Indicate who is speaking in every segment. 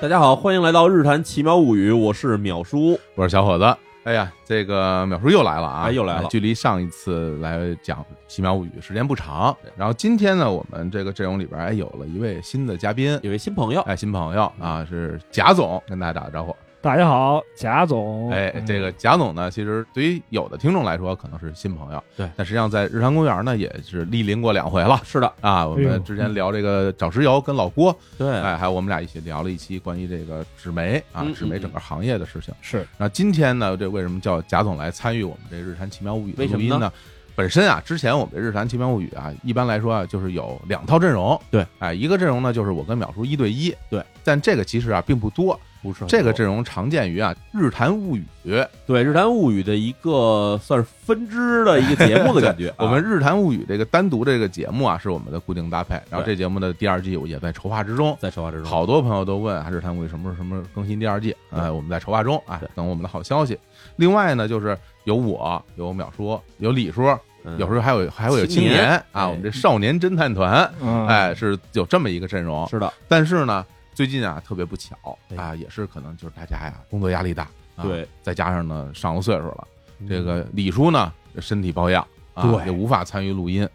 Speaker 1: 大家好，欢迎来到《日谈奇妙物语》，我是淼叔。
Speaker 2: 我是小伙子。哎呀，这个淼叔又来了啊，
Speaker 1: 哎又来了
Speaker 2: 距离上一次来讲《奇妙物语》时间不长，然后今天呢，我们这个阵容里边哎有了一位新的嘉宾，
Speaker 1: 有位新朋友，
Speaker 2: 哎新朋友啊是贾总，跟大家打个招呼。
Speaker 3: 大家好，贾
Speaker 1: 哦
Speaker 3: 总。嗯
Speaker 2: 哎，
Speaker 1: 嗯
Speaker 2: 这个贾总呢，其实对于有的听众来说可能是新朋友，
Speaker 1: 对
Speaker 2: 但实际上在日坛公园呢也是莅临过两回了
Speaker 1: 是的，
Speaker 2: 啊。我
Speaker 3: 哎呦
Speaker 2: 们之前聊这个找石油跟老郭，
Speaker 1: 对，
Speaker 2: 哎，还有我们俩一起聊了一期关于这个纸媒啊
Speaker 1: 嗯嗯
Speaker 2: 纸媒整个行业的事情。
Speaker 3: 是
Speaker 2: 那今天呢，这为什么叫贾总来参与我们这《日谈奇妙物语》的
Speaker 1: 为什
Speaker 2: 录
Speaker 1: 么
Speaker 2: 音
Speaker 1: 呢
Speaker 2: 呢？本身啊，之前我们这《日谈奇妙物语》啊，一般来说啊，就是有两套阵容。
Speaker 1: 对，
Speaker 2: 哎，一个阵容呢，就是我跟淼叔一对一。
Speaker 1: 对，
Speaker 2: 但这个其实啊并不多，
Speaker 1: 不是
Speaker 2: 这个阵容常见于啊《日谈物语》
Speaker 1: 对《日谈物语》的一个算是分支的一个节目的
Speaker 2: 。
Speaker 1: 感觉
Speaker 2: 我们
Speaker 1: 啊
Speaker 2: 《日谈物语》这个单独这个节目啊，是我们的固定搭配。然后这节目的第二季我也在筹划之中。
Speaker 1: 在说话之中，，
Speaker 2: 好多朋友都问《日谈物语》什么时候什么时候更新第二季？
Speaker 1: 对
Speaker 2: 呃，我们在筹划中啊
Speaker 1: 对，
Speaker 2: 等我们的好消息。另外呢，就是有我，有淼叔，有李叔，
Speaker 1: 嗯
Speaker 2: 有时候还有还会有
Speaker 1: 青
Speaker 2: 青
Speaker 1: 年
Speaker 2: 年
Speaker 1: 哎
Speaker 2: 啊，我们这少年侦探团，
Speaker 3: 嗯，
Speaker 2: 哎，是有这么一个阵容。
Speaker 1: 是的，
Speaker 2: 但是呢，最近啊特别不巧
Speaker 1: 哎
Speaker 2: 啊，也是可能就是大家呀工作压力大，啊，
Speaker 1: 对，
Speaker 2: 再加上呢上了岁数了，
Speaker 1: 嗯
Speaker 2: 这个李叔呢身体抱恙啊，
Speaker 3: 对
Speaker 2: 也无法参与录音。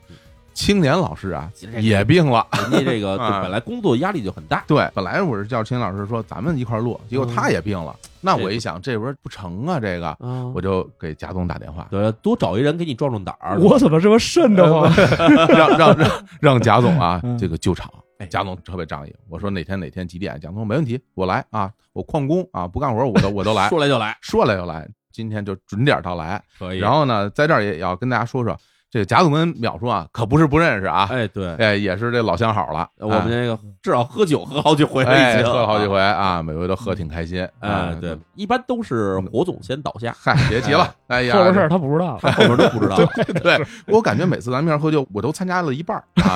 Speaker 2: 青年老师啊
Speaker 1: 这个
Speaker 2: 也病了，
Speaker 1: 人家这个
Speaker 2: 啊
Speaker 1: 对本来工作压力就很大，
Speaker 2: 对，本来我是叫青年老师说咱们一块儿录，结果他也病了，那
Speaker 1: 这
Speaker 2: 我
Speaker 1: 不
Speaker 2: 一想这不是不成啊，这个
Speaker 1: 啊，
Speaker 2: 我就给贾总打电话，
Speaker 1: 对多找一人给你壮壮胆儿。
Speaker 3: 我怎么这么瘆得慌？
Speaker 2: 让让让让贾总啊
Speaker 3: 嗯
Speaker 2: 这个救场
Speaker 1: 哎。
Speaker 2: 贾总特别仗义，我说哪天哪天几点？贾总说没问题，我来啊，我旷工啊，不干活我都我都来，
Speaker 1: 说来就来，
Speaker 2: 说哎来就来，今天就准点到来。
Speaker 1: 可
Speaker 2: 然后呢，在这儿也要跟大家说说，这个贾总跟淼叔啊，可不是不认识啊，
Speaker 1: 哎，对，
Speaker 2: 哎，也是这老相好了，
Speaker 1: 我们这个至少喝酒喝好几回
Speaker 2: 哎
Speaker 1: 了，已
Speaker 2: 哎
Speaker 1: 经
Speaker 2: 喝了好几。回啊，嗯每回都喝挺开心啊
Speaker 1: 哎，对，，一般都是火总先倒 下，
Speaker 2: 嗨，别提了，哎呀，
Speaker 3: 后边事儿他不知道。
Speaker 1: 他后面都不知道。
Speaker 2: 对我感觉每次咱们一块儿喝酒，我都参加了一半儿啊，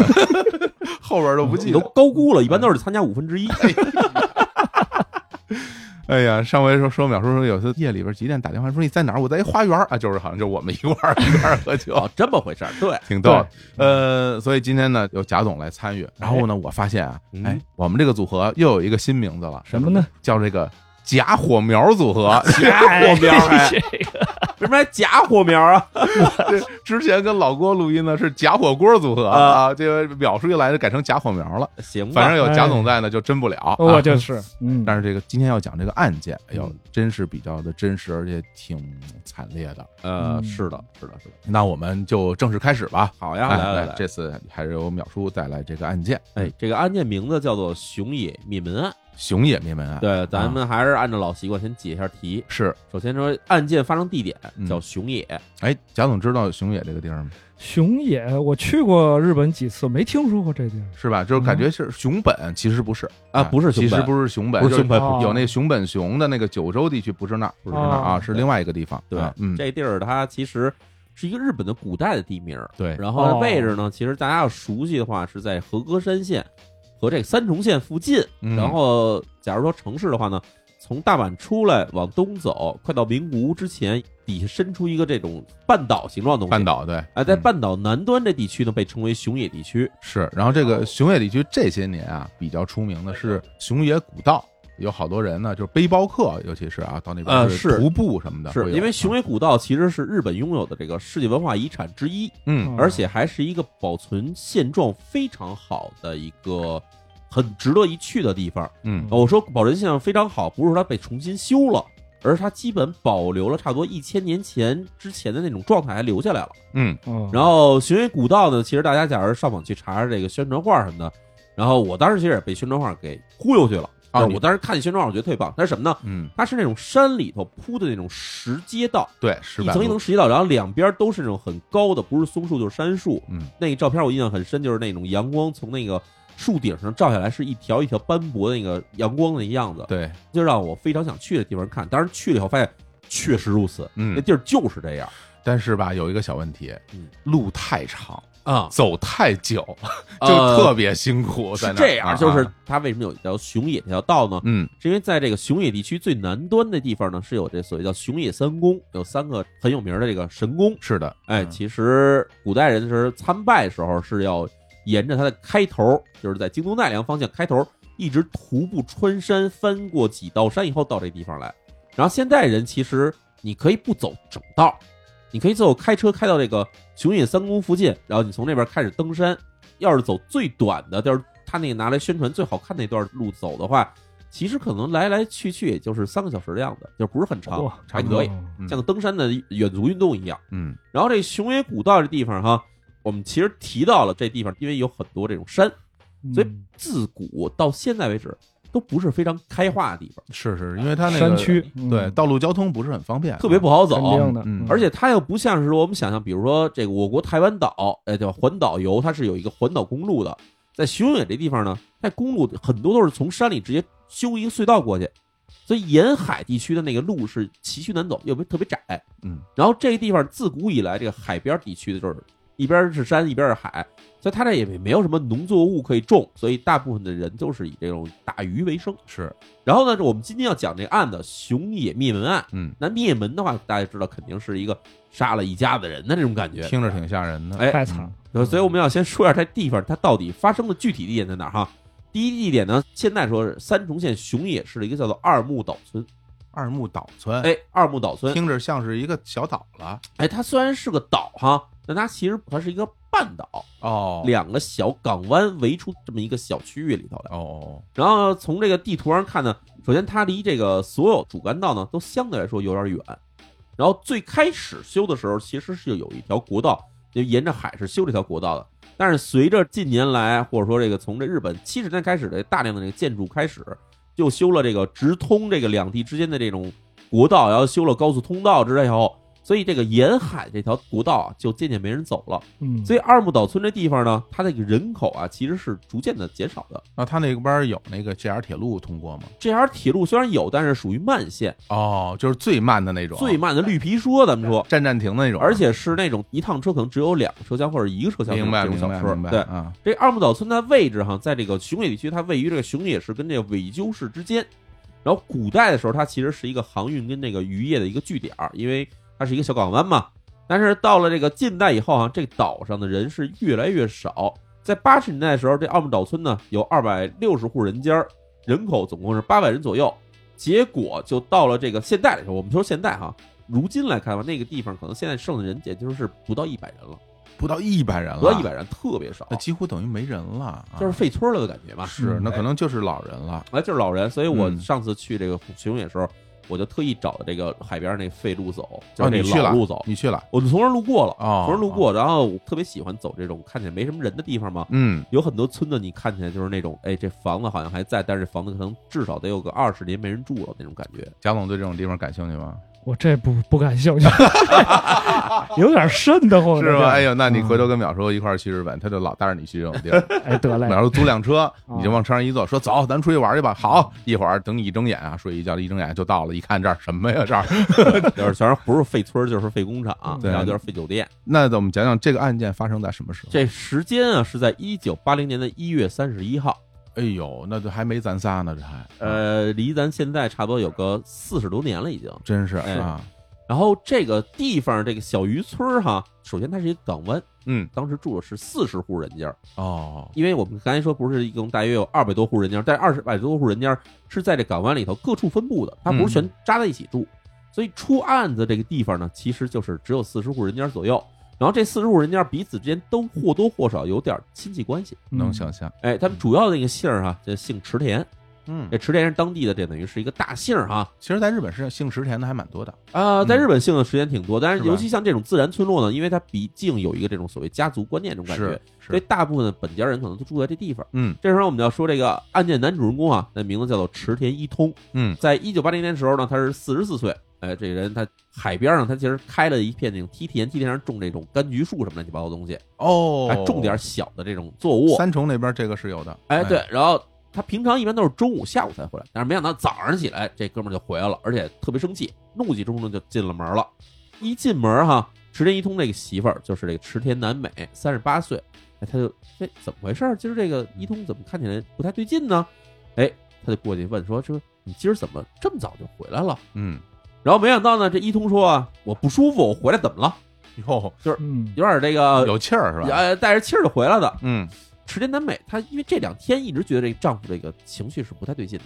Speaker 2: 后边儿都不记
Speaker 1: 你都
Speaker 2: 得。
Speaker 1: 高估了，一般都是参加五分之一。
Speaker 2: 哎呀，上回说说淼叔说有次夜里边几点打电话说你在哪儿？我在一花园儿啊，就是好像就我们一块儿 一块儿喝酒，
Speaker 1: 哦，这么回事儿，对，
Speaker 2: 挺逗的。呃，所以今天呢有贾总来参与，然后呢我发现啊，
Speaker 1: 嗯
Speaker 2: 哎，我们这个组合又有一个新名字了，
Speaker 3: 什么呢？
Speaker 2: 叫这个假火苗组合。
Speaker 1: 火苗儿哎
Speaker 3: 这
Speaker 2: 啊
Speaker 1: 为什么还假火苗啊？
Speaker 2: 之前跟老郭录音呢是假火锅组合
Speaker 1: 啊
Speaker 2: 啊，这个淼叔一来就改成假火苗了。
Speaker 1: 行吧，
Speaker 2: 反正有贾总在呢就真不了啊，
Speaker 3: 我就是，嗯，
Speaker 2: 但是这个今天要讲这个案件，哎呦
Speaker 1: 嗯，
Speaker 2: 真是比较的真实，而且挺惨烈的。
Speaker 1: 呃，
Speaker 3: 嗯
Speaker 1: 是的，是的，是的。
Speaker 2: 那我们就正式开始吧。
Speaker 1: 好呀，
Speaker 2: 哎
Speaker 1: 来来
Speaker 2: 哎
Speaker 1: 来，
Speaker 2: 这次还是由淼叔带来这个案件
Speaker 1: 哎，这个案件名字叫做熊野灭门案。
Speaker 2: ——熊野灭门案。，
Speaker 1: 对，咱们还是按照老习惯先解一下题。
Speaker 2: 是，
Speaker 1: 首先说案件发生地点
Speaker 2: 嗯
Speaker 1: 叫熊野，
Speaker 2: 哎，贾总知道熊野这个地儿吗？
Speaker 3: 熊野，我去过日本几次，没听说过这地儿。
Speaker 2: 是吧？就是感觉是熊本，其实不是
Speaker 1: 嗯啊
Speaker 2: 哎
Speaker 1: 不是熊
Speaker 2: 其
Speaker 1: 本
Speaker 2: 实不是熊本，
Speaker 1: 不是熊本
Speaker 2: 就
Speaker 3: 不是
Speaker 2: 有那熊本熊的那个九州地区，不是那儿，不是那儿啊，
Speaker 3: 哦
Speaker 2: 是另外一个地方。
Speaker 1: 对
Speaker 2: 啊，嗯，
Speaker 1: 这地儿它其实是一个日本的古代的地名儿。
Speaker 2: 对，
Speaker 1: 然后呢
Speaker 3: 哦
Speaker 1: 位置呢，其实大家要熟悉的话，是在和歌山县和这个三重县附近。
Speaker 2: 嗯
Speaker 1: 然后，假如说城市的话呢，从大阪出来往东走，快到名古屋之前，底下伸出一个这种半岛形状的东西。
Speaker 2: 半岛对，
Speaker 1: 哎，在
Speaker 2: 嗯
Speaker 1: 半岛南端这地区呢，被称为熊野地区。
Speaker 2: 是，然后这个熊野地区这些年啊比较出名的是熊野古道，有好多人呢就是背包客，尤其是啊到那
Speaker 1: 呃
Speaker 2: 边
Speaker 1: 是
Speaker 2: 徒步什么的，
Speaker 1: 是因为熊
Speaker 2: 野
Speaker 1: 野古道其实是日本拥有的这个世界文化遗产之一，
Speaker 2: 嗯
Speaker 3: 嗯
Speaker 1: 而且还是一个保存现状非常好的一个很值得一去的地方。
Speaker 2: 嗯
Speaker 1: 呃我说保存现状非常好，不是说它被重新修了，而是它基本保留了差不多一千年前之前的那种状态还留下来了。
Speaker 2: 嗯
Speaker 3: 嗯，
Speaker 1: 然后熊野古道呢，其实大家假如上网去查查这个宣传画什么的，然后我当时其实也被宣传画给忽悠去了
Speaker 2: 啊
Speaker 1: 对
Speaker 2: 你
Speaker 1: 我当时看宣传画，我觉得特别棒。它是什么呢？
Speaker 2: 嗯，
Speaker 1: 它是那种山里头铺的那种石阶道，
Speaker 2: 对，石
Speaker 1: 一
Speaker 2: 板
Speaker 1: 层一
Speaker 2: 路
Speaker 1: 层石阶道，然后两边都是那种很高的，不是松树就是杉树。
Speaker 2: 嗯，
Speaker 1: 那个照片我印象很深，就是那种阳光从那个树顶上照下来，是一条一条斑驳的那个阳光的那样子，
Speaker 2: 对，
Speaker 1: 就让我非常想去的地方看。当然去了以后发现，确实如此，那
Speaker 2: 嗯，
Speaker 1: 地儿就是这样
Speaker 2: 但是吧有一个小问题
Speaker 1: 嗯，
Speaker 2: 路太长，
Speaker 1: 啊，
Speaker 2: 走太久就
Speaker 1: 呃
Speaker 2: 特别辛苦，在
Speaker 1: 是
Speaker 2: 那
Speaker 1: 这
Speaker 2: 儿
Speaker 1: 样，
Speaker 2: 啊
Speaker 1: 就是它为什么有一条熊野这条道呢？
Speaker 2: 嗯
Speaker 1: 是因为在这个熊野地区最南端的地方呢，是有这所谓叫熊野三宫，有三个很有名的这个神宫。
Speaker 2: 是的，
Speaker 1: 哎，
Speaker 2: 嗯
Speaker 1: 其实古代人的时候参拜的时候是要沿着它的开头，就是在京都奈良方向开头一直徒步穿山，翻过几道山以后到这地方来。然后现在人其实你可以不走整道，你可以最后开车开到这个熊野三宫附近，然后你从那边开始登山。要是走最短的，就是他那个拿来宣传最好看那段路走的话，其实可能来来去去也就是三个小时的样子，就不是很长，
Speaker 3: 哇
Speaker 1: 还可以，
Speaker 2: 嗯
Speaker 1: 像个登山的远足运动一样。
Speaker 2: 嗯
Speaker 1: 然后这熊野古道这地方哈，我们其实提到了这地方，因为有很多这种山，所以
Speaker 3: 嗯
Speaker 1: 自古到现在为止都不是非常开化的地方，
Speaker 2: 是是，因为它那个
Speaker 3: 山区
Speaker 2: 对
Speaker 3: 嗯
Speaker 2: 道路交通不是很方便，啊
Speaker 1: 特别不好
Speaker 3: 肯
Speaker 1: 走。
Speaker 3: 定的，
Speaker 2: 嗯
Speaker 1: 而且它又不像是说我们想象，比如说这个我国台湾岛，呃，叫环岛游，它是有一个环岛公路的。在熊野这地方呢，那公路很多都是从山里直接修一个隧道过去，所以沿海地区的那个路是崎岖难走，又不特别窄。
Speaker 2: 嗯，
Speaker 1: 然后这个地方自古以来，这个海边地区的就是一边是山，一边是海，所以它这也没有什么农作物可以种，所以大部分的人都是以这种打鱼为生。
Speaker 2: 是
Speaker 1: 然后呢，我们今天要讲这个案子——熊野灭门案。
Speaker 2: 嗯，
Speaker 1: 那灭门的话，大家知道肯定是一个杀了一家子人的这种感觉。
Speaker 2: 听着挺吓人的。
Speaker 1: 哎
Speaker 3: 太惨了。
Speaker 1: 呃所以我们要先说一下这地方它到底发生的具体地点在哪儿哈。第一地点呢，现在说是三重县熊野市的一个叫做二木岛村。
Speaker 2: 二木岛村，，
Speaker 1: 哎，二木岛村，
Speaker 2: 听着像是一个小岛了
Speaker 1: 哎，它虽然是个岛哈，但它其实它是一个半岛，
Speaker 2: 哦
Speaker 1: 两个小港湾围出这么一个小区域里头来。
Speaker 2: 哦哦，
Speaker 1: 然后从这个地图上看呢，首先它离这个所有主干道呢都相对来说有点远。然后最开始修的时候，其实是有一条国道，就沿着海是修这条国道的。但是随着近年来，或者说这个从这日本七十年代开始的大量的这个建筑开始，就修了这个直通这个两地之间的这种国道，然后修了高速通道之类后，所以这个沿海这条国道啊，就渐渐没人走了。
Speaker 3: 嗯，
Speaker 1: 所以二木岛村这地方呢，它这个人口啊，其实是逐渐的减少的。
Speaker 2: 那他那边有那个 JR 铁路通过吗？
Speaker 1: 这条铁路虽然有，但是属于慢线，
Speaker 2: 哦，就是最慢的那种，
Speaker 1: 最慢的绿皮车，咱们说，
Speaker 2: 站站停的那种，
Speaker 1: 而且是那种一趟车可能只有两个车厢或者一个车厢
Speaker 2: 明白
Speaker 1: 这种
Speaker 2: 明
Speaker 1: 小
Speaker 2: 白明
Speaker 1: 车。
Speaker 2: 白，
Speaker 1: 对，
Speaker 2: 啊，
Speaker 1: 这二木岛村它位置哈，在这个熊野地区，它位于这个熊野市跟这个尾鸠市之间。然后古代的时候，它其实是一个航运跟这个渔业的一个据点儿，因为它是一个小港湾嘛。但是到了这个近代以后啊，这岛上的人是越来越少。在八十年代的时候，这二木岛村呢有二百六十户人家儿，人口总共是八百人左右。结果就到了这个现代的时候，我们说现代哈，如今来看吧，那个地方可能现在剩的人也就是不到一百人了，
Speaker 2: 不到一百人了，
Speaker 1: 不到一，百人特别少
Speaker 2: 啊那，几乎等于没人了，啊
Speaker 1: 就是废村儿了的感觉吧。
Speaker 2: 是那
Speaker 1: 哎
Speaker 2: 可能就是老人了，
Speaker 1: 哎，就是老人，所以我
Speaker 2: 嗯
Speaker 1: 上次去这个熊野时候，我就特意找的这个海边那废路走，就
Speaker 2: 哦，
Speaker 1: 是
Speaker 2: 你
Speaker 1: 那
Speaker 2: 去
Speaker 1: 老
Speaker 2: 了
Speaker 1: 路走，
Speaker 2: 你去了，
Speaker 1: 我就从这儿路过了，
Speaker 2: 哦，
Speaker 1: 从这儿路过，然后我特别喜欢走这种看起来没什么人的地方嘛。
Speaker 2: 嗯，
Speaker 1: 有很多村子，你看起来就是那种，哎，这房子好像还在，但是房子可能至少得有个二十年没人住了那种感 觉。
Speaker 2: 贾总对这种地方感兴趣吗？
Speaker 3: 我这不不感 兴趣，有点瘆得慌，
Speaker 2: 是吧？哎
Speaker 3: 呀，
Speaker 2: 呦，那你
Speaker 3: 嗯
Speaker 2: 回头跟淼叔一块儿去日本，他就老带着你去这种地 儿。
Speaker 3: 哎得嘞
Speaker 2: 淼，叔租辆车，
Speaker 3: 哦
Speaker 2: 你就往车上一坐，说走，咱出去玩去吧。好，一会儿等你一睁眼啊，睡一觉，一睁眼就到了，一看这儿什么呀？这儿。
Speaker 1: 就是虽然不是废村儿，就是废工厂，啊
Speaker 2: 对
Speaker 1: 然后就是废酒店。
Speaker 2: 那我们讲讲这个案件发生在什么时候？
Speaker 1: 这时间啊是在一九八零年的一月三十一号，
Speaker 2: 哎呦，那就还没咱仨呢，这还，
Speaker 1: 呃，离咱现在差不多有个四十多年了已经。
Speaker 2: 真是
Speaker 1: 哎
Speaker 2: 啊，
Speaker 1: 然后这个地方这个小渔村儿哈，首先它是一个港湾，
Speaker 2: 嗯，
Speaker 1: 当时住的是四十户人家，
Speaker 2: 哦，
Speaker 1: 因为我们刚才说不是一共大约有二百多户人家，但是二十百多户人家是在这港湾里头各处分布的，它不是全扎在一起住，所以出案子这个地方呢，其实就是只有四十户人家左右。然后这四十户人家彼此之间都或多或少有点亲戚关系，
Speaker 3: 嗯
Speaker 2: 能想象，
Speaker 1: 哎，他们主要的那个姓儿哈，这姓池田，
Speaker 2: 嗯
Speaker 1: 这，池田是当地的，这等于是一个大姓儿哈，
Speaker 2: 其实，在日本是姓池田的还蛮多的，
Speaker 1: 啊，在
Speaker 2: 嗯
Speaker 1: 日本幸的时间挺多，但是
Speaker 2: 是吧
Speaker 1: 尤其像这种自然村落呢，因为它毕竟有一个这种所谓家族观念这种感觉
Speaker 2: 是，
Speaker 1: 所以
Speaker 2: 是，
Speaker 1: 大部分的本家人可能都住在这地方。
Speaker 2: 嗯
Speaker 1: 这时候我们就要说这个案件男主人公啊，那名字叫做池田一通，
Speaker 2: 嗯，
Speaker 1: 在一九八零年的时候呢，他是四十四岁。哎，这个人他海边上，他其实开了一片那种梯田，梯田上种这种柑橘树什么乱七八糟的东西，还
Speaker 2: 哦，
Speaker 1: 种点小的这种作物。
Speaker 2: 三重那边这个是有的，
Speaker 1: 哎，对，，然后他平常一般都是中午、下午才回来，但是没想到早上起来这哥们儿就回来了，而且特别生气，怒气冲冲就进了门了。一进门哈，池田一通这个媳妇儿就是这个池田南美，三十八岁，哎，他就哎怎么回事儿？今儿这个一通怎么看起来不太对劲呢？哎，他就过去问说：“说你今儿怎么这么早就回来了
Speaker 2: 嗯，？”
Speaker 1: 然后没想到呢，这一通说啊，我不舒服，我回来怎么了？
Speaker 2: 哟，
Speaker 3: 嗯
Speaker 1: 有点这个，哎
Speaker 2: 有气儿是吧？
Speaker 1: 呃，带着气儿就回来的。
Speaker 2: 嗯，
Speaker 1: 池田南美她因为这两天一直觉得这个丈夫这个情绪是不太对劲的，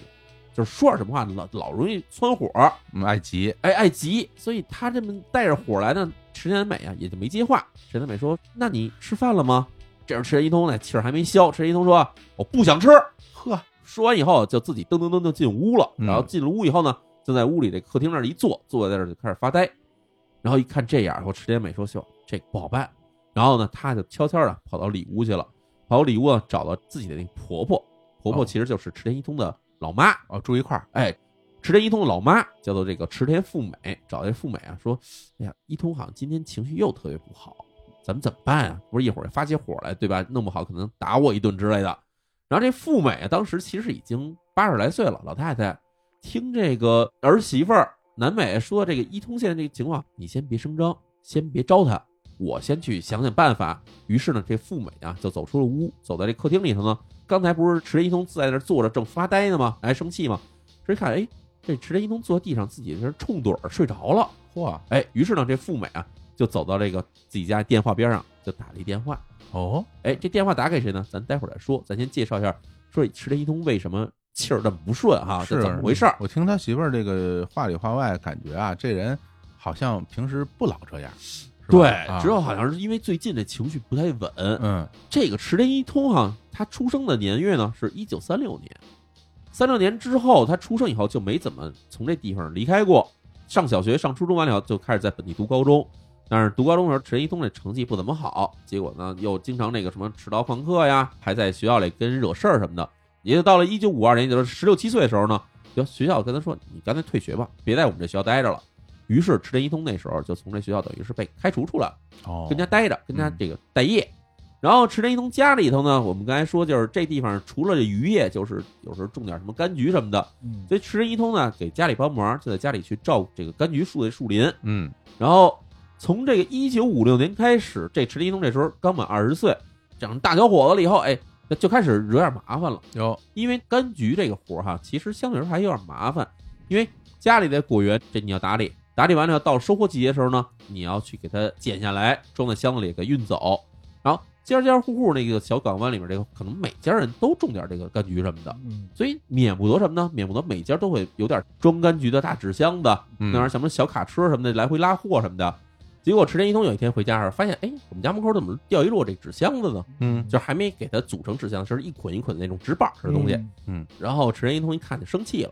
Speaker 1: 就是说点什么话老老容易蹿火，
Speaker 2: 嗯，爱极，
Speaker 1: 哎爱急，所以她这么带着火来呢，池田南美啊也就没接话。池田南美说：“那你吃饭了吗？”这时候池田一通呢气儿还没消，池田一通说：“我不想吃。”
Speaker 2: 呵，
Speaker 1: 说完以后，就自己噔噔噔就进屋了。
Speaker 2: 嗯
Speaker 1: 然后进了屋以后呢，就在屋里这客厅那儿一坐，坐在那儿就开始发呆。然后一看这样，然后池田美说：“秀，这不好办。”然后呢，她就悄悄的跑到里屋去了，跑到里屋啊找到自己的那个婆婆。婆婆
Speaker 2: 哦
Speaker 1: 其实就是池田一通的老妈。
Speaker 2: 哦，住一块儿，
Speaker 1: 哎，池田一通的老妈叫做这个池田富美，找这富美啊说：“哎呀，一通好像今天情绪又特别不好，咱们怎么办啊？不是一会儿发起火来，对吧？弄不好可能打我一顿之类的。”然后这富美啊，当时其实已经八十来岁了，老太太听这个儿媳妇儿南美说这个一通现在这个情况，你先别声张，先别招他，我先去想想办法。于是呢，这富美啊就走出了屋，走在这客厅里头呢。刚才不是池田一通自在那儿坐着正发呆呢吗？还生气吗？这一看，哎，这池田一通坐地上自己在那儿冲盹儿睡着了。
Speaker 2: 嚯，
Speaker 1: 哎，于是呢，这富美啊就走到这个自己家电话边上，就打了一电话。
Speaker 2: 哦，
Speaker 1: 哎，这电话打给谁呢？咱待会儿再说，咱先介绍一下，说池田一通为什么气儿这么不顺哈、这
Speaker 2: 哦是嗯
Speaker 1: 怎么回事儿？
Speaker 2: 我听他媳妇儿这个话里话外，感觉啊，这人好像平时不老这样，是吧
Speaker 1: 对，
Speaker 2: 啊
Speaker 1: 只有好像是因为最近这情绪不太稳。
Speaker 2: 嗯，
Speaker 1: 这个池田一通哈、他出生的年月呢是一九三六年，三六年之后，他出生以后就没怎么从这地方离开过。上小学、上初中完了以后，就开始在本地读高中。但是读高中的时候，池田一通这成绩不怎么好，结果呢又经常那个什么迟到旷课呀，还在学校里跟人惹事儿什么的。也就到了一九五二年，也就是十六七岁的时候呢，就学校跟他说：“你干脆退学吧，别在我们这学校待着了。”于是池田一通那时候就从这学校等于是被开除出来了。
Speaker 2: 哦，
Speaker 1: 跟家待着，跟家
Speaker 2: 嗯
Speaker 1: 这个待业。然后池田一通家里头呢，我们刚才说就是这地方除了这渔业，就是有时候种点什么柑橘什么的，
Speaker 3: 嗯，
Speaker 1: 所以池田一通呢给家里帮忙，就在家里去照顾这个柑橘树的树林。
Speaker 2: 嗯，
Speaker 1: 然后从这个一九五六年开始，这池田一通这时候刚满二十岁，长成大小伙子了以后，哎，那就开始惹点麻烦了。
Speaker 2: 有
Speaker 1: 因为柑橘这个活儿哈，其实相对来说还有点麻烦，因为家里的果园这你要打理，打理完了以后到收获季节的时候呢，你要去给它剪下来，装在箱子里给运走，然后家家户户那个小港湾里面这个，可能每家人都种点这个柑橘什么的，
Speaker 3: 嗯
Speaker 1: 所以免不得什么呢？免不得每家都会有点装柑橘的大纸箱子，
Speaker 2: 嗯
Speaker 1: 那玩意儿什么小卡车什么的来回拉货什么的。结果池田一通有一天回家时候发现，哎，我们家门口怎么掉一摞这纸箱子呢？
Speaker 2: 嗯
Speaker 1: 就还没给它组成纸箱，就是一捆一捆的那种纸板儿似的东西。
Speaker 3: 嗯
Speaker 1: 然后池田一通一看就生气了，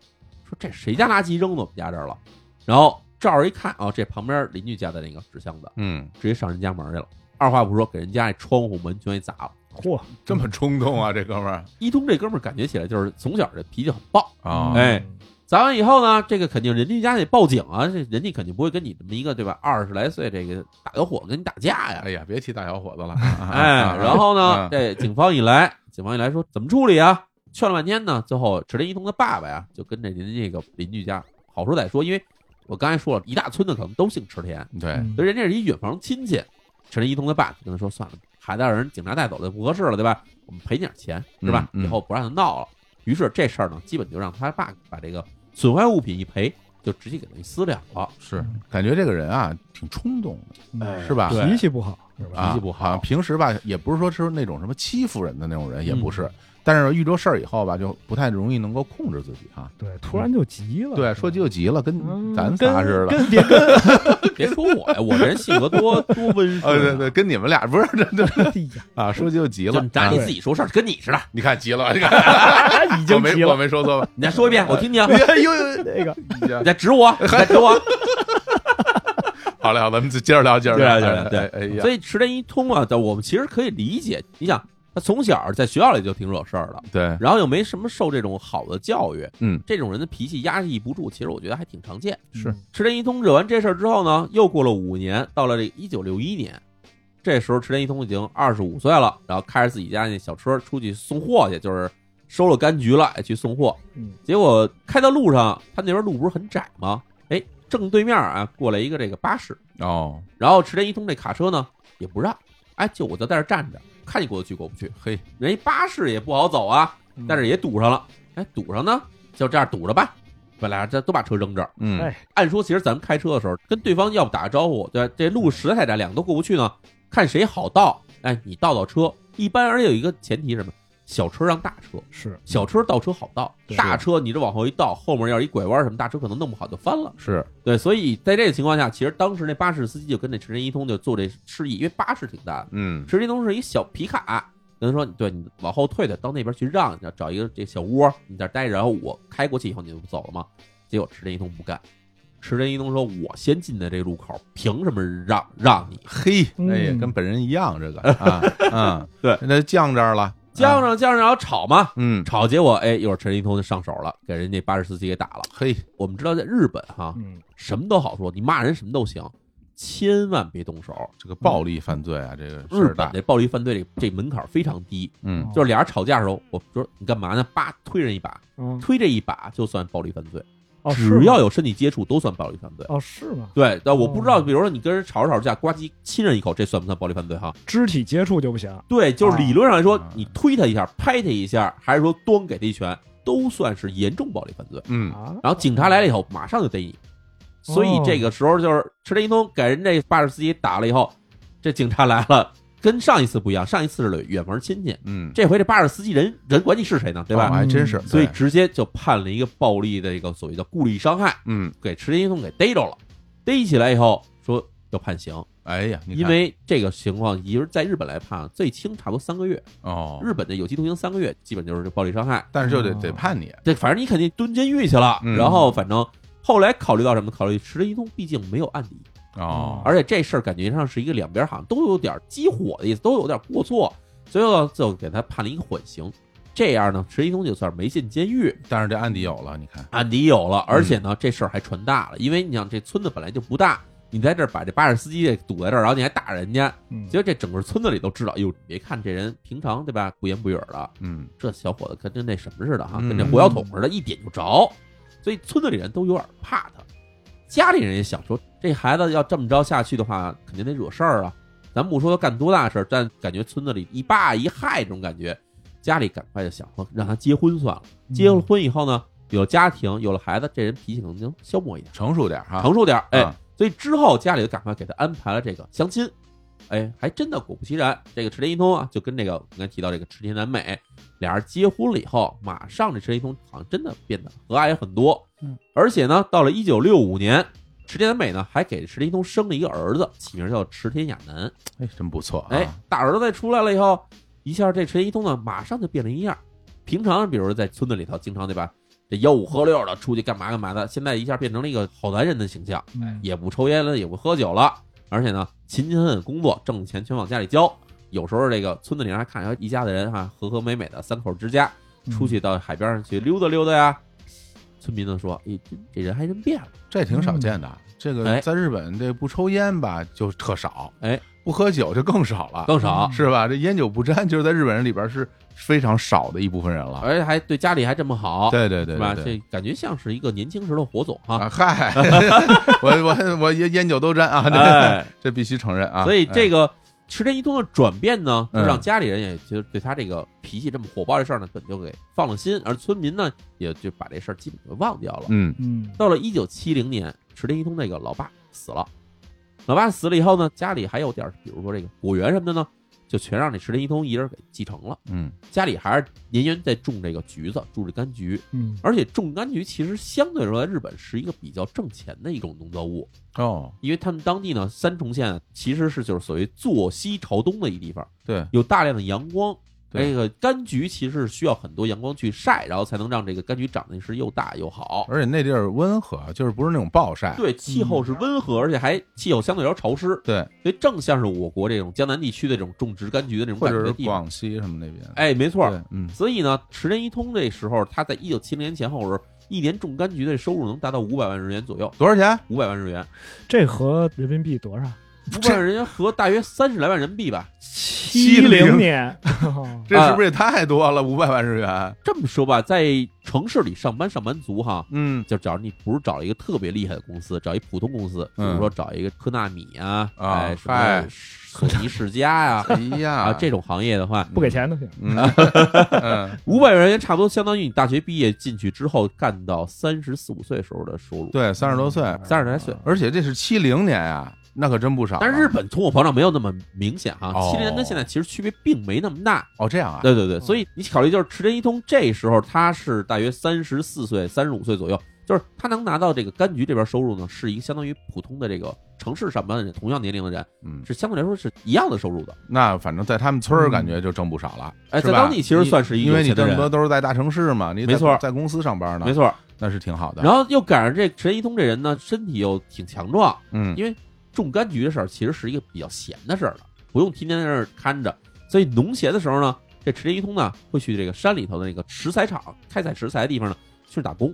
Speaker 1: 说这谁家垃圾扔到我们家这儿了？然后照着一看啊，这旁边邻居家的那个纸箱子，
Speaker 2: 嗯，
Speaker 1: 直接上人家门去了。二话不说，给人家那窗户门全给砸了。
Speaker 3: 嚯，
Speaker 2: 这么冲动啊，这哥们儿
Speaker 1: 一通这哥们儿感觉起来就是从小这脾气很暴，
Speaker 2: 啊，
Speaker 1: 哎砸完以后呢，这个肯定人家家得报警啊，这人家肯定不会跟你这么一个对吧二十来岁这个大小伙子跟你打架呀。
Speaker 2: 哎呀，别提大小伙子了， 哎
Speaker 1: 哎，然后呢，
Speaker 2: 这
Speaker 1: 这警方一来，警方一来说怎么处理啊？劝了半天呢，最后池田一通的爸爸呀，就跟着人家这个邻居家好说歹说，因为我刚才说了一大村子可能都姓池田，
Speaker 2: 哎对，
Speaker 3: 嗯
Speaker 1: 所以人家是一远房亲戚。池田一通的爸就跟他说：“算了，孩子让人警察带走了就不合适了，对吧？我们赔你点钱，是吧？
Speaker 2: 嗯嗯
Speaker 1: 以后不让他闹了。”于是这事儿呢，基本就让他爸把这个损坏物品一赔，就直接给他私了了。
Speaker 2: 是感觉这个人啊挺冲动的，
Speaker 3: 嗯
Speaker 2: 是吧？
Speaker 1: 对嗯
Speaker 3: 脾气不好是吧？
Speaker 2: 啊，
Speaker 1: 脾气不好
Speaker 2: 好像平时吧，也不是说是那种什么欺负人的那种人，也
Speaker 1: 嗯
Speaker 2: 不是。但是遇着事儿以后吧，就不太容易能够控制自己啊。
Speaker 3: 对，突然就急了，
Speaker 2: 对，说急就急了，跟
Speaker 3: 嗯
Speaker 2: 咱仨似的。
Speaker 3: 跟别 跟
Speaker 1: 别说我呀，我这人性格多多 温顺啊、
Speaker 2: 呃， 对对，跟你们俩不是这这
Speaker 3: 哎呀
Speaker 2: 啊，说急就急
Speaker 1: 就
Speaker 2: 了
Speaker 1: 你。拿你
Speaker 2: 啊
Speaker 1: 自己说事儿，跟你似的。
Speaker 2: 你看急了，你 看
Speaker 3: 哎已
Speaker 2: 我
Speaker 3: 经急
Speaker 2: 没我
Speaker 3: 了，
Speaker 2: 没说错吧？
Speaker 1: 你再说一遍，我听听。
Speaker 2: 哎呦，呦
Speaker 3: 那个
Speaker 2: 呦
Speaker 1: 你再指我，你再指 我。
Speaker 2: 好嘞好嘞，咱们接着聊，接着聊，
Speaker 1: 接着聊
Speaker 2: 哎哎哎呀，
Speaker 1: 啊所以池田一通啊，我们其实可以理解。你想，他从小在学校里就挺惹事儿的，
Speaker 2: 对，
Speaker 1: 然后又没什么受这种好的教育，
Speaker 2: 嗯，
Speaker 1: 这种人的脾气压抑不住，其实我觉得还挺常见。
Speaker 2: 是
Speaker 3: 嗯
Speaker 1: 池田一通惹完这事儿之后呢，又过了五年，到了这一九六一年，这时候池田一通已经二十五岁了，然后开着自己家那小车出去送货去，就是收了柑橘了，哎去送货。
Speaker 3: 嗯
Speaker 1: 结果开到路上，他那边路不是很窄吗？哎，正对面啊过来一个这个巴士，
Speaker 2: 哦，
Speaker 1: 然后池田一通这卡车呢也不让，哎，就我就在这儿站着，看你过得去过不去。
Speaker 2: 嘿，
Speaker 1: 人家巴士也不好走啊，
Speaker 3: 嗯
Speaker 1: 但是也堵上了。哎，堵上呢，就这样堵着吧。本来这都把车扔这儿。
Speaker 2: 嗯，
Speaker 3: 哎
Speaker 1: 按说，其实咱们开车的时候跟对方要不打个招呼，对吧？这路实在太窄，两个都过不去呢，看谁好倒，哎，你倒倒车。一般而言有一个前提是什么？小车让大车，
Speaker 3: 是
Speaker 1: 小车倒车好倒，
Speaker 3: 对
Speaker 1: 大车你这往后一倒，后面要是一拐弯什么，大车可能弄不好就翻了。
Speaker 2: 是
Speaker 1: 对，所以在这个情况下，其实当时那巴士司机就跟那池田一通就做这示意，因为巴士挺大的，
Speaker 2: 嗯
Speaker 1: 池田一通是一小皮卡，跟他说，对你往后退退，到那边去让，你找一个这小窝，你在这儿待着，然后我开过去以后你就不走了吗？结果池田一通不干，池田一通说，我先进的这路口，凭什么让让你？
Speaker 2: 嘿，
Speaker 3: 嗯
Speaker 2: 哎呀，跟本人一 样这个啊啊，
Speaker 1: 对
Speaker 2: 那犟这儿了，啊
Speaker 1: 犟，上犟上，然后吵嘛，
Speaker 2: 嗯，
Speaker 1: 吵，结果哎，一会儿池田一通就上手了，给人家巴士司机给打了。
Speaker 2: 嘿，
Speaker 1: 我们知道在日本哈，
Speaker 3: 嗯，
Speaker 1: 什么都好说，你骂人什么都行，千万别动手。
Speaker 2: 这个暴力犯罪啊，这个事
Speaker 1: 日
Speaker 2: 儿
Speaker 1: 本哦
Speaker 2: 大，
Speaker 1: 这暴力犯罪这这门槛非常低，
Speaker 2: 嗯
Speaker 1: 就是俩人吵架的时候，我说你干嘛呢？叭推人一把，
Speaker 3: 嗯
Speaker 1: 推这一把就算暴力犯罪，
Speaker 3: 哦，是
Speaker 1: 只
Speaker 3: 吗
Speaker 1: 要有身体接触都算暴力犯罪。
Speaker 3: 哦是吗？
Speaker 1: 对，但我
Speaker 3: 哦
Speaker 1: 不知道，比如说你跟人吵着吵着架，呱唧亲人一口，这算不算暴力犯罪哈？
Speaker 3: 肢体接触就不行，啊
Speaker 1: 对，就是理论上来说
Speaker 2: 啊，
Speaker 1: 你推他一下，拍他一下，还是说咣给他一拳，都算是严重暴力犯罪。
Speaker 2: 嗯，
Speaker 3: 啊，
Speaker 1: 然后警察来了以后，马上就逮你。所
Speaker 2: 哦
Speaker 1: 以这个时候就是池田一通给人这巴士司机打了以后，这警察来了，跟上一次不一样，上一次是远房亲戚，
Speaker 2: 嗯，
Speaker 1: 这回这巴士司机人人管你是谁呢，对
Speaker 2: 哦
Speaker 1: 吧？
Speaker 2: 还真是，
Speaker 3: 嗯
Speaker 1: 所以
Speaker 2: 对
Speaker 1: 直接就判了一个暴力的一个所谓的故意伤害，
Speaker 2: 嗯，
Speaker 1: 给池田一通给逮着了。逮起来以后说要判刑，
Speaker 2: 哎呀，你看
Speaker 1: 因为这个情况，也就是在日本来判最轻差不多三个月，
Speaker 2: 哦，
Speaker 1: 日本的嗯有期徒刑三个月，基本就是这暴力伤害。
Speaker 2: 但是就得
Speaker 3: 哦
Speaker 2: 得判你，
Speaker 1: 对，反正你肯定蹲监狱去了。
Speaker 2: 嗯
Speaker 1: 然后反正后来考虑到什么？考虑池田一通毕竟没有案底，
Speaker 2: 哦，
Speaker 1: 而且这事儿感觉上是一个两边好像都有点激火的意思，都有点过错，所以就给他判了一个缓刑。这样呢，池田一通就算是没进监狱，
Speaker 2: 但是这案底有了，你看，
Speaker 1: 案底有了，而且呢，这事儿还传大了，因为你想这村子本来就不大。你在这儿把这巴士司机给堵在这儿，然后你还打人家，
Speaker 3: 嗯
Speaker 1: 结果这整个村子里都知道。哎呦，你别看这人平常对吧，不言不语儿的，
Speaker 2: 嗯，
Speaker 1: 这小伙子跟跟那什么似的哈，
Speaker 2: 嗯
Speaker 1: 跟那火药桶似的，一点就着，所以村子里人都有点怕他。家里人也想说，这孩子要这么着下去的话，肯定得惹事儿啊。咱不说他干多大事儿，但感觉村子里一霸一害这种感觉，家里赶快就想说让他结婚算了。结
Speaker 2: 嗯
Speaker 1: 了婚以后呢，有了家庭，有了孩子，这人脾气可能就消磨一点，
Speaker 2: 成熟点儿哈，
Speaker 1: 成熟点儿。哎，
Speaker 2: 啊
Speaker 1: 所以之后家里就赶快给他安排了这个相亲。哎，还真的果不其然，这个池田一通啊，就跟这个我刚才提到这个池田南美俩人结婚了以后，马上这池田一通好像真的变得和蔼很多。
Speaker 3: 嗯，
Speaker 1: 而且呢，到了一九六五年，池田南美呢还给池田一通生了一个儿子，起名叫池田亚男。
Speaker 2: 哎，真不错啊，
Speaker 1: 哎，大儿子出来了以后，一下这陈一通呢，马上就变了一样。平常比如说在村子里头，经常对吧，这吆五喝六的出去干嘛干嘛的，现在一下变成了一个好男人的形象，
Speaker 3: 嗯
Speaker 1: 也不抽烟了，也不喝酒了，而且呢，勤勤恳恳工作，挣钱全往家里交。有时候这个村子里人还看哎着一家子人哈、和和美美的三口之家，
Speaker 2: 嗯
Speaker 1: 出去到海边上去溜达溜达呀。村民呢说：“哎，这这人还真变了。
Speaker 2: 这挺少见的。这
Speaker 1: 哎
Speaker 2: 个在日本这不抽烟吧，就特少；
Speaker 1: 哎，
Speaker 2: 不喝酒就更少了，
Speaker 1: 更少，
Speaker 2: 是吧？这烟酒不沾，就是在日本人里边是非常少的一部分人了。
Speaker 1: 而且还对家里还这么好，
Speaker 2: 啊对对对
Speaker 1: 哎是吧？
Speaker 2: 对对。
Speaker 1: 这感觉像是一个年轻时候的火总哈。
Speaker 2: 啊嗨，我我我烟烟酒都沾啊，这
Speaker 1: 哎
Speaker 2: 这必须承认啊。
Speaker 1: 所以这
Speaker 2: 个
Speaker 1: 个池田一通的转变呢，就
Speaker 2: 嗯
Speaker 1: 让家里人也就对他这个脾气这么火爆这事儿呢，本就给放了心，而村民呢也就把这事儿基本就忘掉了。
Speaker 2: 嗯
Speaker 3: 嗯
Speaker 1: 到了一九七零年，池田一通那个老爸死了，老爸死了以后呢，家里还有点儿，比如说这个果园什么的呢，就全让这池田一通一人给继承了。
Speaker 2: 嗯
Speaker 1: 家里还是年年在种这个橘子，种这柑橘，
Speaker 3: 嗯
Speaker 1: 而且种柑橘其实相对来说，在日本是一个比较挣钱的一种农作物。
Speaker 2: 哦
Speaker 1: 因为他们当地呢，三重县其实是就是所谓坐西朝东的一地方，
Speaker 2: 对
Speaker 1: 有大量的阳光。
Speaker 2: 对
Speaker 1: 这个柑橘其实是需要很多阳光去晒，然后才能让这个柑橘长得是又大又好。
Speaker 2: 而且那地儿温和，就是不是那种暴晒。
Speaker 1: 对，气候是温和，而且还气候相对来说潮湿，
Speaker 2: 对，
Speaker 1: 所以正像是我国这种江南地区的这种种植柑橘的这种
Speaker 2: 或
Speaker 1: 感
Speaker 2: 者
Speaker 1: 觉
Speaker 2: 是
Speaker 1: 的地方。
Speaker 2: 广西什么那边。，
Speaker 1: 哎，没错。
Speaker 2: 对，嗯
Speaker 1: 所以呢，池田一通这时候他在一九七零年前后的时候，一年种柑橘的收入能达到五百万日元左右，
Speaker 2: 多少钱？
Speaker 1: 五百万日 元，
Speaker 3: 这和人民币多少？
Speaker 1: 五百万日元合大约三十来万人民币吧。
Speaker 3: 七
Speaker 2: 70
Speaker 3: 零 年，
Speaker 2: 这
Speaker 1: 啊
Speaker 2: 是不是也太多了？五百万日元。
Speaker 1: 这么说吧，在城市里上班上班族哈，
Speaker 2: 嗯
Speaker 1: 就假如你不是找一个特别厉害的公司，找一普通公司，比
Speaker 2: 嗯
Speaker 1: 如说找一个科纳米啊，
Speaker 2: 啊
Speaker 1: 哎什么
Speaker 2: 嗨
Speaker 1: 索尼世家 呀、
Speaker 2: 哎
Speaker 1: 啊
Speaker 2: 呀，
Speaker 1: 这种行业的话，
Speaker 3: 不给钱都行。
Speaker 2: 嗯，嗯，
Speaker 1: 五百万元差不多相当于你大学毕业进去之后干到三十四五岁时候的收入，
Speaker 2: 对，三十多岁，
Speaker 3: 嗯
Speaker 1: 三十来岁。
Speaker 2: 而且这是七零年啊，那可真不少啊。
Speaker 1: 但是日本通货膨胀没有那么明显哈、
Speaker 2: 哦
Speaker 1: 七零年跟现在其实区别并没那么大。
Speaker 2: 哦，这样啊，
Speaker 1: 对对对，所以你考虑就是池田一通这时候他是大约三十四岁、三十五岁左右，就是他能拿到这个柑橘这边收入呢，是一个相当于普通的这个城市上班的人，同样年龄的人，
Speaker 2: 嗯，
Speaker 1: 是相对来说是一样的收入的。
Speaker 2: 那反正在他们村儿
Speaker 3: 嗯
Speaker 2: 感觉就挣不少了。
Speaker 1: 哎，
Speaker 2: 是
Speaker 1: 在
Speaker 2: 吧
Speaker 1: 当地其实算是一个
Speaker 2: 因为你
Speaker 1: 有钱
Speaker 2: 这
Speaker 1: 的
Speaker 2: 么
Speaker 1: 人
Speaker 2: 多都是在大城市嘛，你在
Speaker 1: 没错
Speaker 2: 在公司上班呢，
Speaker 1: 没，错。
Speaker 2: 那是挺好的。
Speaker 1: 然后又赶上这池田一通这人呢，身体又挺强壮，
Speaker 2: 嗯
Speaker 1: 因为种柑橘的事儿其实是一个比较闲的事儿了，不用天天在那儿看着。所以农闲的时候呢，这池田一通呢会去这个山里头的那个石材厂开采石材的地方呢去打工，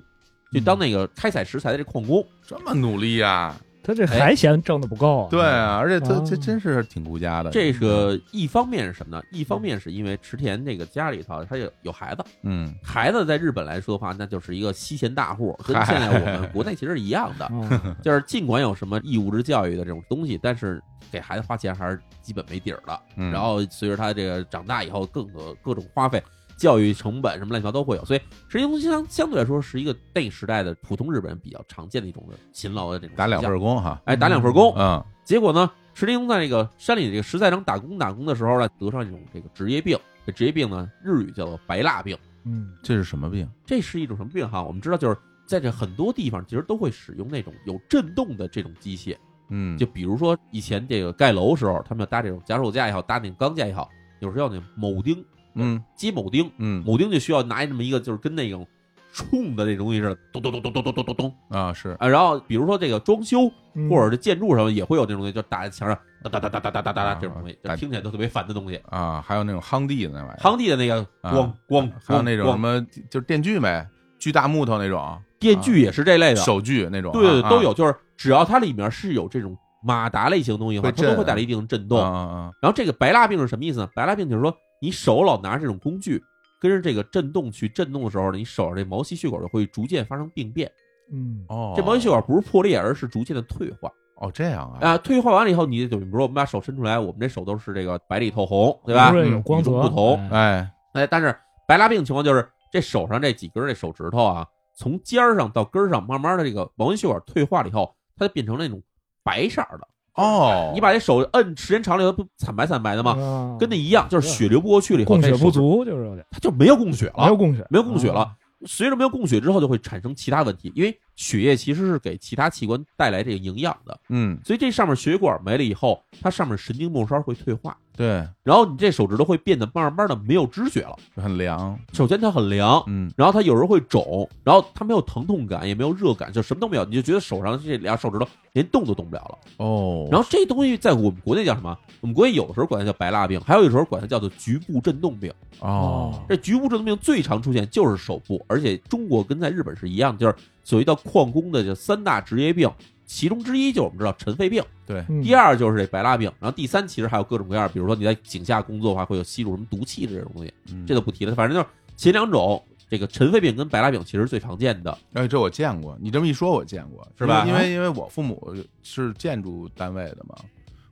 Speaker 1: 去当那个开采石材的这矿工。
Speaker 2: 这么努力呀？
Speaker 3: 他
Speaker 1: 哎
Speaker 3: 这还嫌挣的不够啊？
Speaker 2: 对啊，而且他
Speaker 3: 哦
Speaker 2: 这真是挺顾家的。
Speaker 1: 这个一方面是什么呢？一方面是因为池田这个家里头他有有孩子，
Speaker 2: 嗯，
Speaker 1: 孩子在日本来说的话，那就是一个吸钱大户，跟现在我们国内其实是一样 的。
Speaker 3: 嗯，
Speaker 1: 就是尽管有什么义务制教育的这种东西，但是给孩子花钱还是基本没底儿的。
Speaker 2: 嗯
Speaker 1: 然后随着他这个长大以后，更多各种花费、教育成本什么乱七八糟都会有，所以实际东西相相对来说是一个那个时代的普通日本人比较常见的一种的勤劳的这种
Speaker 2: 打两
Speaker 1: 形象
Speaker 2: 份工哈，
Speaker 1: 哎打两份工。
Speaker 2: 嗯，
Speaker 1: 结果呢，池田庸在这个山里这个石材厂打工打工的时候呢，得上一种这个职业病，这职业病呢日语叫做白蜡病，
Speaker 3: 嗯，
Speaker 2: 这是什么病？
Speaker 1: 这是一种什么病哈？我们知道就是。在这很多地方，其实都会使用那种有震动的这种机械，
Speaker 2: 嗯，
Speaker 1: 就比如说以前这个盖楼时候，他们要搭这种夹手架也好，搭那种钢架也好，有时候要那铆钉，
Speaker 2: 嗯
Speaker 1: 接铆钉，
Speaker 2: 嗯
Speaker 1: 铆钉就需要拿这么一个就是跟那种冲的那种东西似的，咚咚咚咚咚咚咚咚咚
Speaker 2: 啊是
Speaker 1: 啊。然后比如说这个装修
Speaker 3: 嗯
Speaker 1: 或者这建筑上面也会有那种东西，就打在墙上哒哒哒哒哒哒哒哒哒这种东西，就
Speaker 2: 啊
Speaker 1: 听起来都特别烦的东西。
Speaker 2: 啊，还有那种夯地的那玩意儿，
Speaker 1: 夯地的那个
Speaker 2: 啊
Speaker 1: 咣咣，
Speaker 2: 还有那种
Speaker 1: 咣
Speaker 2: 什么就是电锯呗，锯大木头那种，
Speaker 1: 电锯也是这类的，
Speaker 2: 手锯那种啊，
Speaker 1: 对对对
Speaker 2: 啊
Speaker 1: 都有，就是只要它里面是有这种马达类型的东西的话，
Speaker 2: 会
Speaker 1: 它
Speaker 2: 震
Speaker 1: 都会带来一定的震
Speaker 2: 啊
Speaker 1: 动。
Speaker 2: 啊啊
Speaker 1: 然后这个白蜡病是什么意思呢？白蜡病就是说你手老拿这种工具跟着这个震动去震动的时候，你手上这毛细血管就会逐渐发生病变。
Speaker 3: 嗯，
Speaker 2: 哦，
Speaker 1: 这毛细血管不是破裂，而是逐渐的退化
Speaker 2: 哦这样啊
Speaker 1: 啊、退化完了以后，你就比如说我们把手伸出来，我们这手都是这个白里透红，对吧
Speaker 3: 不？是
Speaker 2: 嗯
Speaker 3: 有光泽
Speaker 1: 与众不同
Speaker 3: 哎
Speaker 2: 哎
Speaker 1: 哎，但是白蜡病情况就是这手上这几根这手指头啊，从尖儿上到根儿上，慢慢的这个毛细血管退化了以后，它就变成那种白色儿的。
Speaker 2: 哦，
Speaker 1: 你把这手摁时间长了以后，不惨白惨白的吗？
Speaker 3: 啊
Speaker 1: 跟那一样，就是血流不过去了以后，
Speaker 3: 供
Speaker 1: 这
Speaker 3: 血
Speaker 1: 手
Speaker 3: 不
Speaker 1: 指，
Speaker 3: 足，就是有点
Speaker 1: 它就没有供血了，
Speaker 3: 没有供血，
Speaker 1: 没有供血了
Speaker 3: 啊，
Speaker 1: 随着没有供血之后，就会产生其他问题，因为血液其实是给其他器官带来这个营养的，
Speaker 2: 嗯
Speaker 1: 所以这上面血管没了以后，它上面神经末梢会退化，
Speaker 2: 对，
Speaker 1: 然后你这手指头会变得慢慢的没有知觉了。
Speaker 2: 很凉，
Speaker 1: 首先它很凉，
Speaker 2: 嗯
Speaker 1: 然后它有时候会肿，然后它没有疼痛感，也没有热感，就什么都没有，你就觉得手上这俩手指头连动都动不了了。
Speaker 2: 哦，
Speaker 1: 然后这东西在我们国内叫什么？我们国内有的时候管它叫白蜡病，还有的时候管它叫做局部震动病。
Speaker 2: 哦
Speaker 1: 这局部震动病最常出现就是手部，而且中国跟在日本是一样，就是所谓的矿工的这三大职业病，其中之一就是我们知道尘肺病，
Speaker 2: 对，
Speaker 3: 嗯
Speaker 1: 第二就是这白蜡病，然后第三其实还有各种各样，比如说你在井下工作的话，会有吸入什么毒气的这种东西，
Speaker 2: 嗯
Speaker 1: 这都不提了，反正就是前两种。这个尘肺病跟白蜡病其实是最常见的，
Speaker 2: 哎，这我见过，你这么一说，我见过，嗯
Speaker 1: 是吧
Speaker 2: 因为因为我父母是建筑单位的嘛，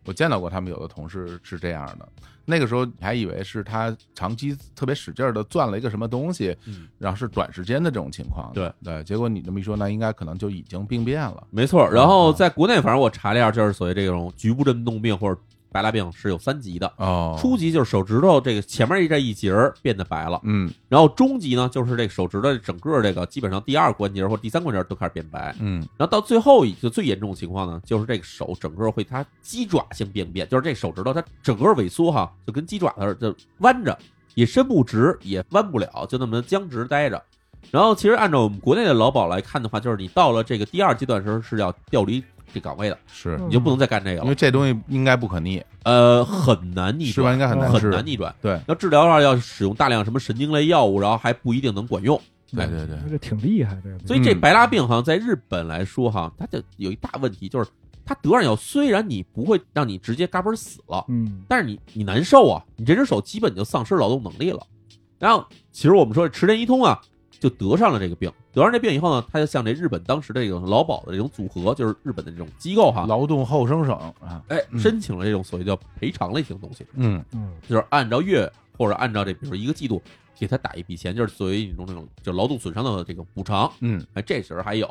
Speaker 2: 我见到过他们有的同事是这样的。那个时候还以为是他长期特别使劲儿的攥了一个什么东西，
Speaker 1: 嗯，
Speaker 2: 然后是短时间的这种情况。
Speaker 1: 对
Speaker 2: 对，结果你这么一说，那应该可能就已经病变了。
Speaker 1: 没错。然后在国内，反正我查了一下，就是所谓这种局部震动病或者白蜡病是有三级的，
Speaker 2: 哦，
Speaker 1: 初级就是手指头这个前面这一节儿变得白了，
Speaker 2: 嗯
Speaker 1: 然后中级呢，就是这个手指的整个这个基本上第二关节或第三关节都开始变白，
Speaker 2: 嗯
Speaker 1: 然后到最后一个最严重的情况呢，就是这个手整个会它鸡爪性病变，就是这手指头它整个萎缩哈，就跟鸡爪子似的，就弯着，也伸不直，也弯不了，就那么僵直待着。然后其实按照我们国内的劳保来看的话，就是你到了这个第二阶段的时候是要调离这岗位的，
Speaker 2: 是，
Speaker 3: 嗯
Speaker 1: 你就不能再干这个
Speaker 2: 因
Speaker 1: 了
Speaker 2: 为，这东西应该不可逆，
Speaker 1: 呃，很难逆
Speaker 2: 是吧？
Speaker 1: 转，
Speaker 2: 应该很难
Speaker 1: 很
Speaker 2: 治。
Speaker 1: 难逆转。
Speaker 2: 对
Speaker 1: 那治疗的话要使用大量什么神经类药物，然后还不一定能管用。
Speaker 2: 对对对，
Speaker 3: 这挺厉害，这个
Speaker 1: 所以这白蜡病好像在日本来说哈，它就有一大问题，就是它得上以后，虽然你不会让你直接嘎嘣死了，
Speaker 3: 嗯
Speaker 1: 但是你你难受啊，你这只手基本就丧失劳动能力了。然后其实我们说池田一通啊，就得上了这个病，得上这病以后呢，他就向这日本当时的这个劳保的这种组合，就是日本的这种机构哈，
Speaker 2: 劳动后生省啊，
Speaker 1: 哎，
Speaker 2: 嗯
Speaker 1: 申请了这种所谓叫赔偿类型的东西，
Speaker 2: 嗯
Speaker 3: 嗯
Speaker 1: 就是按照月或者按照这比如说一个季度给他打一笔钱，就是作为一种那种就劳动损伤的这个补偿。
Speaker 2: 嗯
Speaker 1: 哎，这时候还有。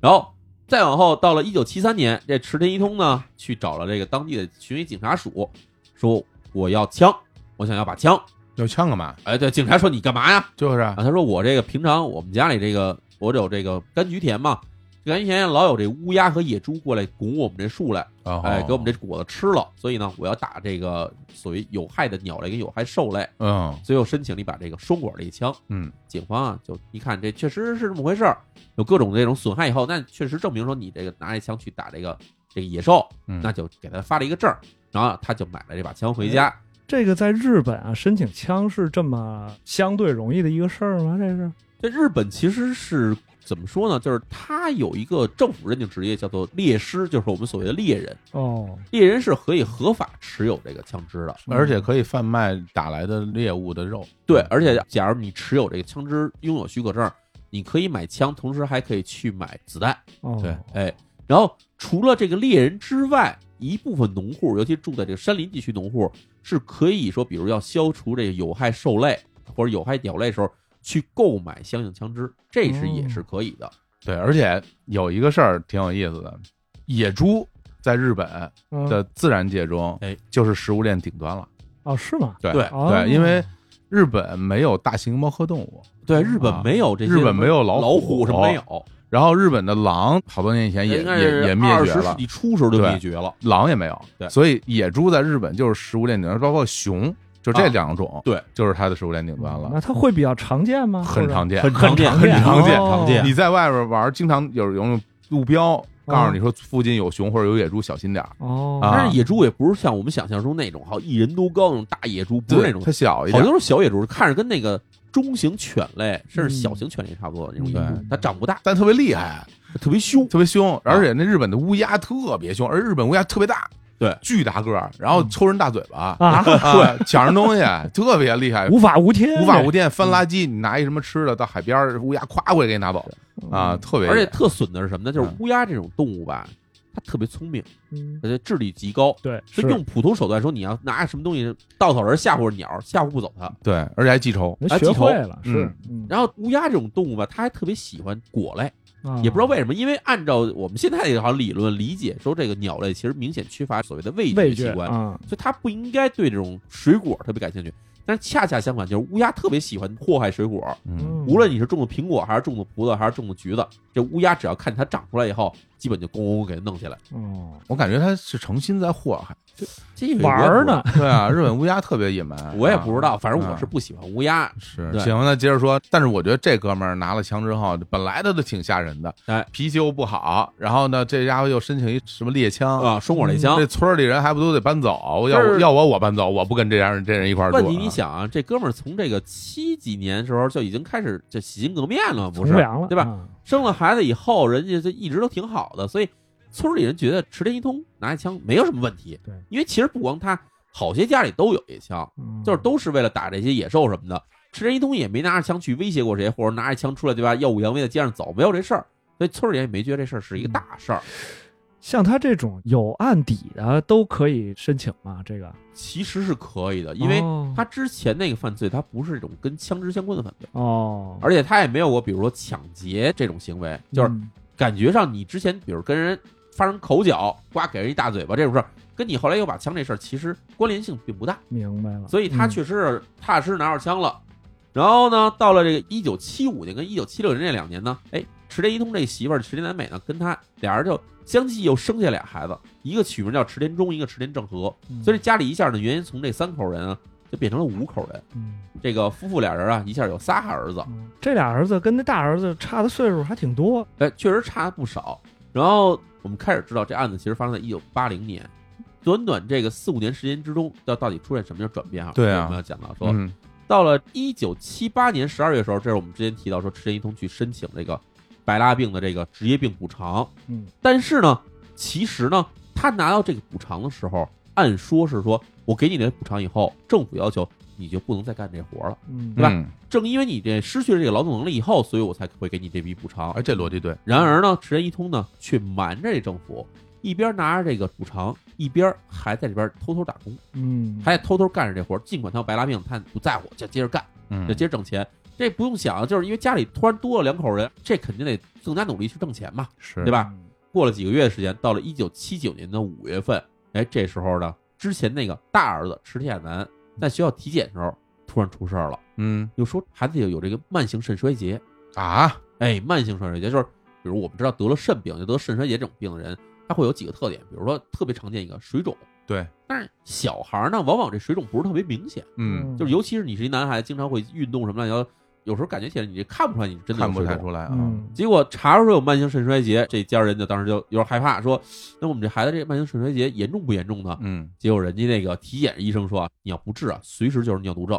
Speaker 1: 然后再往后，到了一九七三年，这池田一通呢去找了这个当地的巡回警察署，说我要枪，我想要把枪。
Speaker 2: 有枪干嘛？
Speaker 1: 哎，对，警察说你干嘛呀？
Speaker 2: 就是啊
Speaker 1: 啊，，他说我这个平常我们家里这个我有这个柑橘田嘛，柑橘田老有这乌鸦和野猪过来拱我们这树来，
Speaker 2: 哦
Speaker 1: 哎，给我们这果子吃了，所以呢，我要打这个所谓有害的鸟类跟有害兽类，
Speaker 2: 嗯
Speaker 1: 所以我申请了一把这个双管猎枪。
Speaker 2: 嗯
Speaker 1: 警方啊，就一看这确实是这么回事儿，有各种这种损害以后，那确实证明说你这个拿着枪去打这个这个野兽，
Speaker 2: 嗯，
Speaker 1: 那就给他发了一个证儿，然后他就买了这把枪回家。
Speaker 3: 这个在日本啊，申请枪是这么相对容易的一个事儿吗？这是
Speaker 1: 这日本其实是怎么说呢？就是他有一个政府认定职业叫做猎师，就是我们所谓的猎人，
Speaker 3: 哦，
Speaker 1: 猎人是可以合法持有这个枪支的。
Speaker 2: 而且可以贩卖打来的猎物的肉。
Speaker 1: 对，而且假如你持有这个枪支拥有许可证，你可以买枪，同时还可以去买子弹。
Speaker 3: 哦
Speaker 2: 对
Speaker 1: 哎，然后除了这个猎人之外，一部分农户，尤其住在这个山林地区农户，是可以说，比如要消除这个有害兽类或者有害鸟类的时候，去购买相应枪支，这是也
Speaker 2: 嗯
Speaker 1: 是可以的。
Speaker 2: 对，而且有一个事儿挺有意思的，野猪在日本
Speaker 3: 嗯
Speaker 2: 的自然界中，
Speaker 1: 哎，
Speaker 2: 就是食物链顶端了。
Speaker 3: 哦是吗？
Speaker 2: 对
Speaker 1: 对
Speaker 3: 哦
Speaker 2: 对，因为日本没有大型猫科动物，
Speaker 1: 对，日本没有这些，
Speaker 2: 啊日本没有老
Speaker 1: 老
Speaker 2: 虎
Speaker 1: 是没有，
Speaker 2: 然后日本的狼好多年以前也
Speaker 1: 呃应该是
Speaker 2: 也也灭
Speaker 1: 20
Speaker 2: 绝
Speaker 1: 世
Speaker 2: 了，
Speaker 1: 纪初时候就
Speaker 2: 对啊
Speaker 1: 灭绝了。
Speaker 2: 狼也没有，
Speaker 1: 对
Speaker 2: 所以野猪在日本就是食物链顶端，包括熊，就这两种，
Speaker 1: 啊对，
Speaker 2: 就是它的食物链顶端了，
Speaker 3: 嗯那它会比较常见吗？
Speaker 2: 很常见，
Speaker 1: 很常见
Speaker 2: 很常见，
Speaker 3: 哦
Speaker 1: 常见
Speaker 2: 你在外边玩，经常有有那种路标告诉你说附近有熊或者有野猪，小心点儿。
Speaker 3: 哦
Speaker 2: 啊
Speaker 1: 但是野猪也不是像我们想象中那种好一人多高那种大野猪，不是那种
Speaker 2: 它小一
Speaker 1: 好
Speaker 2: 点
Speaker 1: 像，都是小野猪，看着跟那个中型犬类甚至小
Speaker 2: 嗯
Speaker 1: 型犬类差不多那种野猪
Speaker 3: 嗯，
Speaker 1: 它长不大，
Speaker 2: 但特别厉害，
Speaker 1: 特别凶。
Speaker 2: 特别凶。
Speaker 1: 啊
Speaker 2: 而且那日本的乌鸦特别凶，而日本乌鸦特别大，
Speaker 1: 对嗯
Speaker 2: 巨大个儿，然后抽人大嘴巴，
Speaker 3: 啊，
Speaker 2: 对，抢人东西，特别厉害。
Speaker 3: 无法无天，
Speaker 2: 无法无天，
Speaker 1: 嗯
Speaker 2: 翻垃圾，你拿一什么吃的到海边儿，乌鸦咵过来给你拿走
Speaker 3: 嗯
Speaker 2: 啊，，特别厉害。
Speaker 1: 而且特损的是什么呢？就是
Speaker 2: 嗯
Speaker 1: 乌鸦这种动物吧，它特别聪明，
Speaker 3: 嗯
Speaker 1: 而且智力极高。
Speaker 3: 对，
Speaker 1: 就是用普通手段说，你要拿什么东西稻草人吓唬鸟，吓唬不走它。
Speaker 2: 对，而且还记仇。
Speaker 3: 人
Speaker 1: 哎
Speaker 3: 学
Speaker 1: 记仇
Speaker 3: 会了，是，嗯
Speaker 1: 然后乌鸦这种动物吧，它还特别喜欢果类，
Speaker 3: 后
Speaker 1: 也不知道为什么，因为按照我们现在这好像理论理解，说这个鸟类其实明显缺乏所谓的味觉
Speaker 3: 味
Speaker 1: 器
Speaker 3: 觉
Speaker 1: 官，
Speaker 3: 啊，
Speaker 1: 所以它不应该对这种水果特别感兴趣。但是恰恰相反，就是乌鸦特别喜欢祸害水果，
Speaker 2: 嗯，
Speaker 1: 无论你是种的苹果，还是种的葡萄，还是种的橘子，这乌鸦只要看它长出来以后，基本就咣咣咣给它弄起来。
Speaker 3: 哦
Speaker 2: 我感觉他是诚心在祸害。
Speaker 1: 这个
Speaker 3: 玩儿呢，
Speaker 2: 对啊，日本乌鸦特别野蛮
Speaker 1: ，我也不知道，反正我
Speaker 2: 啊
Speaker 1: 是不喜欢乌鸦。
Speaker 2: 是
Speaker 1: 对
Speaker 2: 行，那接着说。但是我觉得这哥们儿拿了枪之后，本来他就挺吓人的，
Speaker 1: 哎，
Speaker 2: 脾气又不好，然后呢，这家伙又申请一什么猎枪，
Speaker 1: 啊，双管猎枪
Speaker 2: 这。村儿里人还不都得搬走？要
Speaker 1: 但
Speaker 2: 我
Speaker 1: 是
Speaker 2: 要我我搬走，我不跟这家人这人一块儿住啊。
Speaker 1: 问题你想啊，这哥们儿从这个七几年时候就已经开始就洗心革面了，不
Speaker 3: 从
Speaker 1: 是
Speaker 3: 良了，
Speaker 1: 对吧？
Speaker 3: 啊？
Speaker 1: 生了孩子以后，人家就一直都挺好的，所以村里人觉得池田一通拿一枪没有什么问题。
Speaker 3: 对
Speaker 1: 因为其实不光他，好些家里都有一枪，
Speaker 3: 嗯
Speaker 1: 就是都是为了打这些野兽什么的。池田一通也没拿着枪去威胁过谁，或者拿着枪出来对吧？耀武扬威的街上走，没有这事儿。所以村里人也没觉得这事儿是一
Speaker 3: 嗯
Speaker 1: 个大事儿。
Speaker 3: 像他这种有案底的都可以申请吗？这个，
Speaker 1: 其实是可以的，因为
Speaker 3: 哦
Speaker 1: 他之前那个犯罪，他不是一种跟枪支相关的犯罪，
Speaker 3: 哦，
Speaker 1: 而且他也没有过比如说抢劫这种行为，就是
Speaker 3: 嗯
Speaker 1: 感觉上你之前比如跟人发生口角，呱给人一大嘴巴这种事儿，跟你后来又把枪这事儿其实关联性并不大，
Speaker 3: 明白了，
Speaker 1: 所以他
Speaker 3: 嗯
Speaker 1: 确实是踏实拿着枪了。然后呢，到了这个一九七五年跟一九七六年这两年呢，哎，池田一通这媳妇儿池田南美呢，跟他俩人就相继又生下俩孩子，一个取名叫池田中，一个池田正和，
Speaker 3: 嗯
Speaker 1: 所以这家里一下呢，原先从这三口人啊，就变成了五口人。
Speaker 3: 嗯
Speaker 1: 这个夫妇俩人啊，一下有仨儿子，
Speaker 3: 嗯这俩儿子跟那大儿子差的岁数还挺多，
Speaker 1: 哎，确实差不少。然后我们开始知道，这案子其实发生在一九八零年，短短这个四五年时间之中，要到底出现什么样的转变啊？
Speaker 2: 对啊
Speaker 1: 我们要讲到说，
Speaker 2: 嗯，
Speaker 1: 到了一九七八年十二月的时候，这是我们之前提到说，池田一通去申请这个白蜡病的这个职业病补偿。
Speaker 3: 嗯，
Speaker 1: 但是呢，其实呢，他拿到这个补偿的时候，按说是说我给你这补偿以后，政府要求你就不能再干这活了。
Speaker 3: 嗯
Speaker 1: 对吧
Speaker 2: 嗯？
Speaker 1: 正因为你这失去了这个劳动能力以后，所以我才会给你这笔补偿。
Speaker 2: 哎，这逻辑对，
Speaker 1: 然而呢，池田一通呢却瞒着这政府，一边拿着这个补偿，一边还在这边偷偷打工，
Speaker 3: 嗯，
Speaker 1: 还在偷偷干着这活儿。尽管他有白拉病，他不在乎，就接着干，
Speaker 2: 嗯
Speaker 1: 就，接着挣钱。这不用想，就是因为家里突然多了两口人，这肯定得更加努力去挣钱嘛，
Speaker 2: 是
Speaker 1: 对吧？
Speaker 3: 嗯
Speaker 1: 过了几个月的时间，到了一九七九年的五月份，哎，这时候呢，之前那个大儿子池田亚男在学校体检时候突然出事儿了，
Speaker 2: 嗯
Speaker 1: 就说孩子有有这个慢性肾衰竭。
Speaker 2: 啊，
Speaker 1: 哎，慢性肾衰竭就是，比如我们知道得了肾病，就得肾衰竭这种病的人，他会有几个特点，比如说特别常见一个水肿，
Speaker 2: 对，
Speaker 1: 但是小孩儿呢，往往这水肿不是特别明显，
Speaker 2: 嗯，
Speaker 1: 就是尤其是你是一男孩，经常会运动什么乱七八糟，有时候感觉起来你看不出来你真的有
Speaker 2: 看不
Speaker 1: 水
Speaker 2: 太
Speaker 1: 肿
Speaker 2: 出来啊，
Speaker 3: 嗯，
Speaker 1: 结果查出有慢性肾衰竭，这家人就当时就有点害怕，说：“那我们这孩子这慢性肾衰竭严重不严重呢？”
Speaker 2: 嗯，
Speaker 1: 结果人家那个体检医生说啊，你要不治啊，随时就是尿毒症。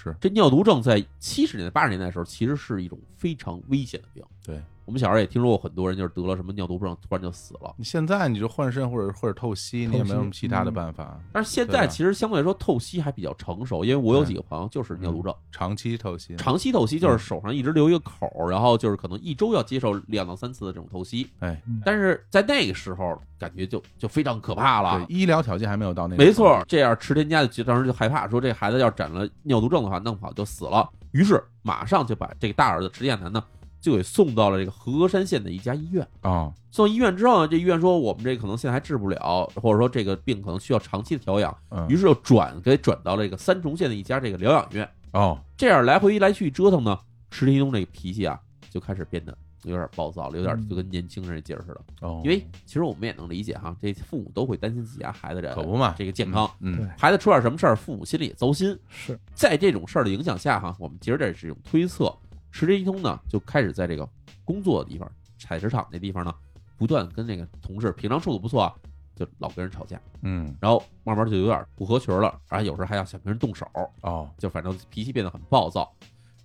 Speaker 2: 是
Speaker 1: 这尿毒症在七十年代、八十年代的时候，其实是一种非常危险的病。
Speaker 2: 对，
Speaker 1: 我们小时候也听说过很多人就是得了什么尿毒症，突然就死了。
Speaker 2: 你现在你就换肾或者或者透析，你也没有什么其他
Speaker 1: 嗯
Speaker 2: 的办法，
Speaker 1: 但是现
Speaker 2: 对啊
Speaker 1: 在其实相对来说透析还比较成熟，因为我有几个朋友就是尿
Speaker 2: 嗯
Speaker 1: 毒症，
Speaker 2: 长期透析，
Speaker 1: 长期透析就是
Speaker 2: 嗯
Speaker 1: 手上一直留一个口儿，然后就是可能一周要接受两到三次的这种透析。
Speaker 2: 哎，
Speaker 1: 但是在那个时候，感觉就就非常可怕了
Speaker 2: 对，。医疗条件还没有到那个，
Speaker 1: 啊没错，，这样池田家就当时就害怕，说这孩子要染了尿毒症的话，弄不好就死了。于是马上就把这个大儿子池田南呢，就给送到了这个和山县的一家医院。
Speaker 2: 哦，
Speaker 1: 送到医院之后呢，这医院说我们这可能现在还治不了，或者说这个病可能需要长期的调养，
Speaker 2: 嗯
Speaker 1: 于，是就转给转到了这个三重县的一家这个疗养院。
Speaker 2: 哦，
Speaker 1: 这样来回一来去折腾呢，池田一东这个脾气啊就开始变得有点暴躁了，有点
Speaker 3: 嗯
Speaker 1: 就跟年轻人这劲儿似的。
Speaker 2: 哦，
Speaker 1: 因为其实我们也能理解哈，这父母都会担心自己家孩子这
Speaker 2: 可不嘛，
Speaker 1: 呃这个健康，
Speaker 2: 嗯，嗯，
Speaker 3: 对
Speaker 1: 孩子出点什么事儿，父母心里也糟心。
Speaker 3: 是
Speaker 1: 在这种事儿的影响下哈，我们其实这是一种推测。池田一通呢，就开始在这个工作的地方，采石场那地方呢，不断跟那个同事，平常处的不错啊，就老跟人吵架，
Speaker 2: 嗯，
Speaker 1: 然后慢慢就有点不合群了，然后有时候还要想跟人动手，
Speaker 2: 哦，
Speaker 1: 就反正脾气变得很暴躁。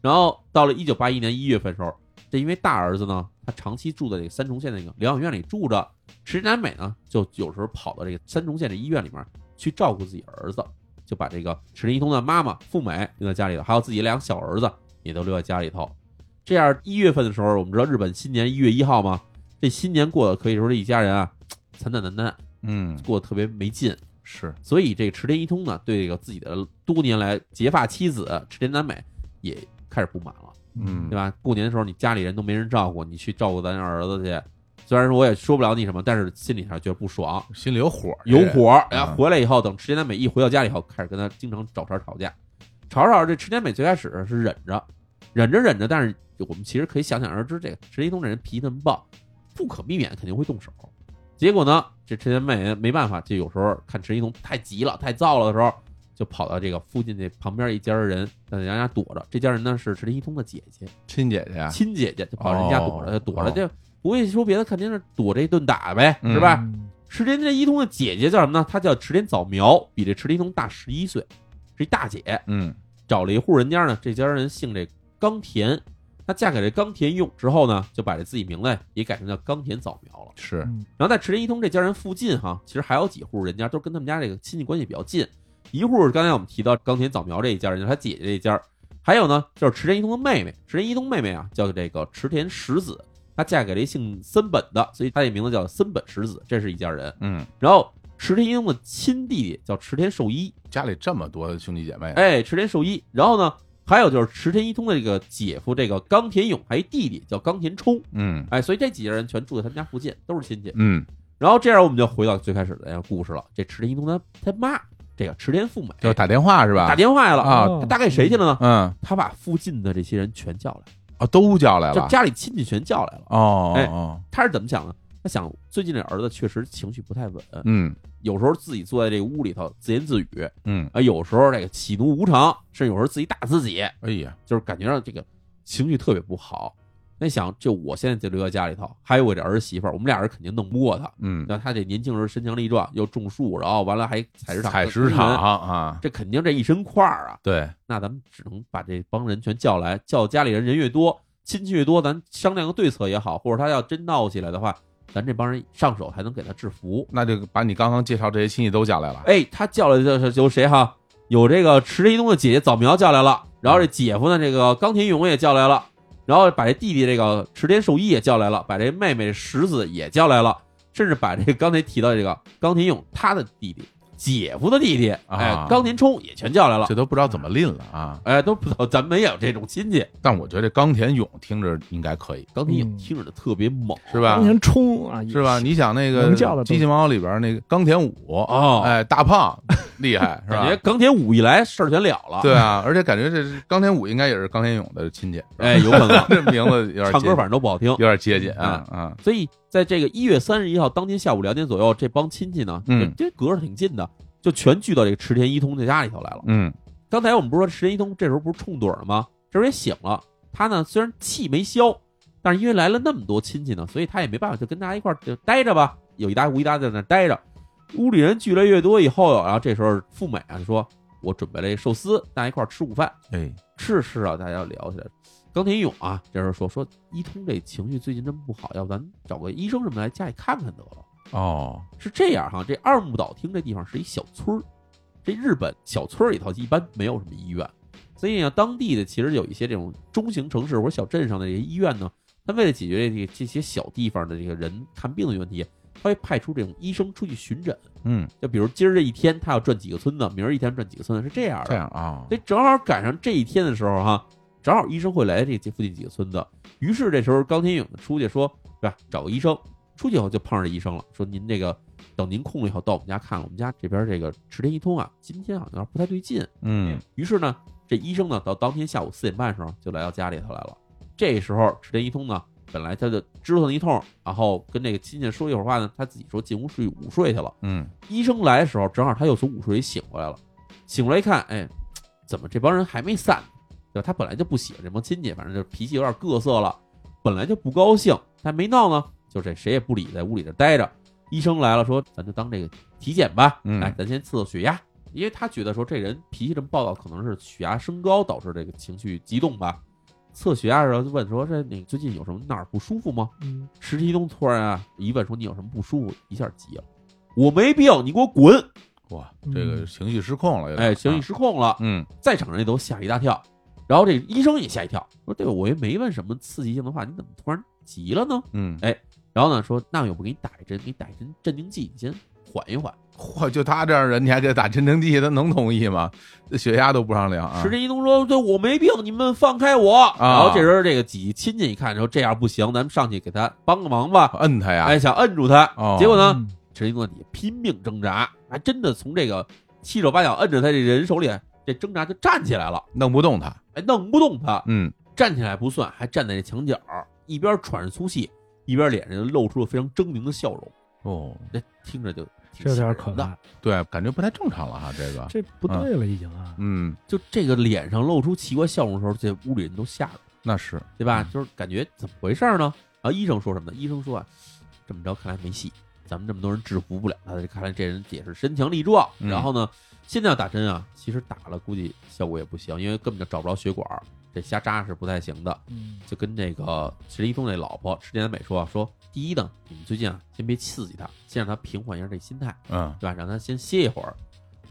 Speaker 1: 然后到了一九八一年一月份的时候，这因为大儿子呢，他长期住在这个三重县那个疗养院里住着，池南美呢就有时候跑到这个三重县这医院里面去照顾自己儿子，就把这个池林一通的妈妈富美留在家里头，还有自己俩小儿子也都留在家里头。这样一月份的时候，我们知道日本新年一月一号嘛，这新年过得可以说这一家人啊惨惨淡淡，
Speaker 2: 嗯，
Speaker 1: 过得特别没劲。
Speaker 2: 是，
Speaker 1: 所以这个池田一通呢，对这个自己的多年来结发妻子池田南美也开始不满了，
Speaker 2: 嗯，
Speaker 1: 对吧？过年的时候你家里人都没人照顾，你去照顾咱儿子去，虽然说我也说不了你什么，但是心里还是觉得不爽，
Speaker 2: 心里有火儿，
Speaker 1: 有火儿。
Speaker 2: 嗯
Speaker 1: 然哎后回来以后，等池田南美一回到家里以后，开始跟他经常找茬吵架，吵着吵着，这池田美最开始是忍着，忍着忍着，但是我们其实可以想想而知，这个池田一通这人脾气那么暴，不可避免肯定会动手。结果呢，这陈田妹没办法，就有时候看陈一彤太急了、太躁了的时候，就跑到这个附近这旁边一家人，在人家躲着。这家人呢是陈一彤的姐姐、
Speaker 2: 亲姐姐啊，
Speaker 1: 亲姐姐，就跑人家躲着，
Speaker 2: 哦
Speaker 1: 躲着
Speaker 2: 哦
Speaker 1: 就不会说别的，肯定是躲这一顿打呗，是吧？
Speaker 3: 嗯
Speaker 1: 池田这一通的姐姐叫什么呢？她叫池田早苗，比这池田一通大十一岁，是一大姐。
Speaker 2: 嗯，
Speaker 1: 找了一户人家呢，这家人姓这冈田，她嫁给这冈田勇之后呢，就把这自己名字也改成叫冈田早苗了。
Speaker 2: 是，
Speaker 3: 嗯
Speaker 1: 然后在池田一通这家人附近哈，其实还有几户人家都跟他们家这个亲戚关系比较近。一户是刚才我们提到冈田早苗这一家人，就是他姐姐这一家，还有呢就是池田一通的妹妹，池田一通妹妹啊叫这个池田石子，她嫁给了一姓森本的，所以她这名字叫森本石子，这是一家人。
Speaker 2: 嗯，
Speaker 1: 然后池田一通的亲弟弟叫池田寿一，
Speaker 2: 家里这么多兄弟姐妹，
Speaker 1: 哎，池田寿一。然后呢，还有就是池田一通的这个姐夫这个冈田勇，还有一弟弟叫冈田冲，
Speaker 2: 嗯
Speaker 1: 哎，所以这几家人全住在他们家附近，都是亲戚。
Speaker 2: 嗯，
Speaker 1: 然后这样我们就回到最开始的那个故事了。这池田一通他他妈，这个池田富美
Speaker 2: 就是打电话是吧？
Speaker 1: 打电话来了
Speaker 2: 啊
Speaker 1: 他打给谁去了呢？
Speaker 2: 嗯，
Speaker 1: 他把附近的这些人全叫来
Speaker 2: 哦，都叫来
Speaker 1: 了，
Speaker 2: 了
Speaker 1: 就，家里亲戚全叫来了。
Speaker 2: 哦，
Speaker 1: 哎
Speaker 2: 哦，
Speaker 1: 他是怎么想的？他想最近这儿子确实情绪不太稳，
Speaker 2: 嗯
Speaker 1: 有时候自己坐在这个屋里头自言自语，
Speaker 2: 嗯，
Speaker 1: 啊，有时候这个喜怒无常，甚至有时候自己打自己，
Speaker 2: 哎呀，
Speaker 1: 就是感觉到这个情绪特别不好。那想，就我现在就留在家里头，还有我这儿媳妇儿，我们俩人肯定弄不过他。
Speaker 2: 嗯，
Speaker 1: 然后他这年轻人身强力壮，又种树，然后完了还采石场，
Speaker 2: 采石场，啊，
Speaker 1: 这肯定这一身块儿啊。
Speaker 2: 对，
Speaker 1: 那咱们只能把这帮人全叫来，叫家里人人越多，亲戚越多，咱商量个对策也好，或者他要真闹起来的话，咱这帮人上手才能给他制服。
Speaker 2: 那就把你刚刚介绍这些亲戚都叫 来了，
Speaker 1: 哎，他叫来的就是有谁哈？有这个池田一东的姐姐早苗叫来了，然后这姐夫呢，这个冈田勇也叫来了，然后把这弟弟这个池田寿一也叫来了，把这妹妹石子也叫来了，甚至把这个刚才提到这个冈田勇他的弟弟姐夫的弟弟，哎
Speaker 2: 啊，
Speaker 1: 冈田冲也全叫来了
Speaker 2: 这，都不知道怎么吝了啊！
Speaker 1: 哎，都不知道咱们也有这种亲戚。
Speaker 2: 但我觉得这冈田勇听着应该可以，
Speaker 1: 冈田勇
Speaker 3: 嗯
Speaker 1: 听着特别猛，
Speaker 2: 是吧
Speaker 1: 嗯
Speaker 3: 当？年冲啊，也
Speaker 2: 是吧？你想那个
Speaker 3: 能叫的
Speaker 2: 《
Speaker 3: 都
Speaker 2: 机器猫》里边那个冈田武，
Speaker 1: 哦
Speaker 2: 哎，大胖厉害是
Speaker 1: 感觉
Speaker 2: 吧？
Speaker 1: 冈田武一来事儿全了了。
Speaker 2: 对，啊，而且感觉这是冈田武应该也是冈田勇的亲戚， 是吧
Speaker 1: 哎，有可能
Speaker 2: 这名字有点
Speaker 1: 唱歌
Speaker 2: 接
Speaker 1: 反正嗯都不好听
Speaker 2: 有。点接近啊啊！
Speaker 1: 所以在这个一月三十一号当天下午两点左右，这帮亲戚呢，
Speaker 2: 嗯
Speaker 1: 这隔着挺近的，就全聚到这个池田一通的家里头来了。
Speaker 2: 嗯
Speaker 1: 刚才我们不是说池田一通这时候不是冲盹儿吗？这时候也醒了，他呢虽然气没消，但是因为来了那么多亲戚呢，所以他也没办法，就跟大家一块儿就待着吧，有一搭无一搭在那儿待着。屋里人聚来越多以后，然后这时候富美啊就说：“我准备了一寿司，大家一块儿吃午饭。”
Speaker 2: 哎，
Speaker 1: 是是啊，大家聊起来。冈田勇啊，这时候说说一通这情绪最近真不好，要不咱找个医生什么来家里看看得了。
Speaker 2: 哦，
Speaker 1: 是这样哈，这二木岛町这地方是一小村儿，这日本小村儿里头一般没有什么医院，所以呢，当地的其实有一些这种中型城市或者小镇上的这些医院呢，他为了解决这这些小地方的这个人看病的问题，他会派出这种医生出去巡诊。
Speaker 2: 嗯，
Speaker 1: 就比如今儿这一天他要转几个村子，明儿一天转几个村子，是嗯这样的。
Speaker 2: 这样啊，
Speaker 1: 所以正好赶上这一天的时候哈，正好医生会来这这附近几个村子。于是这时候高天勇出去说，对吧？找个医生。出去以后就碰上这医生了，说您这个等您空了以后到我们家看看，我们家这边这个池田一通啊，今天好像有点不太对劲。
Speaker 2: 嗯
Speaker 1: 于是呢，这医生呢到当天下午四点半的时候就来到家里头来了。这时候池田一通呢，本来他就折腾一通，然后跟这个亲戚说一会儿话呢，他自己说进屋睡午睡去了。
Speaker 2: 嗯
Speaker 1: 医生来的时候，正好他又从午睡里醒过来了，醒过来一看，哎，怎么这帮人还没散？对吧？他本来就不喜欢这帮亲戚，反正就脾气有点各色了，本来就不高兴，但没闹呢，就这谁也不理，在屋里这待着。医生来了，说咱就当这个体检吧，
Speaker 2: 嗯
Speaker 1: 来，咱先测测血压，因为他觉得说这人脾气这么暴躁，可能是血压升高导致这个情绪激动吧。测血压的时候就问说：“这你最近有什么哪儿不舒服吗？”
Speaker 3: 嗯
Speaker 1: 石提东突然啊一问说你有什么不舒服，一下急了，我没病，你给我滚！
Speaker 2: 哇，这个情绪失控了，有
Speaker 1: 嗯
Speaker 2: 点
Speaker 1: 哎，情绪
Speaker 2: 啊
Speaker 1: 失控了，
Speaker 2: 嗯
Speaker 1: 在场人也都吓了一大跳，然后这医生也吓一跳，说对我也没问什么刺激性的话，你怎么突然急了呢？
Speaker 2: 嗯，
Speaker 1: 然后呢说那要不给你打一针，给你打一针镇定剂，你先缓一缓。
Speaker 2: 嚯，就他这样人，你还给他打镇定剂，他能同意吗？这血压都不让量啊
Speaker 1: 石！田一东说对我没病，你们放开我。然后这时候这个几亲戚一看说这样不行，咱们上去给他帮个忙吧，
Speaker 2: 摁他呀！
Speaker 1: 哎，想摁住他，
Speaker 2: 哦
Speaker 1: 结果呢
Speaker 3: 嗯
Speaker 1: 陈一诺底下拼命挣扎，还真的从这个七手八脚摁着他这人手里，这挣扎就站起来了，
Speaker 2: 弄不动他。
Speaker 1: 哎，弄不动他，
Speaker 2: 嗯，
Speaker 1: 站起来不算，还站在这墙角，一边喘着粗气，一边脸上露出了非常狰狞的笑容，
Speaker 2: 哦，
Speaker 1: 这听着就挺
Speaker 3: 这有
Speaker 1: 吓
Speaker 3: 点
Speaker 1: 人
Speaker 3: 可
Speaker 1: 的
Speaker 3: 怕，
Speaker 2: 对，感觉不太正常了哈，这个。
Speaker 3: 这不对了已经啊，
Speaker 2: 嗯，
Speaker 1: 就这个脸上露出奇怪笑容的时候，这屋里人都吓着，
Speaker 2: 那是
Speaker 1: 对吧？就是感觉怎么回事儿呢？然后医生说什么呢？医生说啊，这么着看来没戏，咱们这么多人制服不了他，这看来这人也是身强力壮。
Speaker 2: 嗯
Speaker 1: 然后呢，现在要打针啊，其实打了估计效果也不行，因为根本就找不着血管儿，这瞎扎是不太行的。
Speaker 3: 嗯
Speaker 1: 就跟这个石一峰那老婆池田美说啊，说第一呢，你们最近啊先别刺激他，先让他平缓一下这心态，
Speaker 2: 嗯
Speaker 1: 对吧？让他先歇一会儿。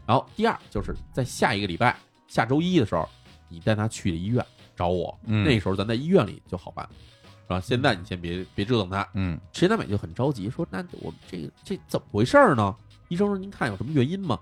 Speaker 1: 然后第二就是在下一个礼拜，下周一的时候，你带他去医院找我，
Speaker 2: 嗯
Speaker 1: 那时候咱在医院里就好办，是吧？现在你先别别折腾他。
Speaker 2: 嗯
Speaker 1: 池田美就很着急，说：“那我们这个这怎么回事儿呢？”医生说：“您看有什么原因吗？”